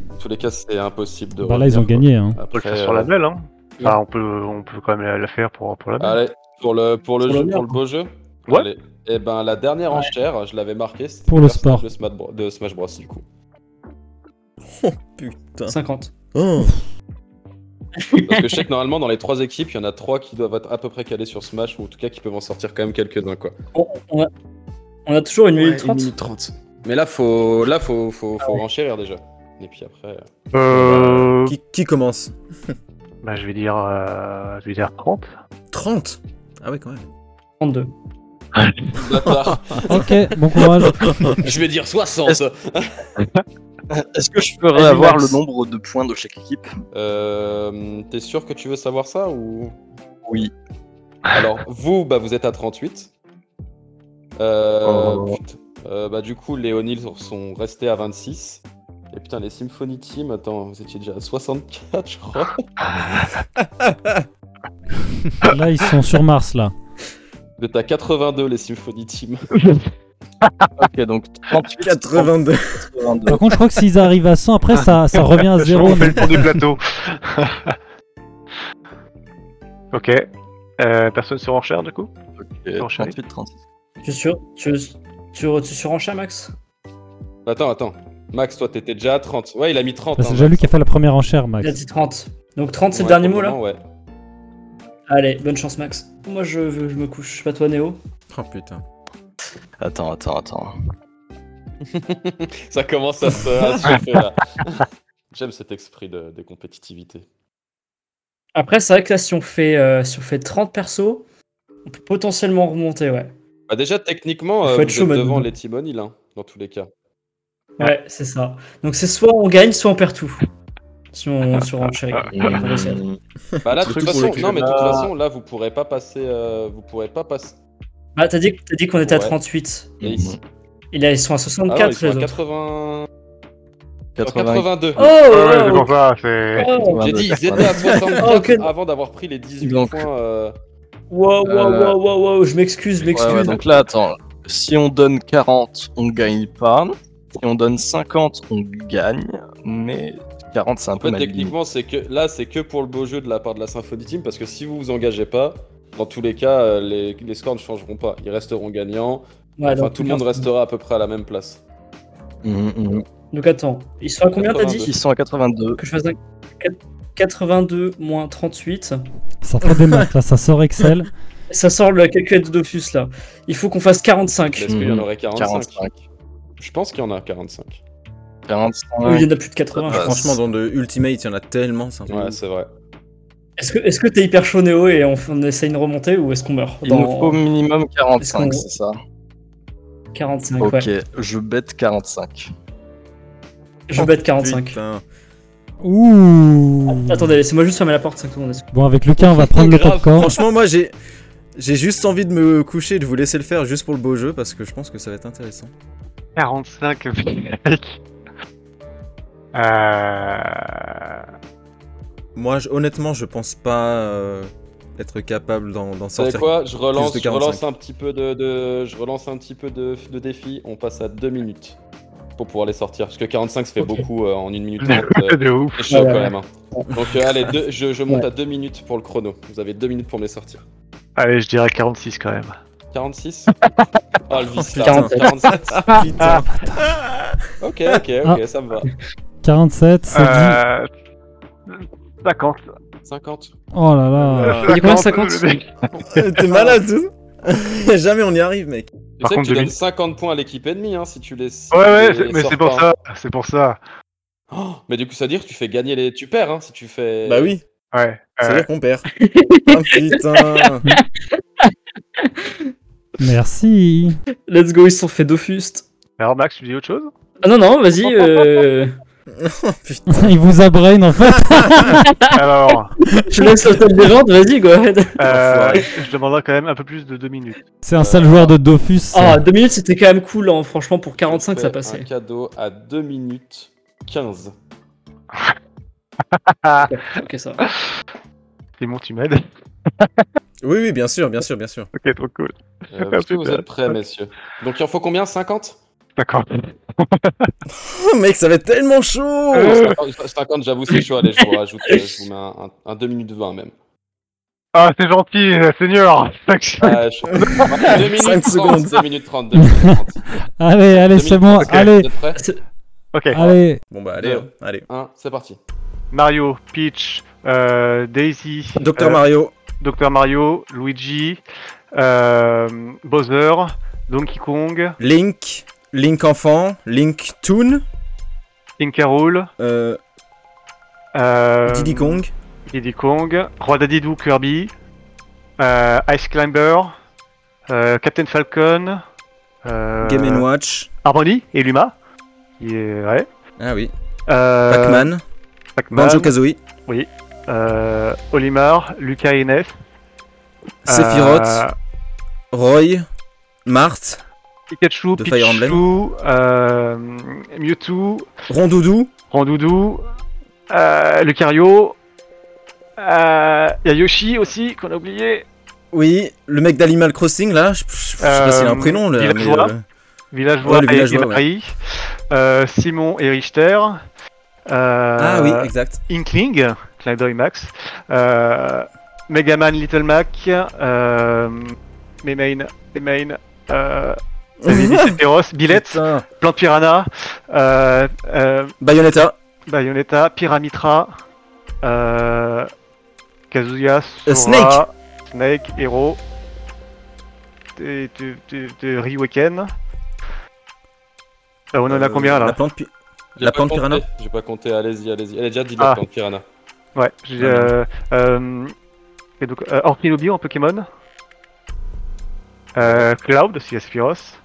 Speaker 1: dans tous les cas, c'est impossible de.
Speaker 5: Bah là, ils ont
Speaker 1: revenir,
Speaker 5: gagné. Hein.
Speaker 1: quoi.
Speaker 2: Après,
Speaker 1: Après,
Speaker 2: sur la
Speaker 1: euh,
Speaker 2: belle, hein. Enfin, on peut, on peut quand même la, la faire pour, pour la belle.
Speaker 1: Allez, pour le pour le
Speaker 8: Sur
Speaker 1: jeu,
Speaker 8: la merde.
Speaker 1: pour le beau jeu.
Speaker 2: Ouais.
Speaker 1: Allez. Eh ben, la dernière enchère, je l'avais marqué. c'était
Speaker 5: Pour le
Speaker 1: Super
Speaker 5: sport.
Speaker 1: Smash De Smash, Bros, de Smash Bros. Du coup.
Speaker 3: Putain.
Speaker 8: 50.
Speaker 3: Oh.
Speaker 1: Parce que je sais que normalement, dans les trois équipes, il y en a trois qui doivent être à peu près calés sur Smash ou en tout cas qui peuvent en sortir quand même quelques-uns quoi.
Speaker 8: On a toujours une minute 30.
Speaker 1: Mais là, faut là faut faut, faut renchérir déjà. Et puis après. euh,
Speaker 2: Euh,
Speaker 3: Qui, qui commence
Speaker 2: bah, je vais dire, euh, je vais dire 30.
Speaker 3: 30 Ah, ouais, quand même.
Speaker 8: 32.
Speaker 1: bâtard.
Speaker 5: hein. Ok, bon courage.
Speaker 1: je vais dire 60.
Speaker 7: Est-ce que je pourrais
Speaker 8: Allez,
Speaker 7: avoir
Speaker 8: Max.
Speaker 7: le nombre de points de chaque équipe
Speaker 1: Euh, T'es sûr que tu veux savoir ça ou
Speaker 7: Oui.
Speaker 1: Alors vous, bah vous êtes à 38. Euh,
Speaker 7: Oh.
Speaker 1: putain. Euh, bah du coup, les O'Neill sont restés à 26. Et putain, les Symphony Team, attends, vous étiez déjà à 64, je crois.
Speaker 5: Là, ils sont sur Mars, là.
Speaker 1: Vous êtes à 82, les Symphony Team.
Speaker 7: Ok, donc 38,
Speaker 3: 82.
Speaker 7: 82.
Speaker 5: Par contre, je crois que s'ils arrivent à 100, après, ça, ça revient à
Speaker 2: on
Speaker 5: 0.
Speaker 2: fait Ah. le tour du plateau. ok. Euh, personne sur enchère du coup
Speaker 7: Ok, 38, 36.
Speaker 8: Tu, sur, tu, tu, tu surenchères, Max
Speaker 1: Bah, Attends, attends. Max, toi, t'étais déjà à 30. Ouais, il a mis 30.
Speaker 5: Bah,
Speaker 1: hein,
Speaker 5: c'est déjà lui
Speaker 1: Max.
Speaker 5: qui a fait la première enchère,
Speaker 8: Il a
Speaker 5: Max.
Speaker 8: dit 30. Donc 30, c'est le
Speaker 1: Ouais,
Speaker 8: dernier
Speaker 1: pour
Speaker 8: mot, là
Speaker 1: moment, Ouais.
Speaker 8: Allez, bonne chance, Max. Moi, je, veux- je me couche. Pas toi, Néo.
Speaker 3: Oh putain.
Speaker 7: Attends, attends, attends.
Speaker 1: Ça commence à se
Speaker 5: [laughs]
Speaker 1: à se chauffer, là. J'aime cet esprit de, de compétitivité.
Speaker 8: Après, c'est vrai que là, si on fait, euh, si on fait 30 persos, on peut potentiellement remonter, ouais.
Speaker 1: Bah déjà, techniquement,
Speaker 8: Faut
Speaker 1: euh,
Speaker 8: être
Speaker 1: vous êtes
Speaker 8: chaud maintenant.
Speaker 1: devant les Team O'Neill, hein, dans tous les cas.
Speaker 8: Ouais, c'est ça. Donc, c'est soit on gagne, soit on perd tout. Si [laughs] on surenchérit.
Speaker 7: Hmm.
Speaker 1: Bah là, de toute
Speaker 3: Surtout pour
Speaker 1: façon,
Speaker 3: le
Speaker 1: non, mais de toute façon, là, vous pourrez pas passer. euh, vous pourrez pas passer.
Speaker 8: Ah, t'as dit, t'as dit qu'on était à
Speaker 1: Ouais.
Speaker 8: 38.
Speaker 1: Et ici.
Speaker 8: Et là, ils sont à
Speaker 1: Ah
Speaker 8: 64,
Speaker 1: non, ils sont à
Speaker 8: les autres.
Speaker 1: 80...
Speaker 7: 80.
Speaker 1: 82.
Speaker 8: Oh,
Speaker 2: Ouais,
Speaker 8: oh,
Speaker 2: ouais, c'est
Speaker 8: oh,
Speaker 2: pour ça, c'est.
Speaker 8: oh.
Speaker 1: J'ai dit, ils étaient à 64
Speaker 8: Ah, ok.
Speaker 1: avant d'avoir pris les 18
Speaker 7: Donc-
Speaker 1: points. euh,
Speaker 8: Wow, wow,
Speaker 7: Euh,
Speaker 8: wow, wow, wow, je m'excuse, je
Speaker 7: Ouais, ouais,
Speaker 8: m'excuse.
Speaker 7: donc là, attends. Si on donne 40, on gagne pas. Si on donne 50, on gagne. Mais 40, c'est
Speaker 1: En
Speaker 7: un
Speaker 1: fait,
Speaker 7: peu ma limite.
Speaker 1: techniquement, c'est que là, c'est que pour le beau jeu de la part de la Symphony Team, parce que si vous vous engagez pas, dans tous les cas, euh, les, les scores ne changeront pas. Ils resteront gagnants.
Speaker 8: Ouais,
Speaker 1: enfin,
Speaker 8: donc,
Speaker 1: tout le monde restera à peu près à la même place.
Speaker 7: Mhm, mhm.
Speaker 8: Donc attends, ils sont à combien t'as dit
Speaker 7: Ils sont à 82.
Speaker 8: Que je fasse un... quat- 82 moins 38.
Speaker 5: Ça fait des maths, là, ça sort Excel.
Speaker 8: Ça sort le calcul de Dofus là. Il faut qu'on fasse 45.
Speaker 1: Est-ce qu'il y en
Speaker 7: Hmm.
Speaker 1: aurait 45,
Speaker 7: 45.
Speaker 1: Je pense qu'il y en a 45.
Speaker 7: 45.
Speaker 8: Ou il y en a plus de 80.
Speaker 7: Ouais.
Speaker 3: Ah, Franchement, dans le Ultimate, il y en a tellement. c'est un truc de
Speaker 1: Ouais,
Speaker 3: ouf.
Speaker 1: c'est vrai.
Speaker 8: Est-ce que est-ce que t'es hyper chaud Néo et on, fait- on essaye une remontée ou est-ce qu'on meurt
Speaker 7: Il
Speaker 8: dans
Speaker 7: nous faut au minimum
Speaker 8: Est-ce
Speaker 7: 45,
Speaker 8: qu'on-
Speaker 7: c'est ça
Speaker 8: 45
Speaker 7: Ok,
Speaker 8: ouais.
Speaker 7: je bête 45.
Speaker 8: Je bête 45.
Speaker 3: Putain.
Speaker 5: Ouh.
Speaker 8: Attendez, laissez-moi juste fermer la porte 5 secondes.
Speaker 5: Bon, avec Lucas, on va prendre le
Speaker 3: Grave,
Speaker 5: popcorn.
Speaker 3: Franchement, moi, j'ai. J'ai juste envie de me coucher et de vous laisser le faire juste pour le beau jeu parce que je pense que ça va être intéressant.
Speaker 2: 45 mec. Euh...
Speaker 3: Moi, je- honnêtement, je pense pas euh, être capable d'en d'en
Speaker 1: C'est
Speaker 3: sortir.
Speaker 1: quoi Je relance,
Speaker 3: de
Speaker 1: je relance
Speaker 3: 45.
Speaker 1: un petit peu de, de- je relance un petit peu de, de défi. On passe à 2 minutes pour pouvoir les sortir. Parce que 45, ça fait
Speaker 8: Ok.
Speaker 1: beaucoup euh, en 1 minute 30. euh,
Speaker 2: de ouf.
Speaker 1: c'est chaud quand
Speaker 8: Ouais, ouais, ouais.
Speaker 1: même. hein. Donc euh, allez, deux- je, je monte à 2 minutes pour le chrono. Vous avez 2 minutes pour me les sortir.
Speaker 2: Allez, je dirais 46 quand même. [laughs]
Speaker 1: 46 Ah, le vice, là.
Speaker 8: 47.
Speaker 1: 47
Speaker 3: Putain.
Speaker 1: [laughs] Ok, ok,
Speaker 2: Ah.
Speaker 1: ok, ça me va.
Speaker 5: 47, c'est dit.
Speaker 2: Euh... 50.
Speaker 1: 50
Speaker 5: Oh là là.
Speaker 2: Euh,
Speaker 8: Il y a combien de 50?
Speaker 2: mec.
Speaker 3: [laughs]
Speaker 8: [laughs]
Speaker 3: T'es malade toi [laughs] Jamais on y arrive, mec.
Speaker 1: Tu
Speaker 2: Par
Speaker 1: sais que
Speaker 2: contre,
Speaker 1: tu
Speaker 2: deux
Speaker 1: donnes
Speaker 2: minutes.
Speaker 1: 50 points à l'équipe ennemie hein, si tu les. si
Speaker 2: Ouais,
Speaker 1: tu les
Speaker 2: ouais, c'est- mais
Speaker 1: sors
Speaker 2: c'est pour
Speaker 1: pas.
Speaker 2: ça. C'est pour ça.
Speaker 1: Oh, mais du coup, ça veut dire que tu fais gagner les. Tu perds hein, si tu fais.
Speaker 3: Bah oui,
Speaker 2: Ouais.
Speaker 3: ça veut
Speaker 2: euh,
Speaker 3: dire qu'on [laughs] perd. Ah, putain. [laughs]
Speaker 5: Merci. [laughs]
Speaker 8: Let's go, ils se sont fait Dofus.
Speaker 2: Alors, Max, tu dis autre
Speaker 8: [laughs]
Speaker 2: chose
Speaker 8: Ah non, non, vas-y. [laughs] Euh...
Speaker 3: Putain.
Speaker 5: Il vous a brain en fait.
Speaker 2: Alors,
Speaker 8: Je laisse la table des ventes, vas-y, go ahead.
Speaker 2: euh,
Speaker 3: Enfoiré.
Speaker 2: je demanderai quand même un peu plus de 2 minutes.
Speaker 5: C'est un sale joueur de Dofus. ça.
Speaker 8: Ah, deux minutes c'était quand même cool, hein. franchement, pour
Speaker 1: Je
Speaker 8: 45
Speaker 1: fais
Speaker 8: ça
Speaker 1: Un
Speaker 8: passait.
Speaker 1: cadeau à 2 minutes 15.
Speaker 8: Ok, ça.
Speaker 2: Simon, tu
Speaker 8: [laughs]
Speaker 2: m'aides
Speaker 3: Oui, oui, bien sûr, bien sûr, bien sûr.
Speaker 2: Ok, trop cool.
Speaker 1: Euh, Est-ce que vous
Speaker 2: Super.
Speaker 1: êtes prêts, messieurs Donc il en faut combien 50
Speaker 2: D'accord.
Speaker 3: Oh, mec, ça va être tellement chaud.
Speaker 2: [laughs] Euh.
Speaker 1: 50, 50, j'avoue, c'est chaud. Allez, je vous rajoute. euh, Je vous mets un, un, 2 minutes 20 même.
Speaker 2: Ah, c'est gentil, euh, [laughs] Seigneur
Speaker 1: Ah, je... 2 minutes
Speaker 3: Cinq
Speaker 1: 30,
Speaker 3: secondes.
Speaker 1: 2 minutes 30. 2 minutes 30.
Speaker 5: Allez, allez, c'est bon. Allez,
Speaker 1: Vous êtes prêts
Speaker 2: Ok,
Speaker 8: Ah.
Speaker 5: allez.
Speaker 3: Bon bah allez,
Speaker 1: Deux.
Speaker 3: hein, allez.
Speaker 1: 1, c'est parti.
Speaker 2: Mario, Peach, euh, Daisy,
Speaker 3: Docteur
Speaker 2: euh,
Speaker 3: Mario.
Speaker 2: Dr. Mario, Luigi, euh, Bowser, Donkey Kong,
Speaker 3: Link, Link enfant, Link Toon,
Speaker 2: Inca Roll,
Speaker 3: euh,
Speaker 2: euh,
Speaker 3: Diddy Kong,
Speaker 2: Diddy Kong, Roi Dadidou, Kirby, euh, Ice Climber, euh, Captain Falcon, euh,
Speaker 3: Game Watch.
Speaker 2: Harmony et Luma, qui est ouais,
Speaker 3: Ah oui.
Speaker 2: euh,
Speaker 3: Pac-Man,
Speaker 2: Pac-Man,
Speaker 3: Banjo Kazooie,
Speaker 2: euh, Olimar, Lucas et Ness,
Speaker 3: Sephiroth,
Speaker 2: euh,
Speaker 3: Roy, Marthe,
Speaker 2: Pikachu,
Speaker 3: de Fire Emblem.
Speaker 2: Pichu, euh, Mewtwo,
Speaker 3: Rondoudou,
Speaker 2: Randoudou, euh, Lucario, il y a Yoshi aussi qu'on a oublié,
Speaker 3: oui, le mec d'Animal Crossing là, je, je- je sais pas
Speaker 2: Euh,
Speaker 3: s'il a un prénom là.
Speaker 2: Villageois.
Speaker 3: mais, euh,
Speaker 2: Villageois
Speaker 3: Ouais, le
Speaker 2: et
Speaker 3: Villageois,
Speaker 2: Ibrahim, euh, Simon et Richter, euh,
Speaker 3: Ah oui, exact.
Speaker 2: Inkling, clin d'œil Max, euh, Megaman Little Mac, euh, Memain, Memain,
Speaker 3: [laughs]
Speaker 2: euh, Eros, Billet,
Speaker 3: Putain.
Speaker 2: Plante Piranha, euh, euh,
Speaker 3: Bayonetta,
Speaker 2: Bayonetta, Pyramitra, euh, Kazuya, Sora,
Speaker 3: Euh, Snake.
Speaker 2: Snake, Hero, de, de, de, de Ryuken. Euh, on en a
Speaker 3: euh,
Speaker 2: combien
Speaker 3: La
Speaker 2: là
Speaker 3: plante pi-
Speaker 1: J'ai
Speaker 3: La
Speaker 1: pas
Speaker 3: plante piranha
Speaker 1: compté, J'ai pas compté, allez-y, allez-y. Elle est déjà dit la
Speaker 2: Ah.
Speaker 1: plante piranha.
Speaker 2: Ouais, j'ai.
Speaker 3: Non, non.
Speaker 2: Euh, euh, et donc, euh, Ornithobio en Pokémon. Euh, Cloud, s'il y a Sephiroth.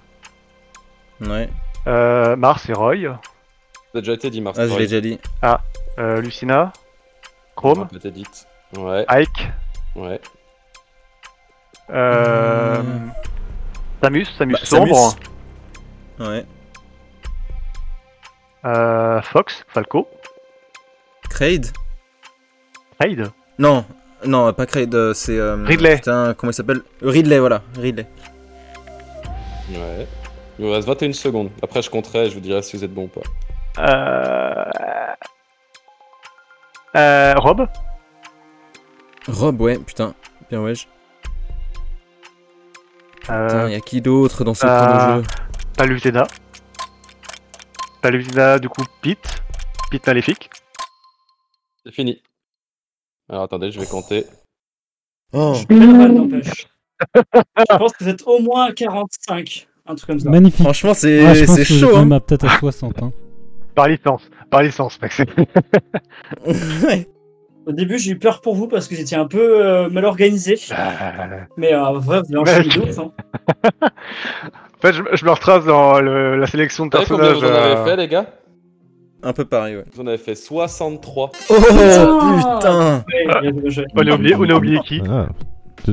Speaker 3: Ouais.
Speaker 2: Euh, Mars et Roy.
Speaker 1: Ça a déjà été dit, Mars.
Speaker 3: Ah, je l'ai
Speaker 1: Roy.
Speaker 3: déjà dit.
Speaker 2: Euh, Lucina. Chrome.
Speaker 1: Peut-être dite. Ouais,
Speaker 2: Ike.
Speaker 1: ouais.
Speaker 2: Euh,
Speaker 3: Hmm.
Speaker 2: Samus, Samus
Speaker 3: Bah,
Speaker 2: Sombre.
Speaker 3: Ouais.
Speaker 2: Euh, Fox, Falco.
Speaker 3: Kraid
Speaker 2: Hyde.
Speaker 3: Non, non, pas Kraid, euh, c'est. euh,
Speaker 2: Ridley.
Speaker 3: Putain, comment il s'appelle Ridley, voilà, Ridley.
Speaker 1: Ouais. Il vous reste 21 secondes. Après, je compterai, je vous dirai si vous êtes bon ou pas.
Speaker 2: Euh... Euh, Rob
Speaker 3: Rob, ouais, putain. Bien, wesh. Putain,
Speaker 2: euh,
Speaker 3: y'a qui d'autre dans ce
Speaker 2: Ah.
Speaker 3: chrono jeu
Speaker 2: Palutena. Palutena, du coup, Pete. Pete maléfique.
Speaker 1: C'est fini. Alors attendez, je vais compter.
Speaker 3: Oh,
Speaker 5: Mm.
Speaker 8: Le mal n'empêche. Je pense que vous êtes au moins à 45, un truc comme ça.
Speaker 5: Magnifique.
Speaker 3: Franchement,
Speaker 5: Ouais, je
Speaker 3: c'est
Speaker 5: pense
Speaker 3: c'est
Speaker 5: que vous êtes
Speaker 3: chaud.
Speaker 5: même
Speaker 3: hein.
Speaker 5: à- peut-être à 60. hein.
Speaker 2: Par licence, par licence, mec. [laughs] c'est-
Speaker 3: [laughs] Ouais.
Speaker 8: Au début, j'ai eu peur pour vous parce que j'étais un peu euh, mal organisé.
Speaker 2: Euh,
Speaker 8: Mais euh, en vrai, vous avez enchaîné de ouf, hein.
Speaker 2: en fait, je, je me retrace dans le- la sélection de
Speaker 1: Vous savez combien
Speaker 2: personnages.
Speaker 1: vous en avez
Speaker 2: euh,
Speaker 1: fait, les gars
Speaker 3: Un peu pareil, ouais.
Speaker 1: Vous en avez fait 63.
Speaker 3: Oh
Speaker 8: Putain
Speaker 3: putain
Speaker 8: Ouais, bien joué, bien joué.
Speaker 2: On a oublié, on a oublié qui
Speaker 4: Ah, je-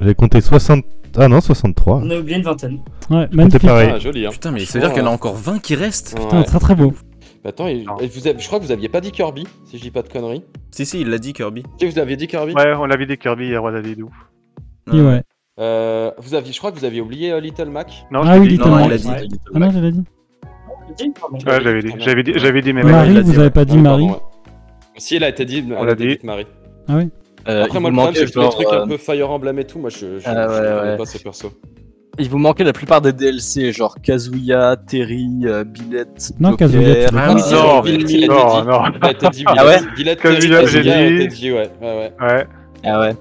Speaker 4: J'avais compté 60. Ah non, 63.
Speaker 8: On a oublié une vingtaine.
Speaker 5: Ouais,
Speaker 4: C'était
Speaker 5: magnifique.
Speaker 4: pareil.
Speaker 1: Ah, joli, hein.
Speaker 3: Putain, mais ça veut dire qu'il y en a encore 20 qui restent
Speaker 5: Putain,
Speaker 1: Ouais.
Speaker 5: très très beau.
Speaker 1: Bah, Attends, et- et vous avez- je crois que vous aviez pas dit Kirby, si je dis pas de conneries.
Speaker 3: Si, si, il l'a dit, Kirby.
Speaker 1: Tu sais, vous aviez dit Kirby
Speaker 2: Ouais, on l'avait des Kirby et Roi Dadidou.
Speaker 5: Oui, ouais.
Speaker 1: Euh, vous aviez, Je crois que vous aviez oublié euh, Little Mac.
Speaker 2: Non, je
Speaker 5: Ah
Speaker 2: l'ai
Speaker 5: oui,
Speaker 2: dit.
Speaker 5: Little
Speaker 3: Non, non,
Speaker 5: Mac.
Speaker 3: il a dit.
Speaker 8: Ouais.
Speaker 5: Ah non, je l'ai dit.
Speaker 2: Ouais, j'avais dit, j'avais dit, j'avais dit mes
Speaker 3: Ouais.
Speaker 2: mecs.
Speaker 5: Marie,
Speaker 3: il l'a
Speaker 5: vous
Speaker 3: dit,
Speaker 5: avez
Speaker 3: ouais.
Speaker 5: pas
Speaker 1: Ah
Speaker 5: dit
Speaker 1: oui,
Speaker 5: Marie.
Speaker 1: pardon, ouais. Si, elle a été dit, elle
Speaker 2: l'a
Speaker 1: a été
Speaker 2: dit.
Speaker 1: dite Marie.
Speaker 7: Euh,
Speaker 1: Après,
Speaker 7: il
Speaker 1: moi,
Speaker 7: vous
Speaker 1: le problème,
Speaker 7: manquait
Speaker 1: c'est que tous les
Speaker 7: genre,
Speaker 1: trucs
Speaker 7: euh,
Speaker 1: un peu Fire Emblem et tout, moi, je, je,
Speaker 7: Ah,
Speaker 1: je
Speaker 7: ouais,
Speaker 1: connais
Speaker 7: ouais.
Speaker 1: pas ces persos.
Speaker 7: Il vous manquait la plupart des DLC, genre Kazuya, Terry, euh, Billette.
Speaker 5: Non,
Speaker 7: Joker,
Speaker 5: Kazuya, tu
Speaker 3: Ah oui,
Speaker 2: non,
Speaker 1: Billet,
Speaker 2: mais-
Speaker 1: il a été
Speaker 2: non,
Speaker 1: dit.
Speaker 2: non.
Speaker 1: Il a été dit,
Speaker 7: Ah ouais
Speaker 1: il a été
Speaker 2: Comme
Speaker 1: dit,
Speaker 2: il a
Speaker 1: Kazuya a
Speaker 2: dit.
Speaker 1: été dit, ouais, ouais, ouais.
Speaker 2: Ouais,
Speaker 7: Ah ouais.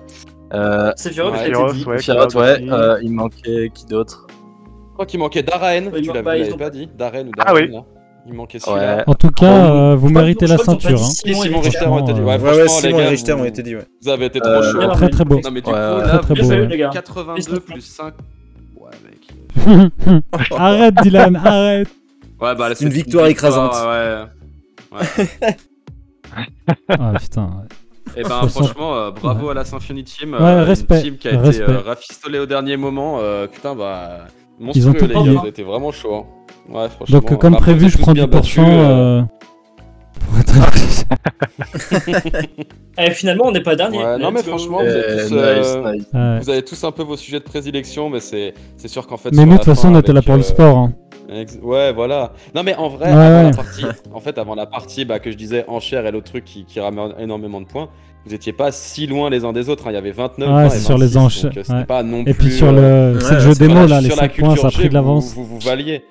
Speaker 7: Euh,
Speaker 8: C'est Fiorot
Speaker 1: Ouais,
Speaker 8: qui a été
Speaker 2: Fiorot,
Speaker 8: dit.
Speaker 2: ouais,
Speaker 7: Pierrot,
Speaker 2: Cloud
Speaker 7: ouais.
Speaker 2: aussi.
Speaker 7: euh, il manquait qui d'autre
Speaker 1: Je crois qu'il manquait Daraen,
Speaker 8: Ouais,
Speaker 1: tu
Speaker 8: ils
Speaker 1: l'avais
Speaker 8: ont pas-
Speaker 1: vous
Speaker 8: bah, ils
Speaker 1: l'avez
Speaker 8: ont
Speaker 1: pas dit Daraen ou
Speaker 2: Ah
Speaker 1: Daraen,
Speaker 2: oui.
Speaker 1: hein. Il manquait celui-là.
Speaker 7: Ouais.
Speaker 5: En tout cas, euh, vous méritez la
Speaker 8: Je crois qu'ils ont
Speaker 5: ceinture.
Speaker 8: pas dit
Speaker 5: hein.
Speaker 1: Et
Speaker 8: Simon,
Speaker 1: Simon
Speaker 8: il-
Speaker 1: Richter, on t'a dit. Ouais,
Speaker 3: Ouais, ouais,
Speaker 1: franchement, les
Speaker 3: Simon et
Speaker 1: gars,
Speaker 3: Richter
Speaker 1: vous-
Speaker 3: ont été dit, ouais.
Speaker 1: Vous avez été trop
Speaker 7: Euh,
Speaker 1: chaud.
Speaker 8: alors,
Speaker 5: Très très beau.
Speaker 1: Non, mais du coup,
Speaker 7: Ouais, ouais.
Speaker 1: là,
Speaker 5: Très, très
Speaker 1: vous
Speaker 5: beau,
Speaker 1: avez
Speaker 8: ouais.
Speaker 1: 82 plus 5. Ouais, mec.
Speaker 5: hein. [laughs] arrête,
Speaker 3: [laughs]
Speaker 5: Dylan, arrête.
Speaker 1: Ouais, bah, là,
Speaker 3: C'est une victoire écrasante.
Speaker 1: victoire, bah, Ouais. ouais.
Speaker 5: Ah putain. ouais.
Speaker 1: Et ben, franchement, euh, bravo à la Symphony Team. euh,
Speaker 5: Ouais,
Speaker 1: une
Speaker 5: respect,
Speaker 1: team qui a été
Speaker 5: respect.
Speaker 1: euh, rafistolée au dernier moment. euh, putain, bah, monstrueux,
Speaker 5: ont tout
Speaker 1: les
Speaker 5: pris.
Speaker 1: gars. Vous avez été vraiment chaud. hein. Ouais, franchement.
Speaker 5: Donc, euh, comme
Speaker 1: Après, vous
Speaker 5: prévu,
Speaker 1: êtes
Speaker 5: je
Speaker 1: tous
Speaker 5: prends
Speaker 1: bien
Speaker 5: 10%.
Speaker 1: battus, euh,
Speaker 5: euh, pour être-
Speaker 8: Eh, finalement, on n'est pas dernier.
Speaker 1: Ouais, non, mais
Speaker 8: Let's go.
Speaker 1: franchement, Oh, vous avez
Speaker 7: Euh,
Speaker 1: tous. euh,
Speaker 7: nice, nice.
Speaker 5: Ouais.
Speaker 1: Vous avez tous un peu vos sujets de prédilection, mais c'est c'est sûr qu'en fait.
Speaker 5: Mais
Speaker 1: sur
Speaker 5: nous, de
Speaker 1: la
Speaker 5: toute façon,
Speaker 1: fin,
Speaker 5: on était là
Speaker 1: avec,
Speaker 5: pour le
Speaker 1: euh,
Speaker 5: sport. hein.
Speaker 1: Ex- Ouais, voilà. Non, mais en vrai,
Speaker 5: Ouais,
Speaker 1: avant
Speaker 5: ouais.
Speaker 1: la partie, en fait, avant la partie bah, que je disais enchère et l'autre truc qui, qui ramène énormément de points, vous étiez pas si loin les uns des autres. hein. Il y avait 29
Speaker 5: Ouais,
Speaker 1: points et
Speaker 5: c'est sur
Speaker 1: 26,
Speaker 5: les enchères,
Speaker 1: donc, euh, c'était
Speaker 5: ouais.
Speaker 1: pas non
Speaker 5: Et puis
Speaker 1: plus,
Speaker 5: sur
Speaker 1: euh,
Speaker 5: le, c'est le
Speaker 3: ouais,
Speaker 5: jeu
Speaker 3: c'est
Speaker 5: démo,
Speaker 1: voilà,
Speaker 5: là, les
Speaker 1: sur la
Speaker 5: 5 points,
Speaker 1: culture
Speaker 5: ça a pris
Speaker 1: G,
Speaker 5: de l'avance.
Speaker 1: Vous, vous, vous valiez.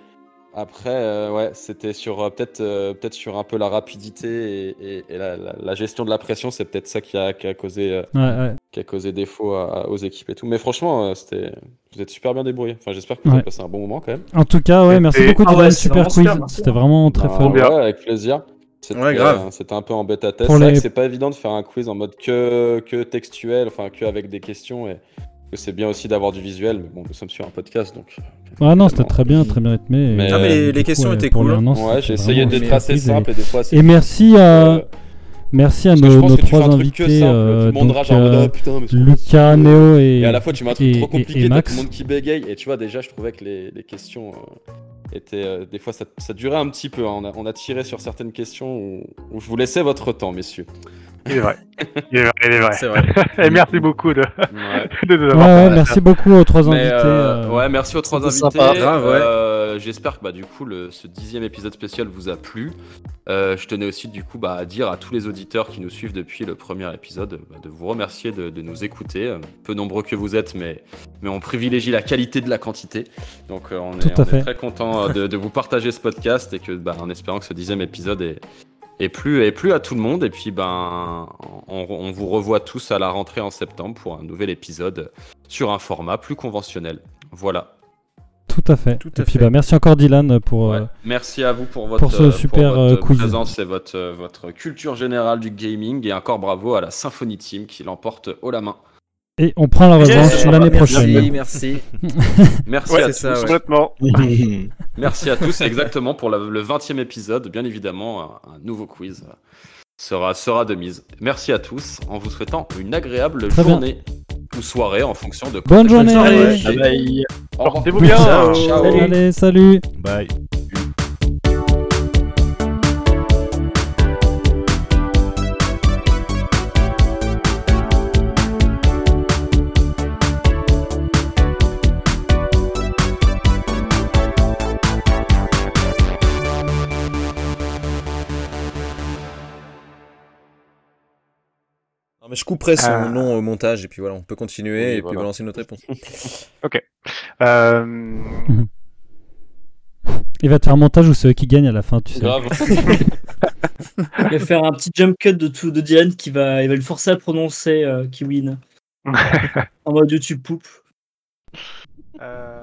Speaker 1: Après, euh, ouais, c'était sur euh, peut-être euh, peut-être sur un peu la rapidité et, et- et la, la- la gestion de la pression, c'est peut-être ça qui a, qui a causé euh,
Speaker 5: Ouais, ouais.
Speaker 1: qui a causé défaut à- à- aux équipes et tout. Mais franchement, euh, c'était vous êtes super bien débrouillés. Enfin, j'espère que vous
Speaker 5: Ouais.
Speaker 1: avez passé un bon moment quand même.
Speaker 5: En tout cas, ouais, merci
Speaker 2: Et-
Speaker 5: beaucoup,
Speaker 8: Ah
Speaker 5: Dylan.
Speaker 8: ouais, c'est
Speaker 5: super
Speaker 8: vraiment
Speaker 5: quiz.
Speaker 8: super, merci.
Speaker 5: C'était vraiment très
Speaker 1: Bah,
Speaker 5: fort.
Speaker 1: ouais, avec plaisir. C'était
Speaker 3: Ouais, grave.
Speaker 1: euh, c'était un peu en bêta test.
Speaker 5: Pour
Speaker 1: C'est vrai
Speaker 5: les-
Speaker 1: que c'est pas évident de faire un quiz en mode que, que textuel, enfin que avec des questions. Et que c'est bien aussi d'avoir du visuel, mais bon, nous sommes sur un podcast donc. euh,
Speaker 5: Ah non, c'était très bien, très bien rythmé.
Speaker 1: Mais-
Speaker 5: et,
Speaker 1: Ah, mais
Speaker 5: euh,
Speaker 3: les-
Speaker 5: du
Speaker 3: les questions
Speaker 5: euh,
Speaker 3: étaient
Speaker 5: pour
Speaker 3: cool.
Speaker 5: les annonces,
Speaker 1: Ouais,
Speaker 5: c'était
Speaker 1: j'ai essayé
Speaker 5: vraiment
Speaker 1: d'être assez
Speaker 5: maîtrisé.
Speaker 1: simple et des fois c'est.
Speaker 5: Et merci à,
Speaker 1: euh,
Speaker 5: merci à
Speaker 1: parce que je
Speaker 5: nos,
Speaker 1: pense
Speaker 5: nos
Speaker 1: que tu fais
Speaker 5: trois
Speaker 1: un truc que
Speaker 5: invités,
Speaker 1: simple,
Speaker 5: euh,
Speaker 1: tout le monde
Speaker 5: donc,
Speaker 1: rage en mode
Speaker 5: euh,
Speaker 1: Ah, putain, mais c'est
Speaker 5: Lucas,
Speaker 1: facile.
Speaker 5: Néo et,
Speaker 1: Et à la fois, tu m'as un truc
Speaker 5: et-
Speaker 1: trop
Speaker 5: et- et
Speaker 1: compliqué, t'as tout
Speaker 5: Max.
Speaker 1: le monde qui bégaye. Et tu vois, déjà, je trouvais que les, les questions euh, étaient. euh, des fois, ça, ça durait un petit peu. hein. On, a, on a tiré sur certaines questions où, où je vous laissais votre temps, messieurs.
Speaker 2: il est vrai. Il est vrai, il est vrai.
Speaker 3: C'est vrai.
Speaker 2: Et Eh, merci beaucoup de, [laughs]
Speaker 1: Ouais,
Speaker 2: de nous
Speaker 5: Ouais,
Speaker 2: avoir
Speaker 5: ouais, merci beaucoup aux trois
Speaker 1: Mais,
Speaker 5: invités.
Speaker 1: euh,
Speaker 5: euh,
Speaker 1: ouais, merci aux trois invités.
Speaker 7: c'était sympa.
Speaker 3: Grave, ouais.
Speaker 1: Euh, J'espère que bah, du coup, le, ce dixième épisode spécial vous a plu. Euh, je tenais aussi du coup bah, à dire à tous les auditeurs qui nous suivent depuis le premier épisode bah, de vous remercier de, de nous écouter. Euh, Peu nombreux que vous êtes, mais, mais on privilégie la qualité de la quantité. Donc euh, on, est,
Speaker 5: Tout
Speaker 1: on
Speaker 5: à
Speaker 1: est
Speaker 5: fait.
Speaker 1: très content euh, de, de vous partager ce podcast et que bah, en espérant que ce dixième épisode est, est plus est plus à tout le monde. Et puis ben on, on vous revoit tous à la rentrée en septembre pour un nouvel épisode sur un format plus conventionnel. Voilà.
Speaker 5: Tout à fait.
Speaker 3: Tout à
Speaker 5: et puis
Speaker 3: fait.
Speaker 5: bah, merci encore Dylan pour
Speaker 1: Ouais.
Speaker 5: euh,
Speaker 1: Merci à vous pour votre,
Speaker 5: pour ce
Speaker 1: euh,
Speaker 5: super,
Speaker 1: votre
Speaker 5: euh, quiz.
Speaker 1: présence et votre, euh, votre culture générale du gaming. Et encore bravo à la Symphony Team qui l'emporte haut la main.
Speaker 5: et on prend la
Speaker 8: Yes,
Speaker 5: revanche
Speaker 8: c'est
Speaker 5: l'année
Speaker 3: Ah, Merci,
Speaker 5: prochaine.
Speaker 3: Merci,
Speaker 1: Merci,
Speaker 3: Ouais,
Speaker 1: à,
Speaker 3: c'est
Speaker 1: tous.
Speaker 3: ça, ouais.
Speaker 2: complètement.
Speaker 7: [laughs]
Speaker 1: Merci à tous, exactement, pour la- le 20e épisode. Bien évidemment, un, un nouveau quiz euh, sera, sera de mise. Merci à tous en vous souhaitant une agréable
Speaker 5: Très bien.
Speaker 1: journée ou soirée en fonction de.
Speaker 5: Bonne journée.
Speaker 1: Soirée.
Speaker 7: Ah bah, il-
Speaker 1: Au revoir.
Speaker 2: Portez-vous bien.
Speaker 1: Ciao.
Speaker 2: Salut.
Speaker 5: Allez, salut.
Speaker 4: Bye.
Speaker 3: Non, mais je couperai son
Speaker 2: Ah.
Speaker 3: nom au montage et puis voilà, on peut continuer
Speaker 1: Oui,
Speaker 3: et puis
Speaker 1: voilà.
Speaker 3: balancer notre réponse.
Speaker 2: Euh,
Speaker 5: Il va te faire un montage où c'est eux qui gagnent à la fin, tu sais.
Speaker 1: Grave.
Speaker 8: Je vais faire un petit jump cut de, tout, de Dylan qui va, il va le forcer à prononcer euh, Kiwin. en mode YouTube poupe.
Speaker 2: Euh,